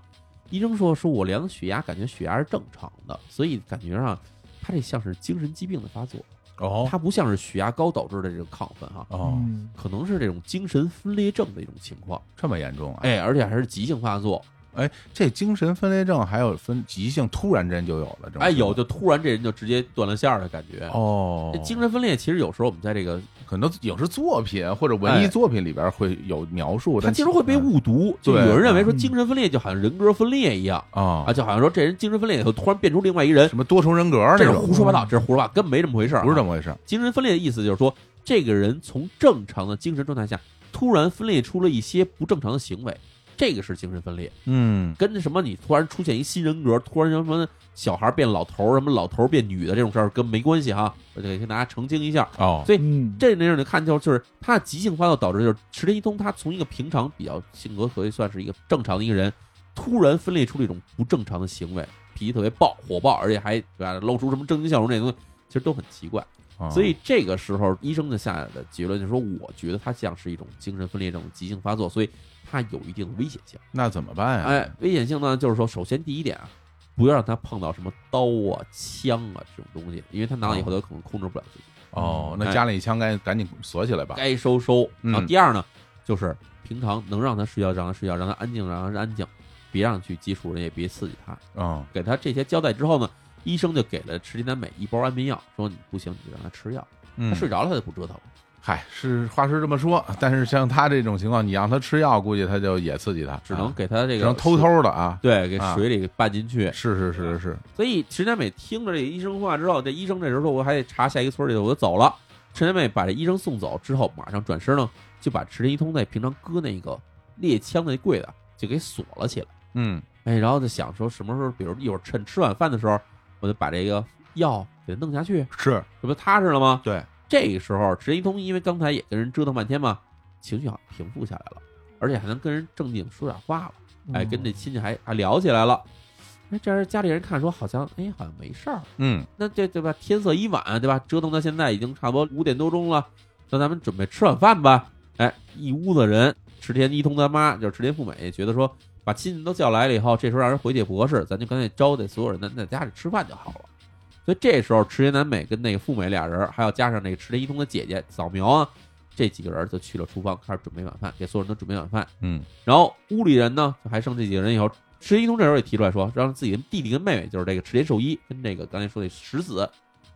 Speaker 1: 医生说：“说我量血压，感觉血压是正常的，所以感觉啊，他这像是精神疾病的发作，
Speaker 2: 哦
Speaker 1: 他不像是血压高导致的这种亢奋哈、
Speaker 2: 哦，
Speaker 3: 嗯
Speaker 1: 可能是这种精神分裂症的一种情况，
Speaker 2: 这么严重啊！
Speaker 1: 哎，而且还是急性发作，
Speaker 2: 哎，这精神分裂症还有分急性，突然间就有了这种。
Speaker 1: 哎，有就突然这人就直接断了线儿的感觉。
Speaker 2: 哦
Speaker 1: 这，精神分裂其实有时候我们在这个，
Speaker 2: 很多影视作品或者文艺
Speaker 1: 哎
Speaker 2: 作品里边会有描述，嗯
Speaker 1: 他其实会被误读，就
Speaker 2: 对
Speaker 1: 有人认为说
Speaker 3: 嗯
Speaker 1: 精神分裂就好像人格分裂一样
Speaker 2: 啊
Speaker 1: 啊，就好像说这人精神分裂以后突然变出另外一人，
Speaker 2: 什么多重人格那
Speaker 1: 这是
Speaker 2: 种，嗯
Speaker 1: 胡说八道，这是胡说八道，根本没这么回事儿啊。
Speaker 2: 不是这么回事。
Speaker 1: 精神分裂的意思就是说，这个人从正常的精神状态下突然分裂出了一些不正常的行为，这个是精神分裂。
Speaker 2: 嗯
Speaker 1: 跟什么你突然出现一新人格，突然什么小孩变老头儿，什么老头儿变女的这种事儿跟没关系哈，我得跟大家澄清一下。
Speaker 2: 哦，
Speaker 1: 对
Speaker 3: 嗯，
Speaker 1: 哎这那种你看就就是他的急性发作导致就是池田一通他从一个平常比较性格可以算是一个正常的一个人，突然分裂出了一种不正常的行为，脾气特别暴火爆，而且还对吧露出什么狰狞笑容这些东西，其实都很奇怪。
Speaker 2: 哦
Speaker 1: 所以这个时候医生的下来的结论就是说，我觉得他像是一种精神分裂症急性发作，所以它有一定的危险性。
Speaker 2: 那怎么办呀？
Speaker 1: 哎，，危险性呢，就是说，首先第一点啊，不要让它碰到什么刀啊、枪啊这种东西，因为它拿了以后，它可能控制不了自己，
Speaker 2: 哦，那
Speaker 1: 哎
Speaker 2: 家里枪赶紧赶紧锁起来吧。
Speaker 1: 该收收。
Speaker 2: 嗯
Speaker 1: 然后第二呢，就是平常能让它睡觉，让它睡觉，让它安静，让它安静，别让它去接触人，也别刺激它。
Speaker 2: 嗯，
Speaker 1: 给它这些交代之后呢，医生就给了池金南美一包安眠药，说你不行，你就让它吃药，它
Speaker 2: 嗯，
Speaker 1: 睡着了它就不折腾了。
Speaker 2: 嗨，是话是这么说，但是像他这种情况，你让他吃药，估计他就也刺激他，
Speaker 1: 只能
Speaker 2: 啊
Speaker 1: 给它这
Speaker 2: 只
Speaker 1: 个
Speaker 2: 能偷
Speaker 1: 水
Speaker 2: 偷的啊。
Speaker 1: 对给
Speaker 2: 啊
Speaker 1: 水里给拌进去，
Speaker 2: 是是是是是，
Speaker 1: 所以陈佳美听着这医生话之后，这医生这时候说我还得查下一个村儿去，我就走了。陈佳美把这医生送走之后，马上转身呢，就把池田一通在平常搁那个猎枪那柜子就给锁了起来。
Speaker 2: 嗯
Speaker 1: 哎，然后就想说什么时候，比如一会儿趁吃晚饭的时候，我就把这个药给它弄下去，
Speaker 2: 是，
Speaker 1: 这不踏实了吗？
Speaker 2: 对，
Speaker 1: 这个时候，池田一通因为刚才也跟人折腾半天嘛，情绪好像平复下来了，而且还能跟人正经说点话了。哎，
Speaker 3: 嗯
Speaker 1: 跟这亲戚还还聊起来了。哎，这是家里人看说好像哎好像没事儿，
Speaker 2: 嗯
Speaker 1: 那这对吧？天色已晚，对吧？折腾到现在已经差不多五点多钟了，那咱们准备吃晚饭吧。哎，一屋子人，池田一通他妈就是池田富美，觉得说把亲戚都叫来了以后，这时候让人回去也不合适，咱就干脆招待所有人，咱在家里吃饭就好了。所以这时候池田南美跟那个富美俩人，还有加上那个池田一通的姐姐扫描啊，这几个人就去了厨房开始准备晚饭，给所有人都准备晚饭。
Speaker 2: 嗯
Speaker 1: 然后屋里人呢，就还剩这几个人以后，池田一通这时候也提出来说，让自己的弟弟跟妹妹，就是这个池田寿一跟这个刚才说的石子，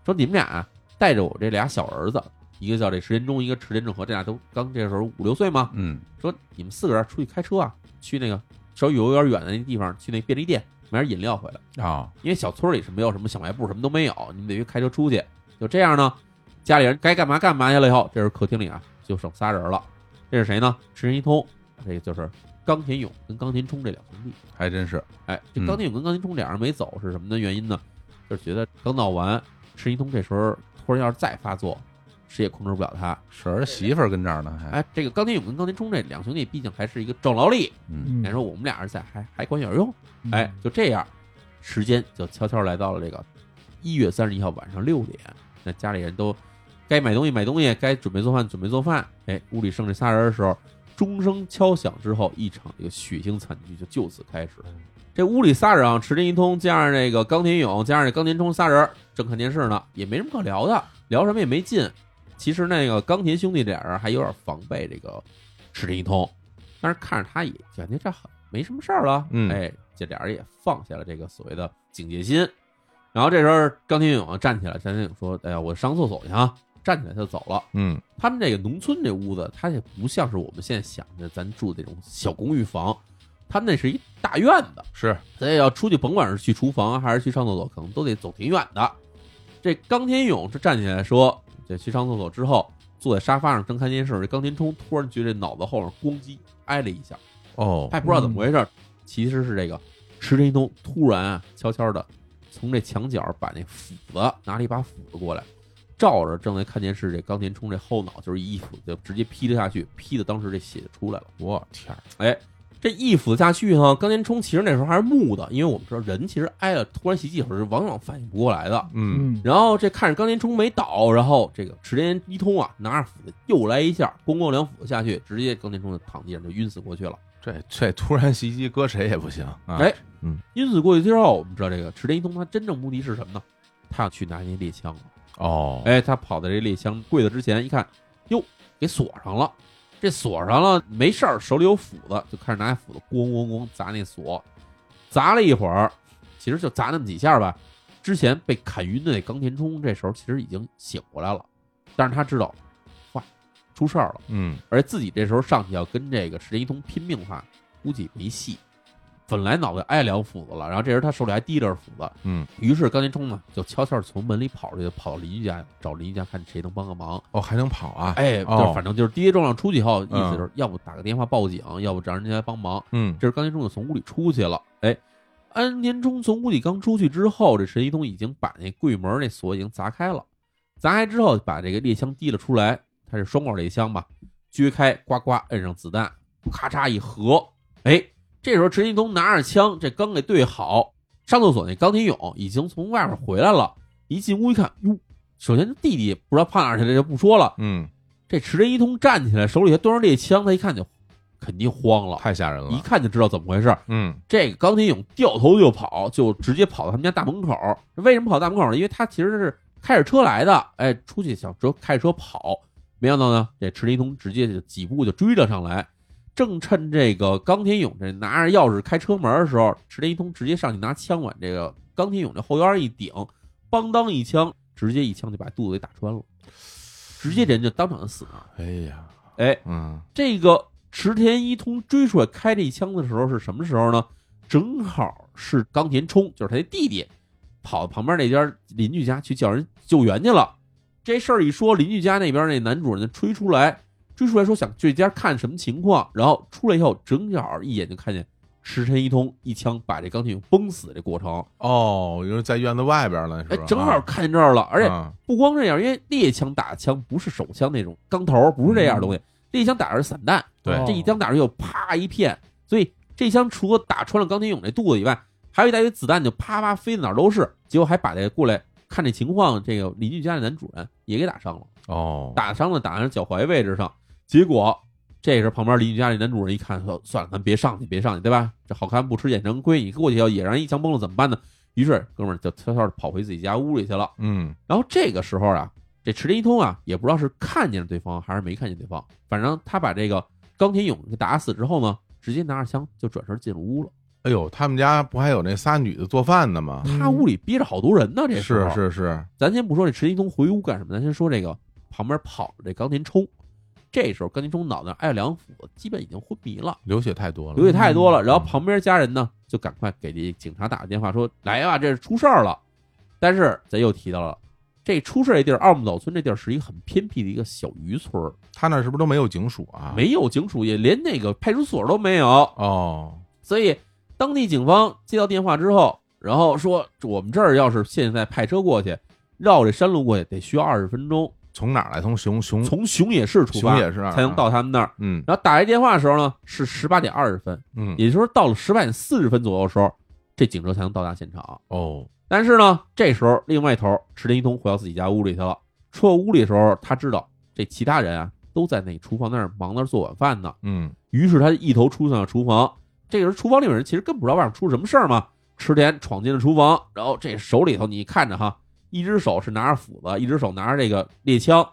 Speaker 1: 说你们俩啊带着我这俩小儿子，一个叫这池田中，一个池田正和，这俩都刚这时候五六岁嘛，
Speaker 2: 嗯
Speaker 1: 说你们四个人出去开车啊，去那个稍微有点远的那地方，去那便利店买点饮料回来，
Speaker 2: 啊，
Speaker 1: 因为小村里是没有什么小卖部，什么都没有，你们得开车出去。就这样呢，家里人该干嘛干嘛去了以后，这时候客厅里啊就剩仨人了，这是谁呢？池田一通，这个就是冈田勇跟冈田冲这两兄弟。
Speaker 2: 还真是，
Speaker 1: 哎，这
Speaker 2: 嗯
Speaker 1: 冈田勇跟冈田冲俩人没走是什么的原因呢？就是觉得刚闹完，池田一通这时候突然要是再发作，谁也控制不了他。
Speaker 2: 是儿媳妇儿跟这儿呢，还
Speaker 1: 哎，这个冈田勇跟冈田冲这两兄弟毕竟还是一个壮劳力，
Speaker 2: 嗯
Speaker 3: 嗯，
Speaker 1: 人说我们俩人在还还管有用。
Speaker 3: 嗯
Speaker 1: 哎，就这样，时间就悄悄来到了这个一月三十一号晚上六点。那家里人都该买东西买东西，该准备做饭准备做饭。哎，屋里剩这仨人的时候，钟声敲响之后，一场这个血腥惨剧就就此开
Speaker 3: 嗯
Speaker 1: 始。这屋里仨人啊，池田一通加上这个冈田勇加上这冈田冲仨人正看电视呢，也没什么可聊的，聊什么也没劲。其实那个冈田兄弟俩人还有点防备这个池田一通，但是看着他也感觉这好没什么事儿了，
Speaker 2: 嗯
Speaker 1: 哎，这俩人也放下了这个所谓的警戒心。然后这时候冈田勇啊站起来，冈田勇说：“哎呀，我上厕所去啊！”站起来就走了。
Speaker 2: 嗯
Speaker 1: 他们这个农村这屋子，它也不像是我们现在想的咱住的这种小公寓房，他们那是一大院子，
Speaker 2: 是，
Speaker 1: 所以要出去，甭管是去厨房啊还是去上厕所，可能都得走挺远的。这冈田勇这站起来说，这去上厕所之后，坐在沙发上正看电视，这冈田冲突然觉得脑子后面咣叽挨了一下，
Speaker 2: 哦
Speaker 1: 他也不知道怎么回事，其实是这个池田一通突然啊悄悄的从这墙角把那斧子拿了一把斧子过来，照着正在看电视这冈田冲这后脑就是一斧子就直接劈了下去，劈的当时这血就出来了。
Speaker 2: 我天儿，
Speaker 1: 哎，这一斧下去哈，冈田冲其实那时候还是木的，因为我们知道人其实挨了突然袭击以后是往往反应不过来的。
Speaker 2: 嗯
Speaker 3: 嗯，
Speaker 1: 然后这看着冈田冲没倒，然后这个池田一通啊拿着斧子又来一下，咣咣两斧子下去，直接冈田冲就躺地上就晕死过去了。
Speaker 2: 这这突然袭击，搁谁也不行啊，
Speaker 1: 哎
Speaker 2: 嗯，
Speaker 1: 晕死过去之后，我们知道这个池田一通他真正目的是什么呢？他要去拿那猎枪了。
Speaker 2: 哦，
Speaker 1: 哎，他跑到这猎枪柜子之前一看，哟，给锁上了。这锁上了没事儿，手里有斧子，就开始拿斧子咣咣咣砸那锁，砸了一会儿，其实就砸那么几下吧。之前被砍晕的那冈田冲，这时候其实已经醒过来了，但是他知道，坏，出事儿了，
Speaker 2: 嗯
Speaker 1: 而且自己这时候上去要跟这个石田一通拼命的话，估计没戏。本来脑袋挨两斧子了，然后这时候他手里还提着斧子，
Speaker 2: 嗯，
Speaker 1: 于是冈田冲呢就悄悄地从门里跑出去，跑到邻居家找邻居家看谁能帮个忙。
Speaker 2: 哦还能跑啊，
Speaker 1: 哎，
Speaker 2: 哦
Speaker 1: 就是反正就是跌跌撞撞出去以后，意
Speaker 2: 嗯
Speaker 1: 思就是要不打个电话报警，要不让人家来帮忙。
Speaker 2: 嗯
Speaker 1: 这时冈田冲就从屋里出去了。哎，安田冲从屋里刚出去之后，这神一通已经把那柜门那锁已经砸开了，砸开之后把这个猎枪提了出来，它是双管猎枪吧，撅开，呱呱摁上子弹，咔嚓一合，哎，这时候陈一通拿着枪，这刚给对好，上厕所那冈田勇已经从外面回来了，一进屋一看，哟，首先这弟弟不知道跑哪儿去了，就不说了。
Speaker 2: 嗯
Speaker 1: 这池田一通站起来，手里还端着猎枪，他一看就肯定慌了，
Speaker 2: 太吓人了。
Speaker 1: 一看就知道怎么回事儿。
Speaker 2: 嗯
Speaker 1: 这个钢铁勇掉头就跑，就直接跑到他们家大门口。为什么跑大门口呢？因为他其实是开着车来的，哎，出去想说开着车跑，没想到呢，这池林通直接就几步就追了上来。正趁这个钢铁勇这拿着钥匙开车门的时候，池林通直接上去拿枪往这个钢铁勇这后腰一顶，邦当一枪，直接一枪就把肚子给打穿了，直接人就当场就死了。
Speaker 2: 哎呀，
Speaker 1: 哎，
Speaker 2: 嗯
Speaker 1: 这个池田一通追出来开这一枪的时候是什么时候呢？正好是冈田冲，就是他的弟弟，跑到旁边那家邻居家去叫人救援去了。这事儿一说，邻居家那边那男主人就追出来，追出来说想去家看什么情况，然后出来以后，正好一眼就看见池田一通一枪把这钢铁勇崩死这过程，
Speaker 2: 哦，因为在院子外边了，
Speaker 1: 哎
Speaker 2: 是吧？，
Speaker 1: 正好
Speaker 2: 啊，
Speaker 1: 看见这儿了，而且
Speaker 2: 啊
Speaker 1: 不光这样，因为猎枪打枪不是手枪那种钢头，不是这样的东西，猎枪打的是散弹，
Speaker 2: 对
Speaker 1: 这一枪打出去就啪一片，所以这枪除了打穿了钢铁勇这肚子以外，还有一大堆子弹就啪啪飞的哪儿都是，结果还把这过来看这情况，这个邻居家的男主人也给打伤了，
Speaker 2: 哦，
Speaker 1: 打伤了打在脚踝位置上，结果这时候旁边邻居家这男主人一看说，算了，咱别上去，别上去，对吧？这好看不吃眼前亏，你过去要也让人一枪崩了怎么办呢？于是哥们儿就悄悄的跑回自己家屋里去了。
Speaker 2: 嗯
Speaker 1: 然后这个时候啊，这池田一通啊，也不知道是看见了对方还是没看见对方，反正他把这个钢铁勇给打死之后呢，直接拿着枪就转身进了屋了。
Speaker 2: 哎呦，他们家不还有那仨女的做饭呢吗？
Speaker 1: 他屋里憋着好多人呢，这时
Speaker 2: 是
Speaker 1: 候
Speaker 2: 是是，
Speaker 1: 咱先不说这池田一通回屋干什么，咱先说这个旁边跑着这钢铁冲，这时候钢铁冲脑袋挨两斧，基本已经昏迷了。
Speaker 2: 流血太多了，
Speaker 1: 流血太多了。
Speaker 2: 嗯
Speaker 1: 然后旁边家人呢，就赶快给这警察打个电话说：“来吧，这是出事儿了。”但是咱又提到了，这出事儿这地儿奥木岛村这地儿是一个很偏僻的一个小渔村儿，
Speaker 2: 嗯他那儿是不是都没有警署啊？
Speaker 1: 没有警署，也连那个派出所都没有。
Speaker 2: 哦，
Speaker 1: 所以当地警方接到电话之后，然后说：“我们这儿要是现在派车过去，绕这山路过去得需要二十分钟，
Speaker 2: 从哪儿来？从熊熊
Speaker 1: 从熊野市出
Speaker 2: 嗯熊
Speaker 1: 发
Speaker 2: 也是那儿
Speaker 1: 才能
Speaker 2: 啊。
Speaker 1: 到他们那儿。”
Speaker 2: 嗯
Speaker 1: 然后打来电话的时候呢，是十八点二十分。
Speaker 2: 嗯
Speaker 1: 也就是说到了十八点四十分左右的时候，这警车才能到达现场。
Speaker 2: 哦
Speaker 1: 但是呢，这时候另外一头池田一通回到自己家屋里去了。出到屋里的时候，他知道这其他人啊都在那厨房那儿忙那儿做晚饭呢，
Speaker 2: 嗯
Speaker 1: 于是他一头冲向了厨房。这个时候厨房里面人其实更不知道外面出什么事儿嘛。池田闯进了厨房，然后这手里头你看着哈，一只手是拿着斧子，一只手拿着这个猎枪。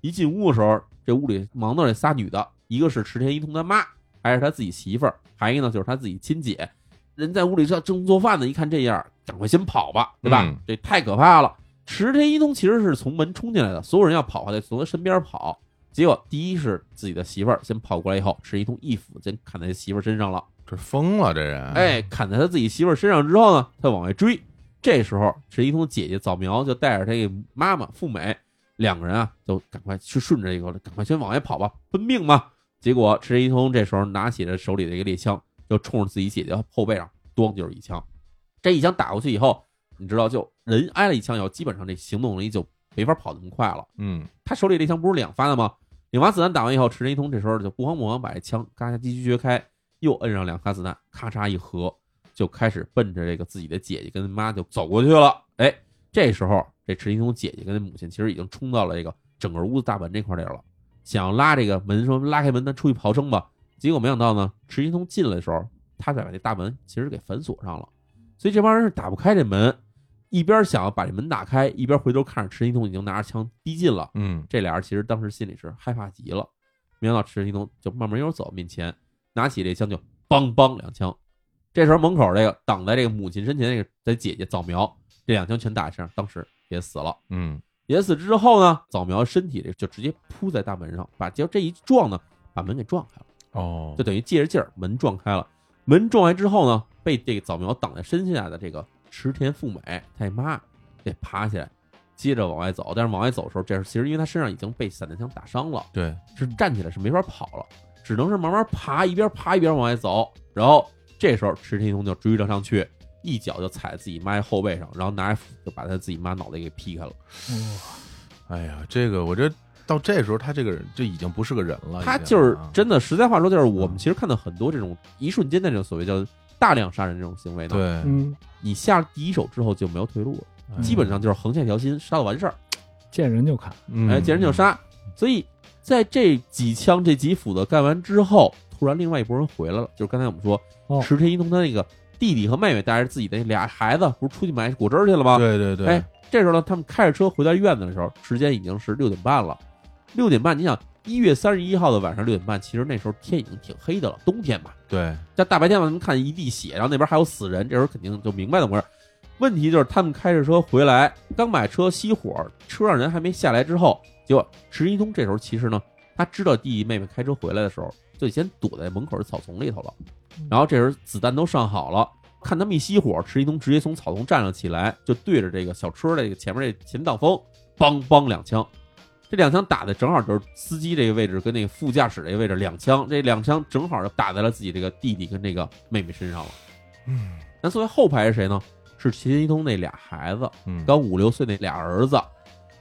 Speaker 1: 一进屋的时候，这屋里忙到这仨女的，一个是池田一通他妈，还是他自己媳妇儿，还一个呢就是他自己亲姐。人在屋里正正做饭呢，一看这样，赶快先跑吧，对吧？
Speaker 2: 嗯
Speaker 1: 这太可怕了。池田一通其实是从门冲进来的，所有人要跑还得从他身边跑。结果第一是自己的媳妇儿先跑过来以后，池田一通一斧先砍在他媳妇儿身上了。
Speaker 2: 这疯了这人，
Speaker 1: 哎，砍在他自己媳妇儿身上之后呢，他往外追。这时候，池一通姐姐早苗就带着他这妈妈富美两个人啊，就赶快去顺着这个，赶快先往外跑吧，奔命嘛。结果池一通这时候拿起了手里的一个猎枪，就冲着自己姐姐后背上咣就是一枪。这一枪打过去以后，你知道，就人挨了一枪以后，基本上这行动能力就没法跑那么快了。
Speaker 2: 嗯
Speaker 1: 他手里这枪不是两发的吗？两发子弹打完以后，池田一通这时候就不慌不忙把这枪嘎叽叽撅开，又摁上两发子弹，咔嚓一合，就开始奔着这个自己的姐姐跟妈就走过去了。哎，这时候这池田一通姐姐跟母亲其实已经冲到了这个整个屋子大门这块儿来了，想要拉这个门说拉开门，咱出去刨生吧。结果没想到呢，池田一通进来的时候，他再把这大门其实给反锁上了，所以这帮人是打不开这门。一边想要把这门打开，一边回头看着池田一通已经拿着枪逼近了。
Speaker 2: 嗯
Speaker 1: 这俩人其实当时心里是害怕极了。没想到池一东就慢慢悠走到面前，拿起这枪就梆梆两枪。这时候门口这个挡在这个母亲身前这个的姐姐早苗，这两枪全打在身上，当时也死了。
Speaker 2: 嗯
Speaker 1: 也死之后呢，早苗身体就直接扑在大门上，把结果这一撞呢，把门给撞开了，
Speaker 2: 哦
Speaker 1: 就等于借着劲儿门撞开了。门撞开之后呢，被这个早苗挡在身下的这个池田富美太妈得爬起来，接着往外走。但是往外走的时候，这时候其实因为他身上已经被散弹枪打伤了，
Speaker 2: 对
Speaker 1: 是站起来是没法跑了，只能是慢慢爬，一边爬一边往外走。然后这时候池田一通就追了上去，一脚就踩在自己妈后背上，然后拿着斧子就把他自己妈脑袋给劈开了。嗯
Speaker 2: 哎呀，这个我这到这时候，他这个人就已经不是个人了。
Speaker 1: 他
Speaker 2: 已经
Speaker 1: 就是
Speaker 2: 啊嗯
Speaker 1: 真的，实在话说，就是我们其实看到很多这种一瞬间的这种所谓叫大量杀人这种行为呢，
Speaker 2: 对，
Speaker 3: 嗯，
Speaker 1: 你下了第一手之后就没有退路了，
Speaker 2: 哎
Speaker 1: 嗯基本上就是横下一条心，杀了完事儿。哎
Speaker 3: 见人就砍，
Speaker 2: 嗯
Speaker 1: 哎，见人就杀。所以在这几枪、这几斧子干完之后，突然另外一拨人回来了，就是刚才我们说
Speaker 3: 哦
Speaker 1: 石田一同他那个弟弟和妹妹带着自己的那俩孩子，不是出去买果汁儿去了吗？
Speaker 2: 对对对，
Speaker 1: 哎，这时候呢，他们开着车回到院子的时候，时间已经是六点半了。六点半，你想一月三十一号的晚上六点半，其实那时候天已经挺黑的了，冬天嘛，
Speaker 2: 对，
Speaker 1: 在大白天往们看一地血，然后那边还有死人，这时候肯定就明白怎么回事。问题就是他们开着车回来，刚买车熄火，车上人还没下来之后，结果石一通这时候其实呢，他知道弟弟妹妹开车回来的时候，就先躲在门口的草丛里头了。然后这时候子弹都上好了，看他们一熄火，石一通直接从草丛站了起来，就对着这个小车这个前面这前挡风，梆梆两枪。这两枪打的正好就是司机这个位置跟那个副驾驶这个位置，两枪，这两枪正好就打在了自己这个弟弟跟这个妹妹身上了。
Speaker 2: 嗯
Speaker 1: 那作为后排是谁呢？是秦一通那俩孩子，
Speaker 2: 嗯，
Speaker 1: 刚五六岁那俩儿子。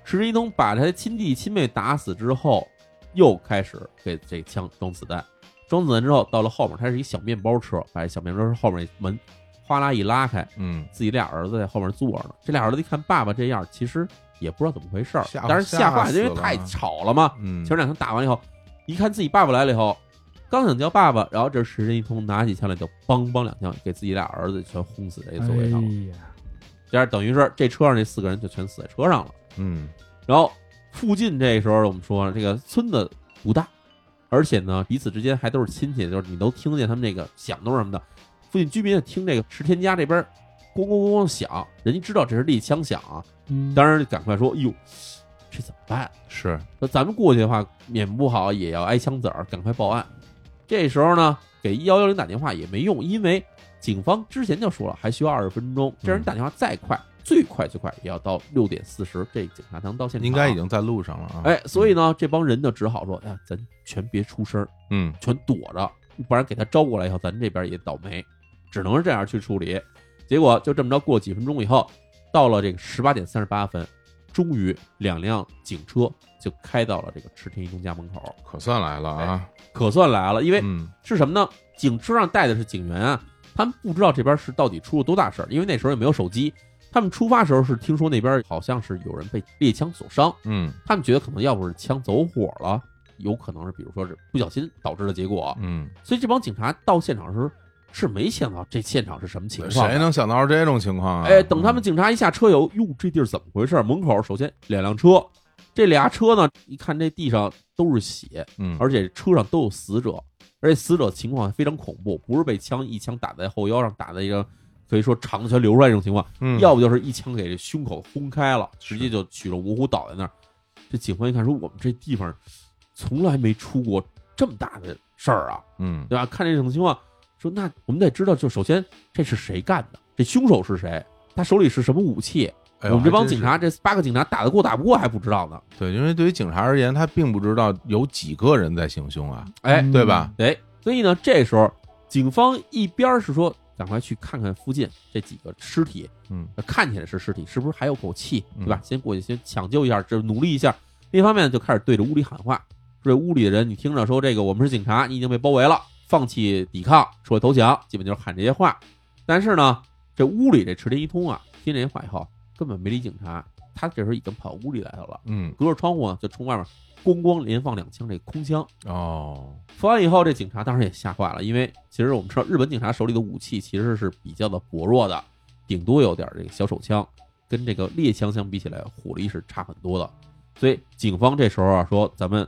Speaker 1: 石一通把他的亲弟亲妹打死之后，又开始给这枪装子弹，装子弹之后到了后面，它是一小面包车，把这小面包车后面门哗啦一拉开，
Speaker 2: 嗯，
Speaker 1: 自己俩儿子在后面坐着呢。这俩儿子一看爸爸这样，其实也不知道怎么回事儿
Speaker 2: 吓，
Speaker 1: 但是吓坏
Speaker 2: 吓
Speaker 1: 了，
Speaker 2: 死
Speaker 1: 因为
Speaker 2: 了啊
Speaker 1: 太吵了嘛。
Speaker 2: 嗯，
Speaker 1: 前面两枪打完以后，一看自己爸爸来了以后，刚想叫爸爸，然后这时间一通拿起枪来就梆梆两枪，给自己俩儿子全轰死在这座位上了。
Speaker 3: 哎呀，
Speaker 1: 这样等于是这车上这四个人就全死在车上了。
Speaker 2: 嗯
Speaker 1: 然后附近这时候我们说这个村子不大，而且呢彼此之间还都是亲戚，就是你都听得见他们那个响动什么的。附近居民也听这个石田家这边咣咣咣咣响，人家知道这是猎枪响啊，
Speaker 3: 嗯
Speaker 1: 当然就赶快说：“哟，这怎么办？”
Speaker 2: 是，
Speaker 1: 那咱们过去的话，免不好也要挨枪子儿，赶快报案。这时候呢，给幺幺零打电话也没用，因为警方之前就说了，还需要二十分钟。这人打电话再快，最快最快也要到六点四十，这警察能到现场。
Speaker 2: 应该已。经在路上了啊。
Speaker 1: 哎，所以呢，这帮人就只好说，哎呀，咱全别出声儿，
Speaker 2: 嗯，
Speaker 1: 全躲着，不然给他招过来以后，咱这边也倒霉。只能是这样去处理。结果就这么着，过几分钟以后，到了这个十八点三十八分，终于两辆警车就开到了这个池田一中家门口，
Speaker 2: 可算来了啊。
Speaker 1: 可算来了。因为
Speaker 2: 嗯
Speaker 1: 是什么呢？警车上带的是警员啊，他们不知道这边是到底出了多大事儿，因为那时候也没有手机。他们出发时候是听说那边好像是有人被猎枪所伤，
Speaker 2: 嗯
Speaker 1: 他们觉得可能要不是枪走火了，有可能是比如说是不小心导致的结果。
Speaker 2: 嗯，
Speaker 1: 所以这帮警察到现场的时候是没想到这现场是什么情况的，
Speaker 2: 谁能想到是这种情况啊？
Speaker 1: 哎，等他们警察一下车以后，哟，这地儿怎么回事？门口首先两辆车，这俩车呢，一看这地上都是血，
Speaker 2: 嗯，嗯
Speaker 1: 而且车上都有死者，而且死者情况非常恐怖，不是被枪一枪打在后腰上，打在一个可以说肠子全流出来这种情况，
Speaker 2: 嗯
Speaker 1: 要不就是一枪给胸口轰开了，直接就血肉模糊倒在那儿。这警官一看说，我们这地方从来没出过这么大的事儿啊，
Speaker 2: 嗯
Speaker 1: 对吧？看这种情况，说那我们得知道，就首先这是谁干的，这凶手是谁，他手里是什么武器？
Speaker 2: 哎呦
Speaker 1: 我们这帮
Speaker 2: 还真
Speaker 1: 警
Speaker 2: 是
Speaker 1: 察，这八个警察打得过打不过还不知道呢。
Speaker 2: 对，因为对于警察而言，他并不知道有几个人在行凶啊。
Speaker 1: 哎，
Speaker 2: 对吧？
Speaker 1: 哎，所以呢，这时候警方一边是说赶快去看看附近这几个尸体，
Speaker 2: 嗯
Speaker 1: 呃看起来是尸体，是不是还有口气，
Speaker 2: 嗯
Speaker 1: 对吧？先过去先抢救一下，这努力一下。另一方面就开始对着屋里喊话，说这屋里的人，你听着，说这个我们是警察，你已经被包围了，放弃抵抗，说投降，基本就是喊这些话。但是呢，这屋里这池田一通啊，听这些话以后根本没理警察，他这时候已经跑屋里来了，
Speaker 2: 嗯
Speaker 1: 隔着窗户啊呢就冲外面咣咣连放两枪这空枪。
Speaker 2: 哦，
Speaker 1: 放完以后，这警察当然也吓坏了，因为其实我们知道日本警察手里的武器其实是比较的薄弱的，顶多有点这个小手枪，跟这个猎枪相比起来，火力是差很多的。所以警方这时候啊说，咱们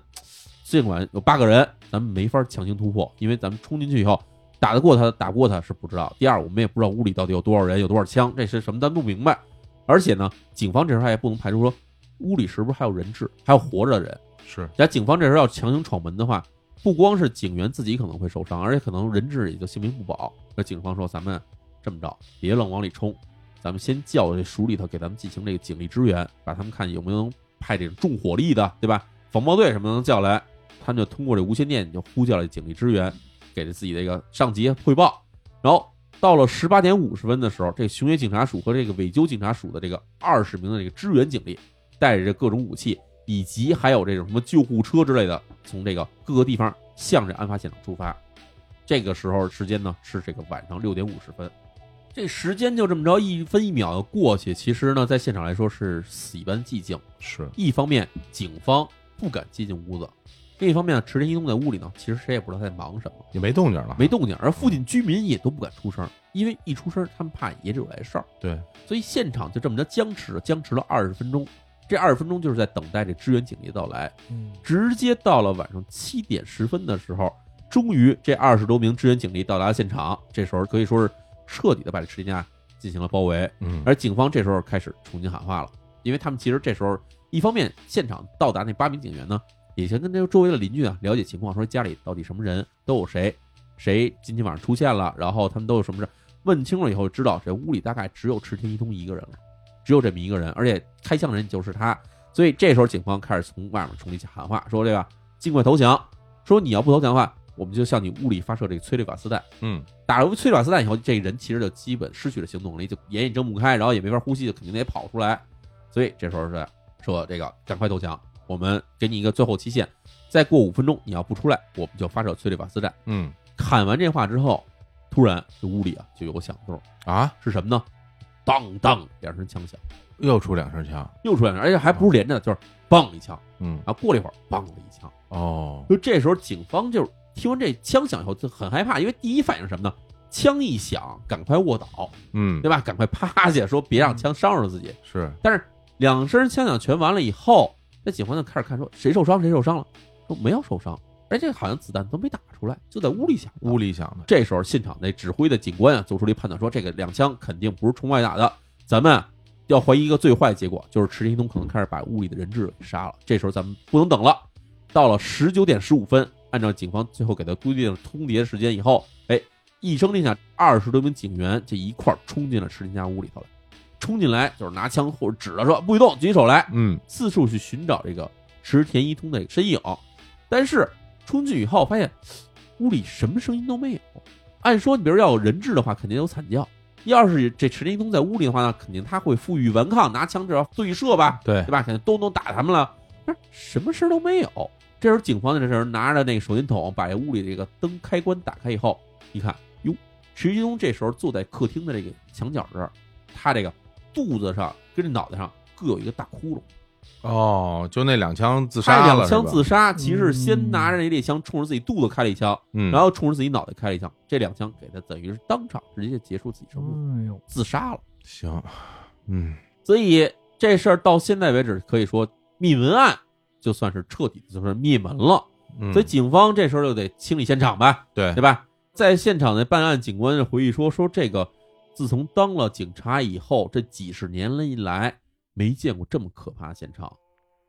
Speaker 1: 尽管有八个人，咱们没法强行突破，因为咱们冲进去以后打得过他，打不过他是不知道。第二，我们也不知道屋里到底有多少人，有多少枪，这是什么咱不明白。而且呢，警方这时候还不能排除说屋里是不是还有人质，还有活着的人。
Speaker 2: 是
Speaker 1: 假如警方这时候要强行闯门的话，不光是警员自己可能会受伤，而且可能人质也就性命不保。那警方说：“咱们这么着，别愣往里冲，咱们先叫这署里头给咱们进行这个警力支援，把他们看有没有能派这种重火力的，对吧？防暴队什么的能叫来。”他们就通过这无线电就呼叫了警力支援，给了自己的一个上级汇报。然后到了十八点五十分的时候，这熊野警察署和这个尾鸠警察署的这个二十名的这个支援警力，带着这各种武器，以及还有这种什么救护车之类的，从这个各个地方向着案发现场出发。这个时候时间呢是这个晚上六点五十分，这时间就这么着一分一秒的过去。其实呢，在现场来说是死一般寂静。
Speaker 2: 是，
Speaker 1: 一方面，警方不敢接近屋子，另一方面呢，池田一东在屋里呢，其实谁也不知道他在忙什么，
Speaker 4: 也没动静了，
Speaker 1: 没动静，而附近居民也都不敢出声，因为一出声他们怕也有来事儿。
Speaker 4: 对，
Speaker 1: 所以现场就这么着僵持，僵持了二十分钟。这二十分钟就是在等待这支援警力到来，
Speaker 3: 嗯
Speaker 1: 直接到了晚上七点十分的时候，终于这二十多名支援警力到达了现场。这时候可以说是彻底的把这池田家进行了包围。
Speaker 4: 嗯，
Speaker 2: 哎
Speaker 1: 而警方这时候开始重新喊话了，因为他们其实这时候一方面现场到达那八名警员呢，也先跟这周围的邻居啊了解情况，说家里到底什么人都有谁，谁今天晚上出现了，然后他们都有什么事，问清了以后知道这屋里大概只有池田一通一个人了，只有这么一个人，而且开枪人就是他，所以这时候警方开始从外面冲进去喊话，说这个尽快投降，说你要不投降的话，我们就向你屋里发射这个催泪瓦斯弹。
Speaker 4: 嗯，
Speaker 1: 打了催泪瓦斯弹以后，这人其实就基本失去了行动力，就眼也睁不开，然后也没法呼吸，就肯定得跑出来。所以这时候是说这个赶快投降，我们给你一个最后期限，再过五分钟你要不出来，我们就发射催泪瓦斯弹。
Speaker 4: 嗯
Speaker 1: 喊完这话之后，突然这屋里啊就有个响动，
Speaker 4: 啊，
Speaker 1: 是什么呢？当当两声枪响，
Speaker 4: 又出两声枪，
Speaker 1: 又出现了，而且还不是连着，就是梆一枪，
Speaker 4: 嗯，
Speaker 1: 然后过了一会儿梆了一枪。
Speaker 4: 哦，
Speaker 1: 就这时候警方就听完这枪响以后就很害怕，因为第一反应是什么呢？枪一响，赶快卧倒。
Speaker 4: 嗯，
Speaker 1: 对吧？赶快趴下，说别让枪伤着自己。
Speaker 4: 是，
Speaker 1: 但是两声枪响全完了以后，这警方就开始看说谁受伤谁受伤了，说没有受伤，而且好像子弹都没打出来，就在屋里响。
Speaker 4: 屋里响的，
Speaker 1: 这时候现场那指挥的警官啊做出了一判断，说这个两枪肯定不是冲外打的，咱们啊要怀疑一个最坏结果，就是池田一东可能开始把屋里的人质给杀了。这时候咱们不能等了，到了十九点十五分，按照警方最后给他规定的通牒时间以后，哎，一声令下，二十多名警员这一块儿冲进了池田家屋里头来，冲进来就是拿枪或者指着说不许动，举起手来，
Speaker 4: 嗯，
Speaker 1: 四处去寻找这个池田一通的身影，但是冲进以后发现屋里什么声音都没有。按说，你比如要有人质的话，肯定有惨叫；要是这池田一通在屋里的话呢，肯定他会负隅顽抗，拿枪至少对射吧，
Speaker 4: 对
Speaker 1: 对，吧？肯定咚咚打他们了。但是什么事儿都没有。这时候，警方在这时候拿着那个手电筒，把这屋里这个灯开关打开以后，一看，哟，池田一通这时候坐在客厅的这个墙角这儿，他这个肚子上跟这脑袋上各有一个大窟窿。
Speaker 4: 哦，就那两枪自
Speaker 1: 他
Speaker 4: 杀
Speaker 1: 两
Speaker 4: 了，
Speaker 1: 枪自
Speaker 4: 杀，
Speaker 1: 杀，其实是先拿着那猎枪冲着自己肚子开了一枪，
Speaker 4: 嗯，
Speaker 1: 然后冲着自己脑袋开了一枪，这两枪给他等于是当场直接结束自己生命，
Speaker 3: 哎呦，
Speaker 1: 自杀了。
Speaker 4: 行，嗯，
Speaker 1: 所以这事儿到现在为止，可以说灭门案就算是彻底就是灭门了。
Speaker 4: 嗯
Speaker 1: 所以警方这时候就得清理现场呗，
Speaker 4: 对
Speaker 1: 对吧？在现场的办案警官回忆说，说这个自从当了警察以后，这几十年了以来没见过这么可怕的现场。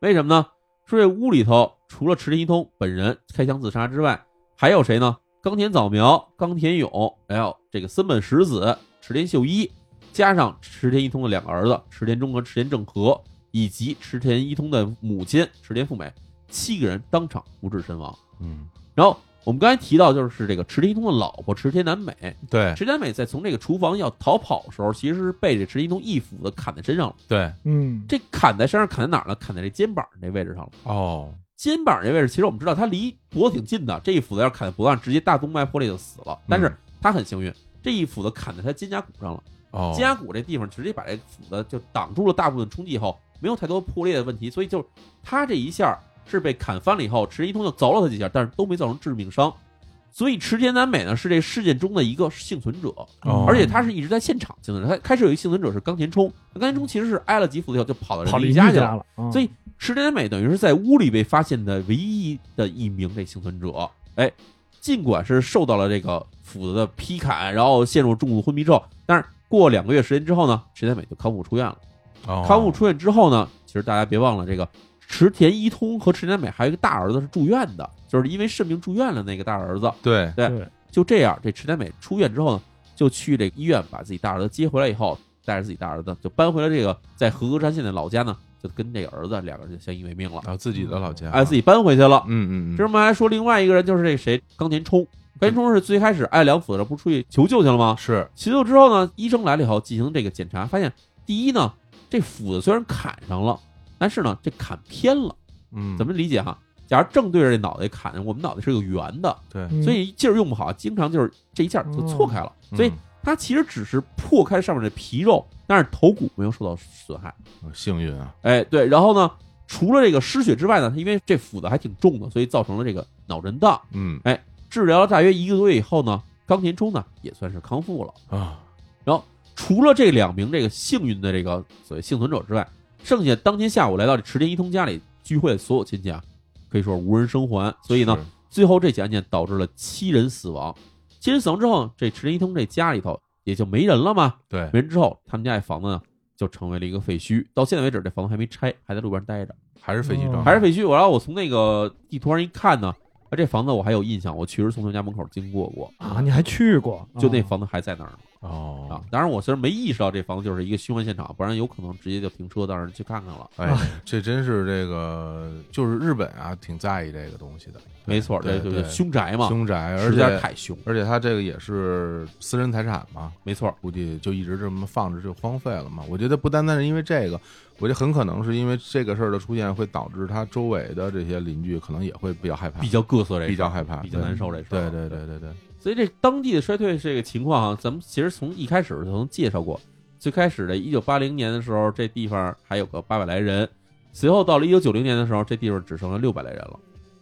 Speaker 1: 为什么呢？说这屋里头除了池田一通本人开枪自杀之外，还有谁呢？冈田早苗、冈田勇，还有这个森本实子、池田秀一，加上池田一通的两个儿子池田忠和、池田正和，以及池田一通的母亲池田富美，七个人当场不治身亡。
Speaker 4: 嗯，
Speaker 1: 然后我们刚才提到，就是这个池田一通的老婆池田南美，
Speaker 4: 对
Speaker 1: 池田南美在从这个厨房要逃跑的时候，其实是被这池田一通一斧子砍在身上了。
Speaker 4: 对，
Speaker 3: 嗯，
Speaker 1: 这砍在身上砍在哪儿呢？砍在这肩膀这位置上了。
Speaker 4: 哦，
Speaker 1: 肩膀这位置，其实我们知道他离脖子挺近的，这一斧子要是砍在脖子上，直接大动脉破裂就死了。但是他很幸运，这一斧子砍在他肩胛骨上了，
Speaker 4: 哦，
Speaker 1: 肩胛骨这地方直接把这斧子就挡住了大部分冲击以后，没有太多破裂的问题，所以就是他这一下是被砍翻了以后，池田一通就凿了他几下，但是都没造成致命伤。所以池田南美呢是这事件中的一个幸存者，
Speaker 4: 哦
Speaker 1: 而且他是一直在现场幸存者。他开始有一幸存者是冈田冲，冈田冲其实是挨了几斧子以后就跑到人
Speaker 3: 跑
Speaker 1: 家
Speaker 3: 邻
Speaker 1: 一
Speaker 3: 居
Speaker 1: 家去
Speaker 3: 家
Speaker 1: 了。
Speaker 3: 了，啊
Speaker 1: 所以池田美等于是在屋里被发现的唯一的一名这幸存者。哎，尽管是受到了这个斧子的劈砍，然后陷入重度昏迷之后，但是过两个月时间之后呢，池田美就康复出院了。
Speaker 4: 哦
Speaker 1: 康复出院之后呢，其实大家别忘了，这个池田一通和池田美还有一个大儿子是住院的，就是因为肾病住院了那个大儿子。
Speaker 4: 对，
Speaker 1: 对
Speaker 3: 对，
Speaker 1: 就这样，这池田美出院之后呢，就去这个医院把自己大儿子接回来以后，带着自己大儿子就搬回了这个在和歌山县的老家呢，就跟这个儿子两个人就相依为命了，
Speaker 4: 啊，自己的老家，
Speaker 1: 哎，自，己搬回去
Speaker 2: 啊
Speaker 1: 了。
Speaker 4: 嗯嗯嗯，
Speaker 1: 这们还说另外一个人就是这谁冈田冲，冈田冲是最开始爱良辅的，不是出去求救去了吗？
Speaker 4: 是，
Speaker 1: 求救之后呢，医生来了以后进行这个检查，发现第一呢，这斧子虽然砍上了，但是呢这砍偏了，
Speaker 4: 嗯，
Speaker 1: 怎么理解哈？假如正对着这脑袋砍，我们脑袋是个圆的，
Speaker 4: 对，
Speaker 3: 嗯
Speaker 1: 所以劲儿用不好，经常就是这一下就错开了，
Speaker 4: 嗯
Speaker 1: 所以它其实只是破开上面的皮肉，但是头骨没有受到损害。
Speaker 4: 幸运啊，
Speaker 1: 哎，对，然后呢，除了这个失血之外呢，他因为这斧子还挺重的，所以造成了这个脑震荡。
Speaker 2: 嗯
Speaker 1: 治疗了大约一个多月以后呢，冈田冲呢也算是康复了。
Speaker 2: 啊，
Speaker 1: 除了这两名这个幸运的这个所谓幸存者之外，剩下当天下午来到这池田一通家里聚会的所有亲戚啊，可以说是无人生还。所以呢，
Speaker 2: 是，
Speaker 1: 最后这起案件导致了七人死亡。七人死亡之后，这池田一通这家里头也就没人了嘛。
Speaker 2: 对，
Speaker 1: 没人之后，他们家这房子呢就成为了一个废墟。到现在为止，这房子还没拆，还在路边待着，
Speaker 2: 还是飞机
Speaker 3: 哦
Speaker 2: 状，
Speaker 1: 嗯还是废墟。我然后我从那个地图上一看呢，啊，这房子我还有印象，我确实从他们家门口经过过，
Speaker 3: 啊，你还去过？
Speaker 1: 就那
Speaker 3: 啊
Speaker 1: 房子还在那儿呢。啊
Speaker 2: 哦，，
Speaker 1: 当然我虽然没意识到这房子就是一个凶案现场，不然有可能直接就停车到那儿去看看了。
Speaker 2: 哎，这真是这个，就是日本啊，挺在意这个东西的，
Speaker 1: 没错，这
Speaker 2: 对
Speaker 1: 就
Speaker 2: 对
Speaker 1: 是凶宅嘛，
Speaker 2: 凶宅，而
Speaker 1: 实在是
Speaker 2: 且
Speaker 1: 太凶。
Speaker 2: 而且他这个也是私人财产嘛，
Speaker 1: 没错，
Speaker 2: 估计就一直这么放着就荒废了嘛。我觉得不单单是因为这个，我觉得很可能是因为这个事儿的出现，会导致他周围的这些邻居可能也会比较害怕，
Speaker 1: 比较各色这事儿
Speaker 2: 比较害怕，
Speaker 1: 比较
Speaker 2: 对
Speaker 1: 难受这事儿啊
Speaker 2: 对对对对对，
Speaker 1: 所以这当地的衰退这个情况啊，咱们其实从一开始就能介绍过。最开始的1980年的时候，这地方还有个八百来人，随后到了1990年的时候，这地方只剩了六百来人了。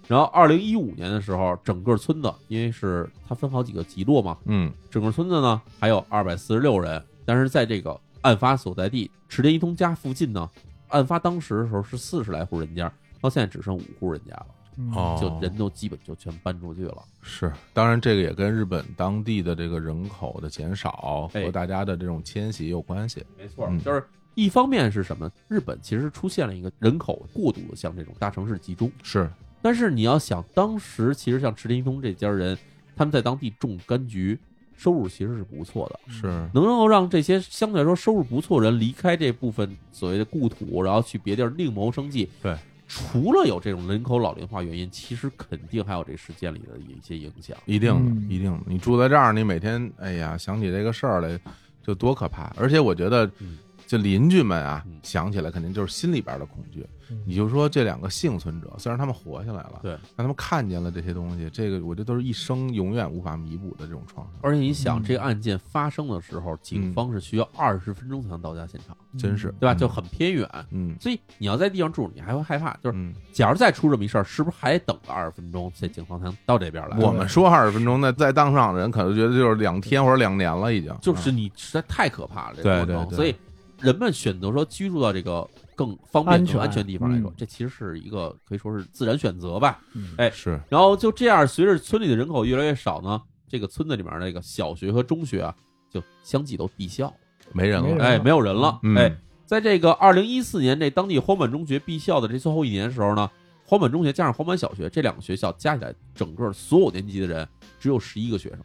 Speaker 1: 然后2015年的时候，整个村子因为是它分好几个集落嘛，
Speaker 2: 嗯，
Speaker 1: 整个村子呢还有二百四十六人，但是在这个案发所在地池田一通家附近呢，案发当时的时候是四十来户人家，到现在只剩五户人家了，
Speaker 3: 嗯
Speaker 2: 哦，
Speaker 1: 就人都基本就全搬出去了。
Speaker 2: 是，当然这个也跟日本当地的这个人口的减少
Speaker 1: 哎
Speaker 2: 和大家的这种迁徙有关系，
Speaker 1: 没错
Speaker 2: 嗯
Speaker 1: 就是一方面是什么？日本其实出现了一个人口过度的向这种大城市集中，
Speaker 2: 是
Speaker 1: 但是你要想，当时其实像池田一通这家人，他们在当地种柑橘，收入其实是不错的。
Speaker 2: 是，
Speaker 1: 能够让这些相对来说收入不错的人离开这部分所谓的故土，然后去别地儿另谋生计。
Speaker 2: 对，
Speaker 1: 除了有这种人口老龄化原因，其实肯定还有这事件里的一些影响。
Speaker 2: 一定的，
Speaker 3: 嗯
Speaker 2: 一定的。你住在这儿，你每天哎呀想起这个事儿来，就多可怕！而且我觉得
Speaker 1: 嗯，
Speaker 2: 这邻居们啊
Speaker 1: 嗯，
Speaker 2: 想起来肯定就是心里边的恐惧。
Speaker 3: 嗯
Speaker 2: 你就说这两个幸存者，虽然他们活下来了，
Speaker 1: 对
Speaker 2: 但他们看见了这些东西，这个我觉得都是一生永远无法弥补的这种创伤。
Speaker 1: 而且你想，
Speaker 3: 嗯
Speaker 1: 这个案件发生的时候，
Speaker 2: 嗯
Speaker 1: 警方是需要二十分钟才能到达现场，
Speaker 2: 真是
Speaker 1: 对吧？
Speaker 2: 嗯
Speaker 1: 就很偏远，
Speaker 2: 嗯
Speaker 1: 所以你要在地上住，你还会害怕。就是，
Speaker 2: 嗯，
Speaker 1: 假如再出这么一事儿，是不是还等个二十分钟，这警方才能到这边来？
Speaker 2: 我们说二十分钟，那在当上的人可能觉得就是两天或者两年了，已经
Speaker 1: 就是你实在太可怕了，这个
Speaker 2: 嗯对
Speaker 1: 过程
Speaker 2: 对对
Speaker 1: 所以人们选择说居住到这个更方便、
Speaker 3: 安全
Speaker 1: 更安全地方来说
Speaker 3: 嗯，
Speaker 1: 这其实是一个可以说是自然选择吧。
Speaker 3: 嗯
Speaker 1: 哎
Speaker 2: 是
Speaker 1: 然后就这样，随着村里的人口越来越少呢，这个村子里面那个小学和中学啊，就相继都闭校，
Speaker 2: 没人
Speaker 3: 没人
Speaker 2: 了，
Speaker 1: 哎，没有人了，
Speaker 2: 嗯
Speaker 1: 哎，，在这个二零一四年这当地荒坂中学闭校的这最后一年的时候呢，荒坂中学加上荒坂小学这两个学校加起来，整个所有年级的人只有十一个学生，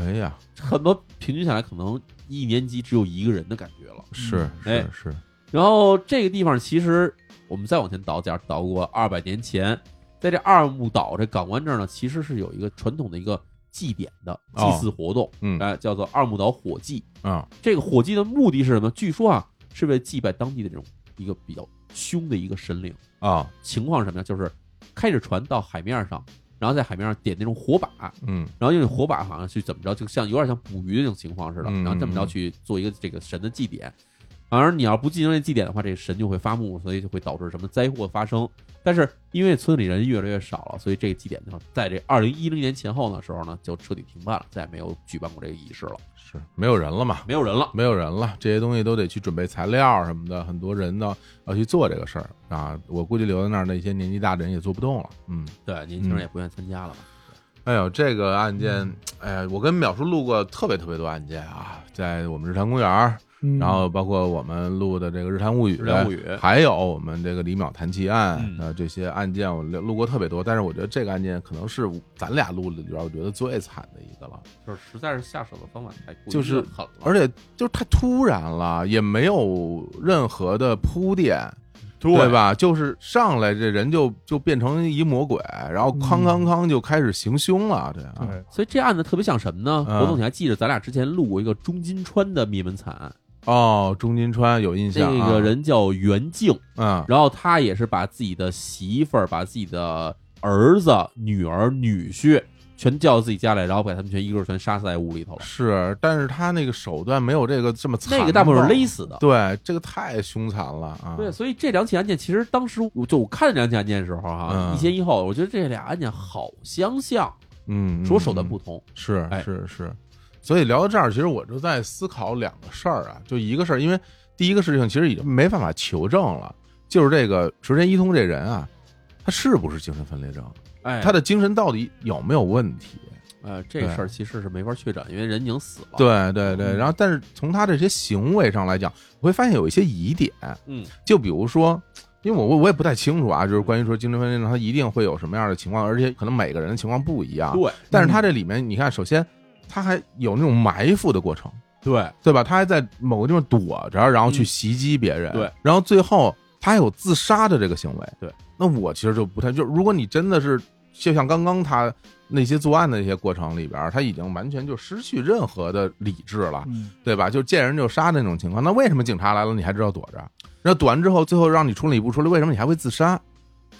Speaker 2: 哎呀，
Speaker 1: 很多平均下来可能一年级只有一个人的感觉了。
Speaker 2: 是
Speaker 1: 哎
Speaker 2: 是是，
Speaker 1: 然后这个地方其实我们再往前倒，假如倒过二百年前，在这二木岛这港湾这儿呢，其实是有一个传统的一个祭典的祭
Speaker 2: 哦
Speaker 1: 祀活动，
Speaker 2: 嗯
Speaker 1: 哎，叫做二木岛火祭。
Speaker 2: 啊，
Speaker 1: 这个火祭的目的是什么？据说啊，是为了祭拜当地的这种一个比较凶的一个神灵。
Speaker 2: 啊，
Speaker 1: 情况是什么呀？就是开着船到海面上，然后在海面上点那种火把，
Speaker 2: 嗯，
Speaker 1: 然后用火把好像去怎么着，就像有点像捕鱼的那种情况似的，
Speaker 2: 嗯
Speaker 1: 然后这么着去做一个这个神的祭典。而你要不进行这祭典的话，这个神就会发怒，所以就会导致什么灾祸发生。但是因为村里人越来越少了，所以这个祭典呢，在这二零一零年前后的时候呢，就彻底停办了，再也没有举办过这个仪式了，
Speaker 2: 是没有人了嘛，
Speaker 1: 没有人了。
Speaker 2: 没有人了，这些东西都得去准备材料什么的，很多人呢要去做这个事儿啊。我估计留在那儿那些年纪大的人也做不动了。嗯，
Speaker 1: 对，年轻人也不愿意参加了吧？
Speaker 2: 哎呦，这个案件，哎呀，我跟淼叔录过特别特别多案件啊，在我们日坛公园儿，
Speaker 3: 嗯
Speaker 2: 然后包括我们录的这个《日坛物语》，
Speaker 1: 日坛物语
Speaker 2: 还有我们这个李淼谈奇案
Speaker 1: 嗯
Speaker 2: 呃，这些案件我录录过特别多，但是我觉得这个案件可能是咱俩录里边儿我觉得最惨的一个了。
Speaker 1: 就是实在是下手的方法太过于
Speaker 2: 就是
Speaker 1: 狠了，
Speaker 2: 而且就是太突然了，也没有任何的铺垫，
Speaker 1: 对
Speaker 2: 吧？就是上来这人就就变成一魔鬼，然后康
Speaker 3: 嗯
Speaker 2: 康康就开始行凶了，这样
Speaker 3: 对，
Speaker 1: 所以这案子特别像什么呢？
Speaker 2: 嗯
Speaker 1: 活动你还记得咱俩之前录过一个中金川的灭门惨案，
Speaker 2: 哦，钟金川有印象、啊，
Speaker 1: 那个人叫袁静，
Speaker 2: 嗯
Speaker 1: 然后他也是把自己的媳妇儿、把自己的儿子、女儿、女婿全叫到自己家来，然后把他们全一个全杀死在屋里头了。
Speaker 2: 是，但是他那个手段没有这个这么惨，
Speaker 1: 那个大部分是勒死的。
Speaker 2: 对，这个太凶残了啊！
Speaker 1: 对，所以这两起案件其实当时我就我看这两起案件的时候哈、
Speaker 2: 嗯
Speaker 1: 一前一后，我觉得这俩案件好相像，
Speaker 2: 嗯，嗯，
Speaker 1: 只不过手段
Speaker 2: 嗯
Speaker 1: 不同。
Speaker 2: 是
Speaker 1: 哎
Speaker 2: 是是，所以聊到这儿，其实我就在思考两个事儿啊，就一个事儿，因为第一个事情其实已经没办法求证了，就是这个池田一通这人啊，他是不是精神分裂症，
Speaker 1: 哎，
Speaker 2: 他的精神到底有没有问题？
Speaker 1: 呃这事儿其实是没法确诊，因为人已经死了。，
Speaker 2: 对对对，
Speaker 1: 嗯
Speaker 2: 然后但是从他这些行为上来讲，我会发现有一些疑点，
Speaker 1: 嗯，
Speaker 2: 就比如说。因为我我我也不太清楚啊，就是关于说精神分裂症，他一定会有什么样的情况，而且可能每个人的情况不一样。
Speaker 1: 对
Speaker 2: 但是他这里面，你看，首先他还有那种埋伏的过程，
Speaker 1: 对
Speaker 2: 对吧？他还在某个地方躲着，然后去
Speaker 1: 嗯
Speaker 2: 袭击别人，
Speaker 1: 对，
Speaker 2: 然后最后他还有自杀的这个行为，
Speaker 1: 对。
Speaker 2: 那我其实就不太就，如果你真的是就像刚刚他那些作案的那些过程里边，他已经完全就失去任何的理智了，
Speaker 3: 嗯，
Speaker 2: 对吧？就见人就杀的那种情况，那为什么警察来了你还知道躲着？然后躲完之后，最后让你处理不处理，为什么你还会自杀？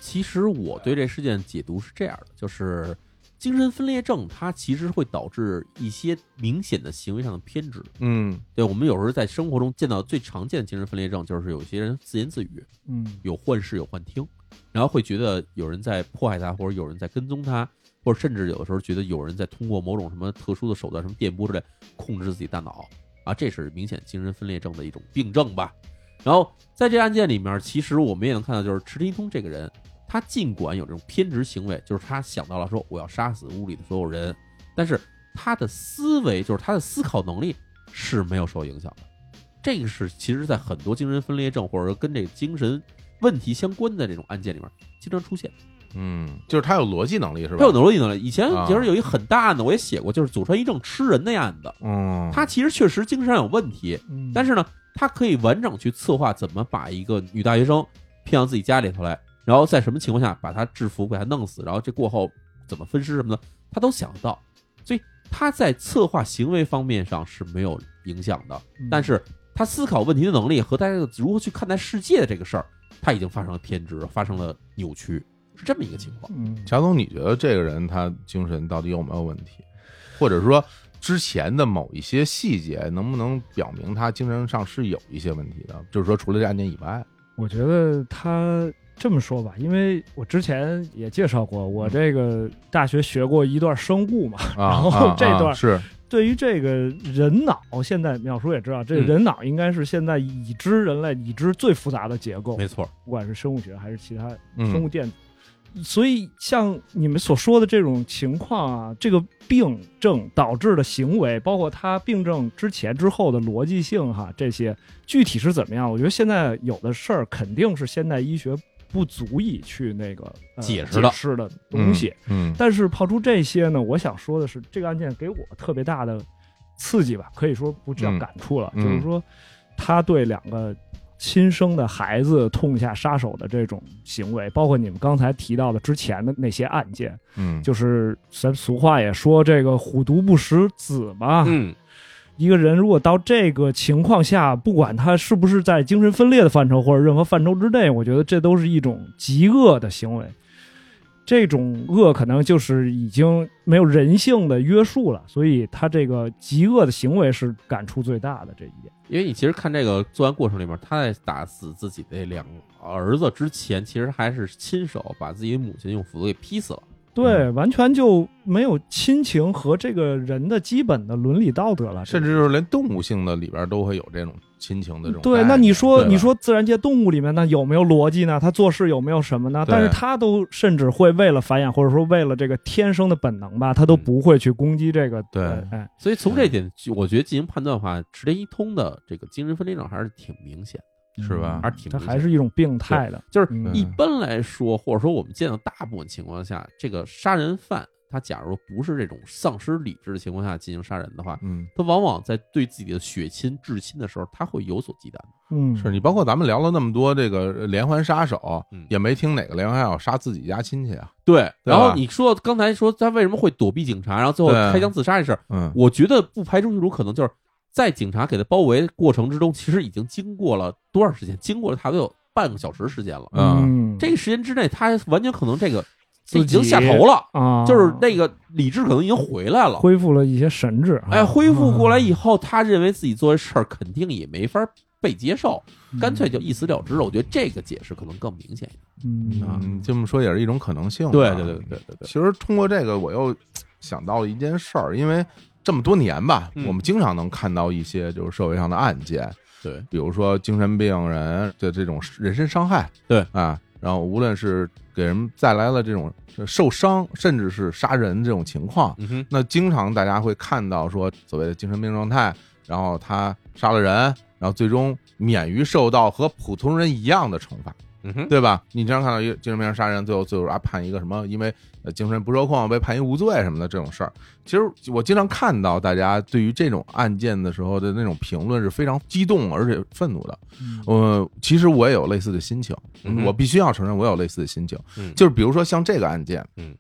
Speaker 1: 其实我对这事件解读是这样的，就是精神分裂症它其实会导致一些明显的行为上的偏执。
Speaker 2: 嗯
Speaker 1: 对我们有时候在生活中见到最常见的精神分裂症，就是有些人自言自语，
Speaker 3: 嗯
Speaker 1: 有幻视，有幻听，然后会觉得有人在迫害他，或者有人在跟踪他，或者甚至有的时候觉得有人在通过某种什么特殊的手段，什么电波之类控制自己大脑啊，这是明显精神分裂症的一种病症吧。然后在这案件里面，其实我们也能看到，就是池田一通这个人，他尽管有这种偏执行为，就是他想到了说我要杀死屋里的所有人，但是他的思维，就是他的思考能力是没有受影响的。这个是其实，在很多精神分裂症或者说跟这个精神问题相关的这种案件里面经常出现。
Speaker 2: 嗯，就是他有逻辑能力是吧？
Speaker 1: 他有逻辑能力，以前
Speaker 2: 啊
Speaker 1: 其实有一很大案子，我也写过，就是佐川一正吃人那案子，
Speaker 2: 嗯，
Speaker 1: 他其实确实精神上有问题，
Speaker 3: 嗯，
Speaker 1: 但是呢，他可以完整去策划怎么把一个女大学生骗到自己家里头来，然后在什么情况下把她制服，把她弄死，然后这过后怎么分尸什么的，他都想得到，所以他在策划行为方面上是没有影响的，
Speaker 3: 嗯
Speaker 1: 但是他思考问题的能力和他如何去看待世界的这个事儿，他已经发生了偏执，发生了扭曲，是这么一个情况。
Speaker 3: 嗯，
Speaker 2: 乔总，你觉得这个人他精神到底有没有问题，或者说之前的某一些细节能不能表明他精神上是有一些问题的？就是说，除了这案件以 外，啊
Speaker 3: 我觉得他这么说吧，因为我之前也介绍过，
Speaker 1: 嗯
Speaker 3: 我这个大学学过一段生物嘛，
Speaker 2: 啊
Speaker 3: 然后
Speaker 2: 啊
Speaker 3: 这
Speaker 2: 啊
Speaker 3: 段
Speaker 2: 是
Speaker 3: 对于这个人脑，现在淼叔也知道，这
Speaker 1: 嗯
Speaker 3: 人脑应该是现在已知人类已知最复杂的结构，
Speaker 1: 没错，
Speaker 3: 不管是生物学还是其他生
Speaker 2: 嗯
Speaker 3: 物电子。所以，像你们所说的这种情况啊，这个病症导致的行为，包括他病症之前之后的逻辑性哈，这些具体是怎么样？我觉得现在有的事儿肯定是现代医学不足以去那个、呃
Speaker 1: 解释
Speaker 3: 释
Speaker 1: 的
Speaker 3: 的东西。，
Speaker 2: 嗯
Speaker 3: 但是刨出这些呢，我想说的是，这个案件给我特别大的刺激吧，可以说不叫
Speaker 2: 嗯
Speaker 3: 感触了，
Speaker 2: 嗯
Speaker 3: 就是说他对两个亲生的孩子痛下杀手的这种行为，包括你们刚才提到的之前的那些案件，
Speaker 2: 嗯，
Speaker 3: 就是咱俗话也说这个虎毒不食子嘛，
Speaker 1: 嗯，
Speaker 3: 一个人如果到这个情况下，不管他是不是在精神分裂的范畴或者任何范畴之内，我觉得这都是一种极恶的行为。这种恶可能就是已经没有人性的约束了，所以他这个极恶的行为是感触最大的这一点。
Speaker 1: 因为你其实看这个作案过程里面，他在打死自己的两个儿子之前，其实还是亲手把自己母亲用斧子给劈死了。
Speaker 3: 对，完全就没有亲情和这个人的基本的伦理道德了，
Speaker 2: 甚至就是连动物性的里边都会有这种亲情的这种概
Speaker 3: 对，
Speaker 2: 念。
Speaker 3: 那你说
Speaker 2: 对吧嗯
Speaker 3: 你说自然界动物里面那有没有逻辑呢？它做事有没有什么呢？
Speaker 2: 对
Speaker 3: 但是它都甚至会为了繁衍，或者说为了这个天生的本能吧，它都
Speaker 1: 嗯
Speaker 3: 不会去攻击这个。
Speaker 2: 对
Speaker 3: 呃哎，
Speaker 1: 所以从这点，我觉得进行判断的话，池田一通的这个精神分裂症还是挺明显，
Speaker 2: 是吧
Speaker 1: 还是挺
Speaker 3: 嗯它
Speaker 1: 明显
Speaker 3: 还是一种病态的。
Speaker 1: 就是
Speaker 3: 嗯
Speaker 1: 一般来说，或者说我们见到大部分情况下，这个杀人犯他假如不是这种丧失理智的情况下进行杀人的话，
Speaker 2: 嗯。
Speaker 1: 他往往在对自己的血亲至亲的时候，他会有所忌惮的。
Speaker 3: 嗯，
Speaker 2: 是你包括咱们聊了那么多这个连环杀手
Speaker 1: 嗯，
Speaker 2: 也没听哪个连环杀手杀自己家亲戚啊。
Speaker 1: 对，
Speaker 2: 对
Speaker 1: 然
Speaker 2: 吧
Speaker 1: 后你说刚才说他为什么会躲避警察，然后最后
Speaker 2: 对
Speaker 1: 开枪自杀这事儿，
Speaker 2: 嗯，
Speaker 1: 我觉得不排除一种可能，就是在警察给他包围的过程之中，其实已经经过了多长时间？经过了差不多有半个小时时间了。
Speaker 2: 嗯
Speaker 3: 嗯，
Speaker 1: 这个时间之内，他完全可能这个这已经
Speaker 3: 自己
Speaker 1: 下头了，
Speaker 3: 啊，
Speaker 1: 就是那个理智可能已经回来了。
Speaker 3: 恢复了一些神智。啊
Speaker 2: 嗯
Speaker 1: 哎，恢复过来以后，他认为自己做这事儿肯定也没法被接受，
Speaker 2: 嗯
Speaker 1: 干脆就一死了之了。我觉得这个解释可能更明显一点。
Speaker 3: 嗯，
Speaker 1: 啊
Speaker 2: 嗯，这么说也是一种可能性啊吧。
Speaker 1: 对对对
Speaker 2: 其实通过这个，我又想到了一件事儿，因为这么多年吧，
Speaker 1: 嗯
Speaker 2: 我们经常能看到一些就是社会上的案件，
Speaker 1: 对，
Speaker 2: 比如说精神病人的这种人身伤害，
Speaker 1: 对
Speaker 2: 啊，然后无论是给人带来了这种呃受伤，甚至是杀人这种情况，
Speaker 1: 嗯哼，
Speaker 2: 那经常大家会看到说所谓的精神病状态，然后他杀了人，然后最终免于受到和普通人一样的惩罚。
Speaker 1: 嗯哼，
Speaker 2: 对吧？你经常看到一个精神病人杀人，最后最后啊判一个什么，因为呃精神不受控被判一无罪什么的这种事儿。其实我经常看到大家对于这种案件的时候的那种评论是非常激动而且愤怒的。
Speaker 3: 嗯
Speaker 2: 呃，其实我也有类似的心情，
Speaker 1: 嗯哼
Speaker 2: 我必须要承认我有类似的心情。
Speaker 1: 嗯
Speaker 2: 就是比如说像这个案件，
Speaker 1: 嗯，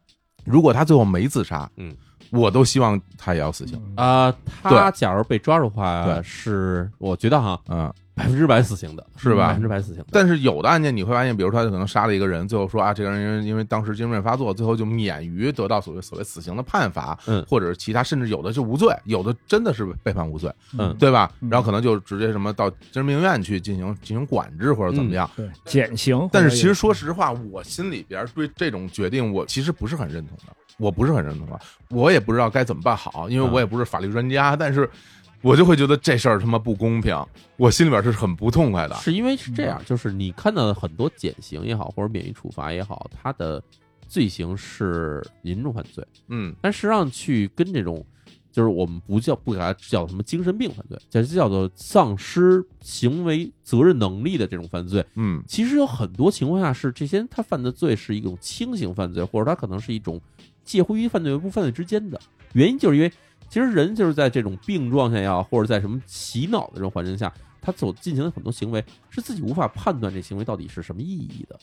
Speaker 2: 如果他最后没自杀，
Speaker 1: 嗯，
Speaker 2: 我都希望他也要死刑。
Speaker 3: 啊，
Speaker 1: 啊，他假如被抓住的话，
Speaker 2: 对
Speaker 1: 是我觉得哈
Speaker 2: 嗯，
Speaker 1: 百分之百死刑的，
Speaker 2: 是吧
Speaker 1: 百分之百死刑的。
Speaker 2: 但是有的案件你会发现，比如说他可能杀了一个人，最后说啊，这个人因为因为当时精神病发作，最后就免于得到所谓所谓死刑的判罚，
Speaker 1: 嗯
Speaker 2: 或者是其他，甚至有的就无罪，有的真的是被判无罪，
Speaker 1: 嗯
Speaker 2: 对吧？
Speaker 3: 嗯
Speaker 2: 然后可能就直接什么到精神病院去进行进行管制或者怎么
Speaker 1: 嗯
Speaker 2: 样。
Speaker 3: 对，减刑。
Speaker 2: 但是其实说实话，我心里边对这种决定，我其实不是很认同的，我不是很认同的，我也不知道该怎么办好，因为
Speaker 1: 嗯
Speaker 2: 我也不是法律专家，但是我就会觉得这事儿他妈不公平，我心里边是很不痛快的。
Speaker 1: 是因为是这
Speaker 2: 嗯
Speaker 1: 样，就是你看到的很多减刑也好，或者免于处罚也好，它的罪行是严重犯罪，
Speaker 2: 嗯，
Speaker 1: 但实际上去跟这种，就是我们不叫不给它叫什么精神病犯罪，叫叫做丧失行为责任能力的这种犯罪，
Speaker 2: 嗯，
Speaker 1: 其实有很多情况下是这些人他犯的罪是一种轻型犯罪，或者他可能是一种介乎于犯罪和不犯罪之间的。原因就是因为其实人就是在这种病状下呀，或者在什么洗脑的这种环境下，他所进行的很多行为是自己无法判断这行为到底是什么意义的。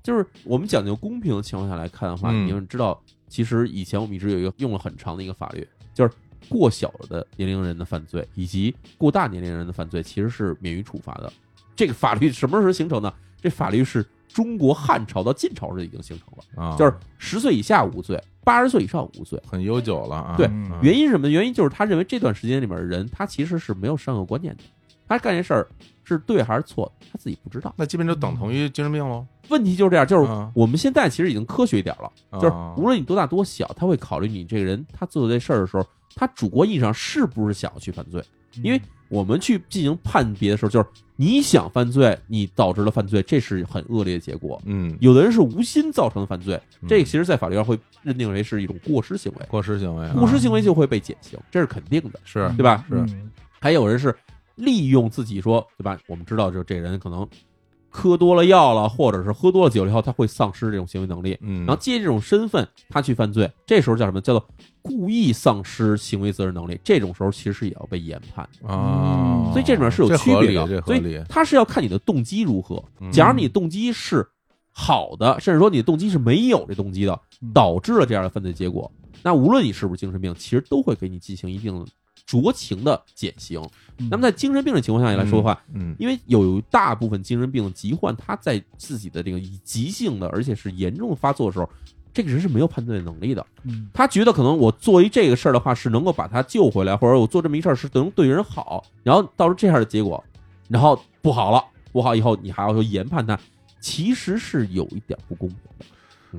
Speaker 1: 就是我们讲究公平的情况下来看的话，
Speaker 2: 嗯
Speaker 1: 你们知道，其实以前我们一直有一个用了很长的一个法律，就是过小的年龄人的犯罪以及过大年龄人的犯罪其实是免于处罚的。这个法律什么时候形成呢？这法律是中国汉朝到晋朝时已经形成了，
Speaker 2: 啊，
Speaker 1: 就是十岁以下无罪，八十岁以上无罪。
Speaker 2: 很悠久了啊。
Speaker 1: 对
Speaker 2: 嗯
Speaker 1: 原因是什么？原因就是他认为这段时间里面的人，他其实是没有善恶观念的，他干这事儿是对还是错，他自己不知道。
Speaker 2: 那基本就等同于精神病喽。
Speaker 1: 问题就是这样，就是
Speaker 2: 嗯
Speaker 1: 我们现在其实已经科学一点了，就是
Speaker 2: 啊
Speaker 1: 无论你多大多小，他会考虑你这个人，他做这事儿的时候，他主观意义上是不是想要去犯罪。
Speaker 2: 嗯
Speaker 1: 因为我们去进行判别的时候，就是你想犯罪，你导致了犯罪，这是很恶劣的结果。
Speaker 2: 嗯，
Speaker 1: 有的人是无心造成的犯罪，
Speaker 2: 嗯
Speaker 1: 这个其实，在法律上会认定为是一种过失行为，
Speaker 2: 过失行为啊，
Speaker 1: 过失行为就会被减刑，这是肯定的。
Speaker 2: 是
Speaker 1: 对吧
Speaker 2: 是
Speaker 3: 嗯
Speaker 1: 还有人是利用自己说，对吧？我们知道，就这人可能喝多了药了，或者是喝多了酒了以后，他会丧失这种行为能力，
Speaker 2: 嗯，
Speaker 1: 然后借这种身份他去犯罪，这时候叫什么？叫做故意丧失行为责任能力。这种时候其实也要被严判，
Speaker 2: 啊，
Speaker 1: 嗯所以这里面是有
Speaker 2: 这
Speaker 1: 区
Speaker 2: 合
Speaker 1: 别
Speaker 2: 理
Speaker 1: 的。
Speaker 2: 这
Speaker 1: 所
Speaker 2: 合
Speaker 1: 以
Speaker 2: 理。
Speaker 1: 他是要看你的动机如何。
Speaker 2: 嗯
Speaker 1: 假如你动机是好的，甚至说你的动机是没有这动机的，
Speaker 2: 嗯
Speaker 1: 导致了这样的犯罪结果，那无论你是不是精神病，其实都会给你进行一定酌情的减刑。
Speaker 3: 嗯
Speaker 1: 那么在精神病的情况下来说的话，
Speaker 2: 嗯，
Speaker 1: 因为有大部分精神病的疾患，他在自己的这个以急性的而且是严重发作的时候，这个人是没有判断能力的。
Speaker 3: 嗯
Speaker 1: 他觉得可能我做一这个事儿的话是能够把他救回来，或者我做这么一事儿是能对人好，然后到时候这样的结果，然后不好了，不好以后你还要说研判他，其实是有一点不公平的。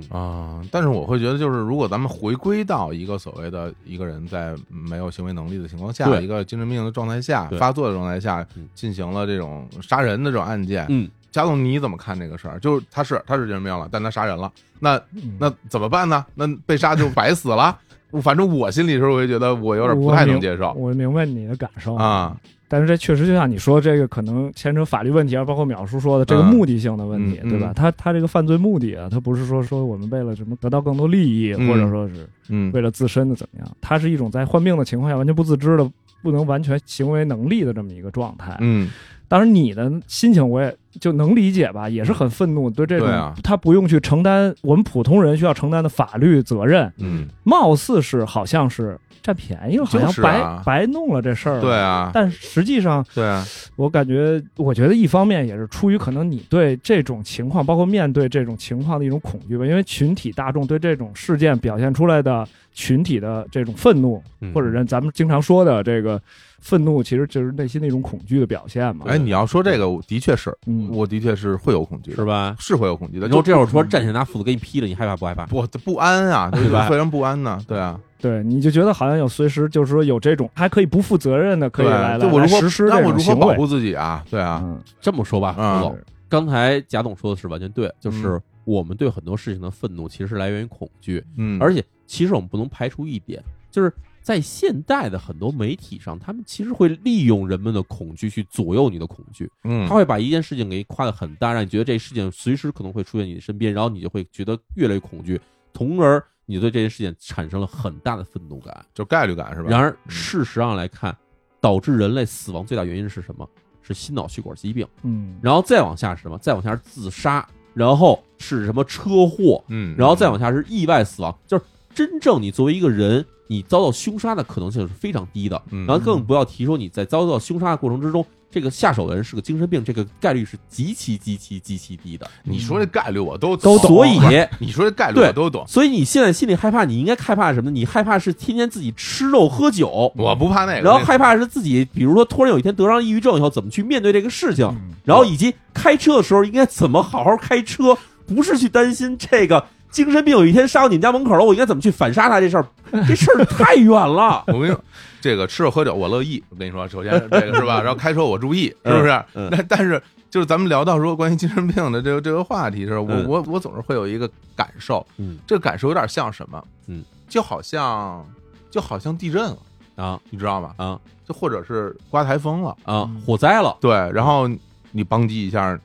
Speaker 2: 啊，但是我会觉得，就是如果咱们回归到一个所谓的一个人在没有行为能力的情况下，
Speaker 1: 对
Speaker 2: 一个精神病的状态下
Speaker 1: 对
Speaker 2: 发作的状态下
Speaker 1: 嗯，
Speaker 2: 进行了这种杀人的这种案件，
Speaker 1: 嗯，
Speaker 2: 贾总你怎么看这个事儿？就是他是他是精神病了，但他杀人了，那
Speaker 3: 嗯
Speaker 2: 那怎么办呢？那被杀就白死了。 反正我心里时候，我就觉得我有点不太能接受
Speaker 3: 我明白你的感受
Speaker 2: 啊。
Speaker 3: 但是这确实就像你说，这个可能牵扯法律问题，而包括淼叔说的这个
Speaker 2: 嗯
Speaker 3: 目的性的问题，
Speaker 2: 嗯嗯
Speaker 3: 对吧？他他这个犯罪目的啊，他不是说说我们为了什么得到更多利益，
Speaker 2: 嗯
Speaker 3: 或者说是
Speaker 2: 嗯，
Speaker 3: 为了自身的怎么样，他是一种在患病的情况下完全不自啊知的、不能完全行为能力的这么一个状态。
Speaker 2: 嗯
Speaker 3: 当然，你的心情我也就能理解吧，也是很愤怒，对这种、
Speaker 2: 对啊
Speaker 3: 他不用去承担我们普通人需要承担的法律责任，
Speaker 2: 嗯，
Speaker 3: 貌似是好像是占便宜了，好像
Speaker 2: 就是
Speaker 3: 白、
Speaker 2: 啊
Speaker 3: 白弄了这事儿。
Speaker 2: 对。啊，
Speaker 3: 但实际上，
Speaker 2: 对啊，
Speaker 3: 我感觉，我觉得一方面也是出于可能你对这种情况，包括面对这种情况的一种恐惧吧，因为群体大众对这种事件表现出来的群体的这种愤怒，
Speaker 1: 嗯
Speaker 3: 或者人咱们经常说的这个愤怒，其实就是内心的一种恐惧的表现嘛。
Speaker 2: 哎，你要说这个，我的确是，
Speaker 3: 嗯
Speaker 2: 我的确是会有恐惧的，
Speaker 1: 是吧？
Speaker 2: 是会有恐惧的，
Speaker 1: 你说
Speaker 2: 就
Speaker 1: 这会儿突然站起来拿斧子给你劈了，你害怕不害怕？
Speaker 2: 不不安啊，
Speaker 1: 对
Speaker 2: 就是
Speaker 1: 吧
Speaker 2: 非常不安呢，对啊，
Speaker 3: 对，你就觉得好像有随时就是说有这种还可以不负责任的可以
Speaker 2: 对
Speaker 3: 来
Speaker 2: 就
Speaker 3: 来
Speaker 2: 我
Speaker 3: 来
Speaker 2: 如何
Speaker 3: 实施
Speaker 2: 那
Speaker 3: 这
Speaker 2: 我
Speaker 3: 种
Speaker 2: 如何
Speaker 3: 行
Speaker 2: 保
Speaker 3: 为。
Speaker 2: 护自己啊？对啊，
Speaker 3: 嗯，
Speaker 1: 这么说吧，
Speaker 2: 嗯
Speaker 1: 胡总，刚才贾总说的是完全对，就是我们对很多事情的愤怒其实来源于恐惧，
Speaker 2: 嗯，
Speaker 1: 而且其实我们不能排除一点，就是在现代的很多媒体上，他们其实会利用人们的恐惧去左右你的恐惧，
Speaker 2: 嗯
Speaker 1: 他，会把一件事情给夸得很大，让你觉得这事情随时可能会出现你身边，然后你就会觉得越来越恐惧，从而你对这件事情产生了很大的愤怒感。
Speaker 2: 就概率感是吧嗯
Speaker 1: 然？而事实上来看，导致人类死亡最大原因是什么？是心脑血管疾病。
Speaker 3: 嗯，
Speaker 1: 然后再往下是什么？再往下是自杀，然后是什么车祸，
Speaker 2: 嗯，
Speaker 1: 然后再往下是意外死亡。就是真正你作为一个人，你遭到凶杀的可能性是非常低的。
Speaker 2: 嗯
Speaker 1: 然后更不要提说你在遭到凶杀的过程之中，这个下手的人是个精神病，这个概率是极其极其极其低的。
Speaker 2: 你说这概率我都啊
Speaker 3: 都懂
Speaker 1: 所以，
Speaker 2: 你说这概率
Speaker 1: 对
Speaker 2: 我都懂，
Speaker 1: 所以你现在心里害怕，你应该害怕什么呢？你害怕是天天自己吃肉喝酒，
Speaker 2: 我不怕那个，
Speaker 1: 然后
Speaker 2: 那
Speaker 1: 害怕是自己，比如说突然有一天得上抑郁症以后，怎么去面对这个事情，然后以及开车的时候应该怎么好好开车，不是去担心这个精神病有一天杀到你们家门口了，我应该怎么去反杀他这事儿，这事儿太远了
Speaker 2: 。我跟你说，这个吃肉喝酒我乐意。我跟你说，首先这个是 吧，然后开车我注意，是不是？
Speaker 1: 嗯嗯
Speaker 2: 但但是就是咱们聊到说关于精神病的这个这个话题的时候，我、
Speaker 1: 嗯
Speaker 2: 我我总是会有一个感受，
Speaker 1: 嗯
Speaker 2: 这个感受有点像什么？
Speaker 1: 嗯，
Speaker 2: 就好像就好像地震了，
Speaker 1: 啊
Speaker 2: 你知道吗？
Speaker 1: 啊
Speaker 2: 就或者是刮台风了，
Speaker 1: 啊！火灾了，
Speaker 2: 对，然后你邦叽一下，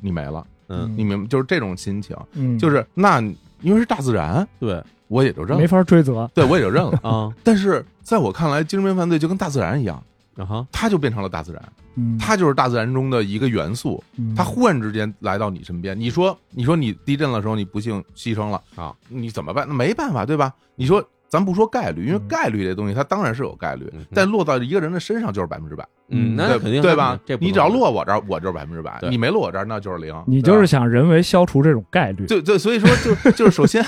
Speaker 2: 你没了，
Speaker 1: 嗯，
Speaker 2: 你明白？就是这种心情，
Speaker 3: 嗯，
Speaker 2: 就是那因为是大自然，
Speaker 1: 对。
Speaker 2: 我也就认
Speaker 3: 没
Speaker 2: 了，
Speaker 3: 法追责。
Speaker 2: 对我也就认了
Speaker 1: 啊
Speaker 2: 但是在我看来，精神病犯罪就跟大自然一样，
Speaker 1: 啊哈，
Speaker 2: 它就变成了大自然。
Speaker 3: 嗯，
Speaker 2: 它就是大自然中的一个元素，
Speaker 3: 嗯
Speaker 2: 它忽然之间来到你身边。你说，你说你地震的时候你不幸牺牲了
Speaker 1: 啊，
Speaker 2: 你怎么办？那没办法，对吧？你说，咱不说概率，因为
Speaker 3: 嗯
Speaker 2: 概率这东西它当然是有概率
Speaker 1: 嗯哼，
Speaker 2: 但落到一个人的身上就是百分之百，
Speaker 1: 嗯，那
Speaker 2: 对
Speaker 1: 肯定
Speaker 2: 对吧
Speaker 1: 这？不
Speaker 2: 你
Speaker 1: 能
Speaker 2: 只要落我这儿，我就是百分之百；
Speaker 1: 对
Speaker 2: 你没落我这儿，那就是零。
Speaker 3: 你
Speaker 2: 对吧
Speaker 3: 就是想人为消除这种概率。
Speaker 2: 就就所以说就就是首先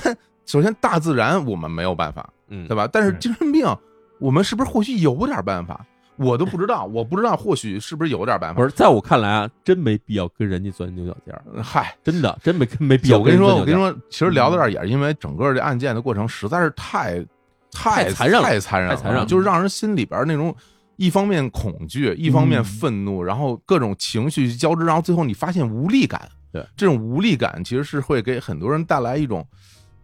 Speaker 2: 首先大自然我们没有办法，
Speaker 1: 嗯
Speaker 2: 对吧？但是
Speaker 3: 对
Speaker 2: 精神病，我们是不是或许有点办法？我都不知道，我不知道，或许是不是有点办法
Speaker 1: 不？是，在我看来啊，真没必要跟人家钻牛角尖儿，
Speaker 2: 嗨，
Speaker 1: 真的真没嗯没必要
Speaker 2: 我跟你
Speaker 1: 人
Speaker 2: 说，
Speaker 1: 钻
Speaker 2: 我
Speaker 1: 牛
Speaker 2: 跟
Speaker 1: 角尖
Speaker 2: 你
Speaker 1: 儿。
Speaker 2: 说，其实聊到这儿也是因为整个这案件的过程实在是太太
Speaker 1: 太残忍了
Speaker 2: 太残忍了，
Speaker 1: 太残忍了
Speaker 2: 就是让人心里边那种。一方面恐惧，一方面
Speaker 3: 嗯
Speaker 2: 愤怒，然后各种情绪交织，然后最后你发现无力感。
Speaker 1: 对，
Speaker 2: 这种无力感其实是会给很多人带来一种，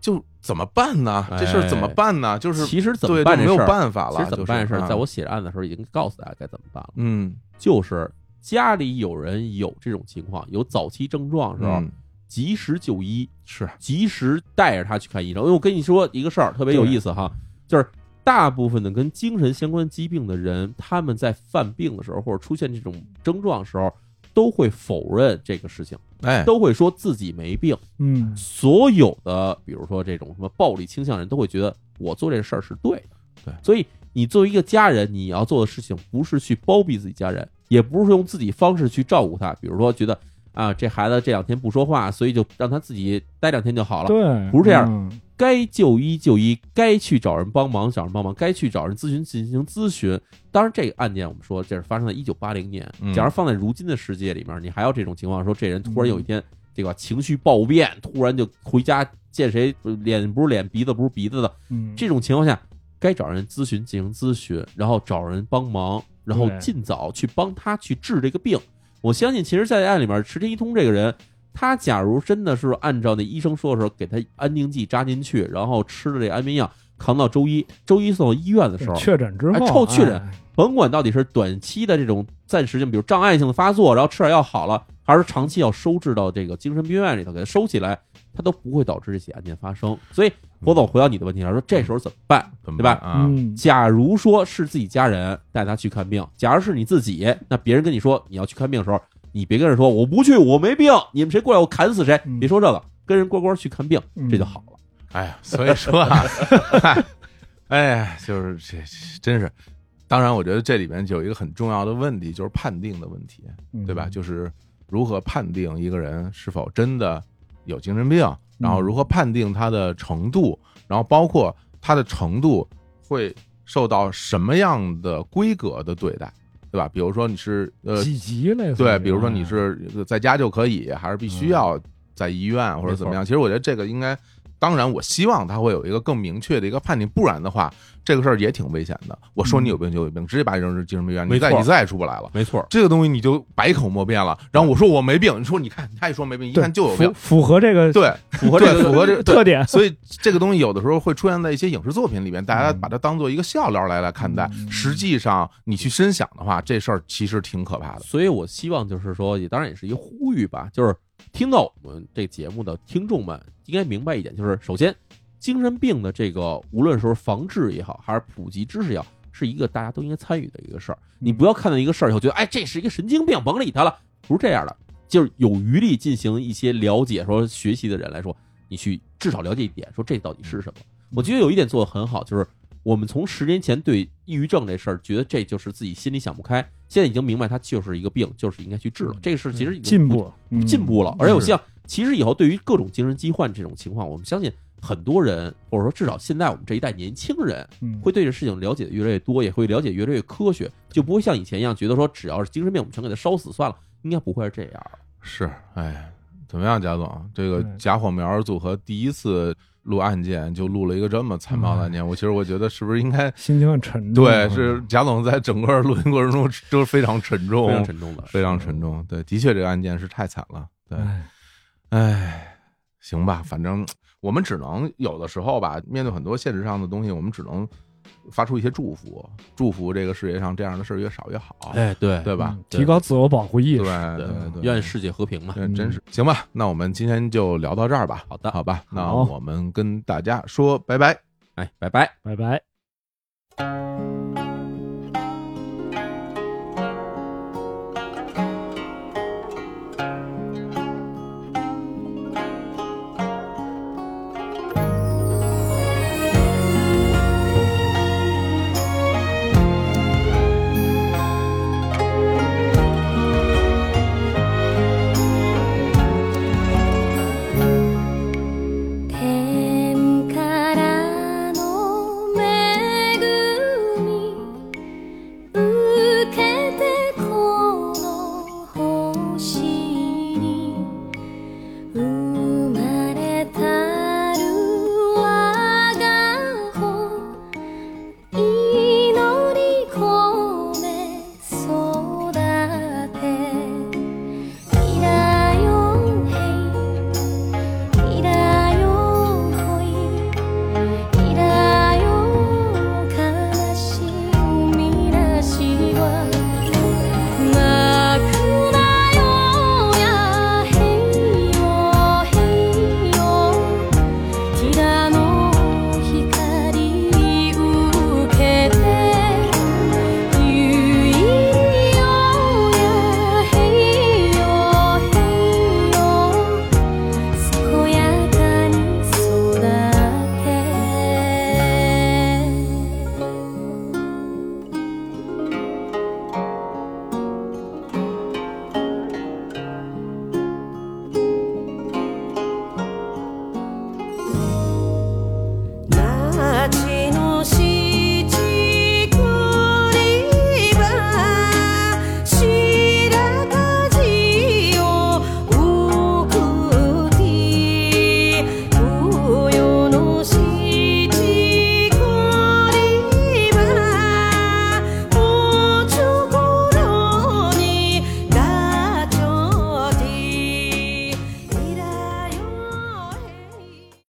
Speaker 2: 就怎么办呢？
Speaker 1: 哎
Speaker 2: 这事儿怎么办呢？就是
Speaker 1: 其实怎么
Speaker 2: 对，
Speaker 1: 办
Speaker 2: 就
Speaker 1: 这
Speaker 2: 没有
Speaker 1: 事儿
Speaker 2: 办法
Speaker 1: 其
Speaker 2: 了。
Speaker 1: 实怎么办这事
Speaker 2: 就
Speaker 1: 儿，
Speaker 2: 是啊
Speaker 1: 在我写着案子的时候已经告诉大家该怎么办了，
Speaker 2: 嗯
Speaker 1: 就是家里有人有这种情况，有早期症状的时候，
Speaker 2: 嗯
Speaker 1: 及时就医，
Speaker 2: 是
Speaker 1: 及时带着他去看医生。因为我跟你说一个事儿，特别有意思哈，就是大部分的跟精神相关疾病的人，他们在犯病的时候或者出现这种症状的时候，都会否认这个事情，
Speaker 2: 哎
Speaker 1: 都会说自己没病。
Speaker 3: 嗯，
Speaker 1: 所有的，比如说这种什么暴力倾向人都会觉得我做这事儿是对的。
Speaker 2: 对
Speaker 1: 所以你作为一个家人，你要做的事情不是去包庇自己家人，也不是用自己方式去照顾他，比如说觉得啊这孩子这两天不说话，所以就让他自己待两天就好了。
Speaker 3: 对，
Speaker 1: 不是这样
Speaker 3: 嗯
Speaker 1: 该就医就医，该去找人帮忙找人帮忙，该去找人咨询进行咨询。当然，这个案件我们说这是发生在一九八零年，
Speaker 2: 嗯
Speaker 1: 假如放在如今的世界里面，你还有这种情况，说这人突然有一天这个情绪暴变，突然就回家见谁脸不是脸，鼻子不是鼻子的，
Speaker 3: 嗯，
Speaker 1: 这种情况下，该找人咨询进行咨询，然后找人帮忙，然后
Speaker 3: 对
Speaker 1: 尽早去帮他去治这个病。我相信，其实，在案里面，池田一通这个人，他假如真的是按照那医生说的时候，给他安定剂扎进去，然后吃了这安眠药，扛到周一，周一送到医院的时候，
Speaker 3: 确诊之后，
Speaker 1: 哎臭确诊
Speaker 3: 哎
Speaker 1: 甭管到底是短期的这种暂时性，比如障碍性的发作，然后吃点药好了，还是长期要收治到这个精神病院里头给他收起来，它都不会导致这起案件发生。所以，火总回到你的问题上，说这时候怎么办？
Speaker 2: 怎么
Speaker 1: 对吧
Speaker 2: 办啊？
Speaker 3: 嗯，
Speaker 1: 假如说是自己家人带他去看病，假如是你自己，那别人跟你说你要去看病的时候，你别跟人说我不去，我没病，你们谁过来我砍死谁
Speaker 3: 嗯，
Speaker 1: 别说这个，跟人乖乖去看病，
Speaker 3: 嗯
Speaker 1: 这就好了。
Speaker 2: 哎呀，所以说啊， 嗨哎呀，就是这这真是。当然，我觉得这里面就有一个很重要的问题，就是判定的问题，
Speaker 3: 嗯
Speaker 2: 对吧？？就是如何判定一个人是否真的有精神病，然后如何判定他的程度，然后包括他的程度会受到什么样的规格的对待，对吧？比如说你是呃
Speaker 3: 几级类似于
Speaker 2: 对，
Speaker 3: 啊
Speaker 2: 比如说
Speaker 1: 啊
Speaker 2: 你是在家就可以，还是必
Speaker 1: 嗯
Speaker 2: 须要在医院或者怎么样？其实我觉得这个应该，当然我希望他会有一个更明确的一个判定，不然的话，这个事儿也挺危险的。我说你有病就有病，直接把你扔进精神病院，你
Speaker 1: 嗯没错
Speaker 2: 再你再也出不来了。
Speaker 1: 没错，
Speaker 2: 这个东西你就百口莫辩了。然后我说我没病，你说你看他一说没病，一
Speaker 3: 对
Speaker 2: 看就有
Speaker 3: 符
Speaker 2: 病，
Speaker 3: 符合这 个
Speaker 2: 对，
Speaker 1: 符合这
Speaker 2: 对
Speaker 1: 个
Speaker 2: 符合这个对
Speaker 3: 特点，
Speaker 2: 所以这个东西有的时候会出现在一些影视作品里面，大家
Speaker 1: 嗯
Speaker 2: 把它当做一个笑料来来看待。实际上，你去深想的话，这事儿其实挺可怕的。
Speaker 1: 所以我希望就是说，也当然也是一个呼吁吧，就是听到我们这节目的听众们应该明白一点，就是首先，精神病的这个无论说是防治也好，还是普及知识也好，是一个大家都应该参与的一个事儿。你不要看到一个事儿以后觉得，哎，这是一个神经病，甭理他了，不是这样的。就是有余力进行一些了解、说学习的人来说，你去至少了解一点，说这到底是什么。我觉得有一点做得很好，就是我们从十年前对抑郁症这事儿，觉得这就是自己心里想不开，现在已经明白它就是一个病，就是应该去治了。这个事儿其实已经
Speaker 3: 进步嗯
Speaker 1: 进步了，而且我希望，其实以后对于各种精神疾患这种情况，我们相信很多人，或者说至少现在我们这一代年轻人，
Speaker 3: 嗯
Speaker 1: 会对这事情了解的越来越多，也会了解越来越科学，就不会像以前一样觉得说只要是精神病，我们全给它烧死算了，应该不会是这样。
Speaker 2: 是，哎，怎么样，贾总？这个
Speaker 1: 嗯
Speaker 3: 对
Speaker 2: 假火苗组合第一次录案件，就录了一个这么残暴的案
Speaker 1: 嗯
Speaker 2: 件，我其实我觉得是不是应该？
Speaker 3: 心情很沉重，啊
Speaker 2: 对，是贾总在整个录音过程中都是非常沉重，
Speaker 1: 非常沉重的，
Speaker 2: 非常沉重。对，的确这个案件是太惨了。对，
Speaker 1: 嗯
Speaker 3: 哎，
Speaker 2: 哎，行吧，反正我们只能有的时候吧，面对很多现实上的东西，我们只能发出一些祝福，祝福这个世界上这样的事儿越少越好，
Speaker 1: 哎，对
Speaker 2: 对吧？
Speaker 3: 嗯提高自我保护意
Speaker 2: 对
Speaker 3: 识，
Speaker 2: 对对，
Speaker 1: 愿世界和平嘛。
Speaker 2: 嗯，真是行吧，那我们今天就聊到这儿吧。
Speaker 1: 啊好的
Speaker 2: 好吧，那
Speaker 3: 好
Speaker 2: 我们跟大家说拜拜。
Speaker 1: 哎，拜拜。
Speaker 3: 拜拜。
Speaker 5: thank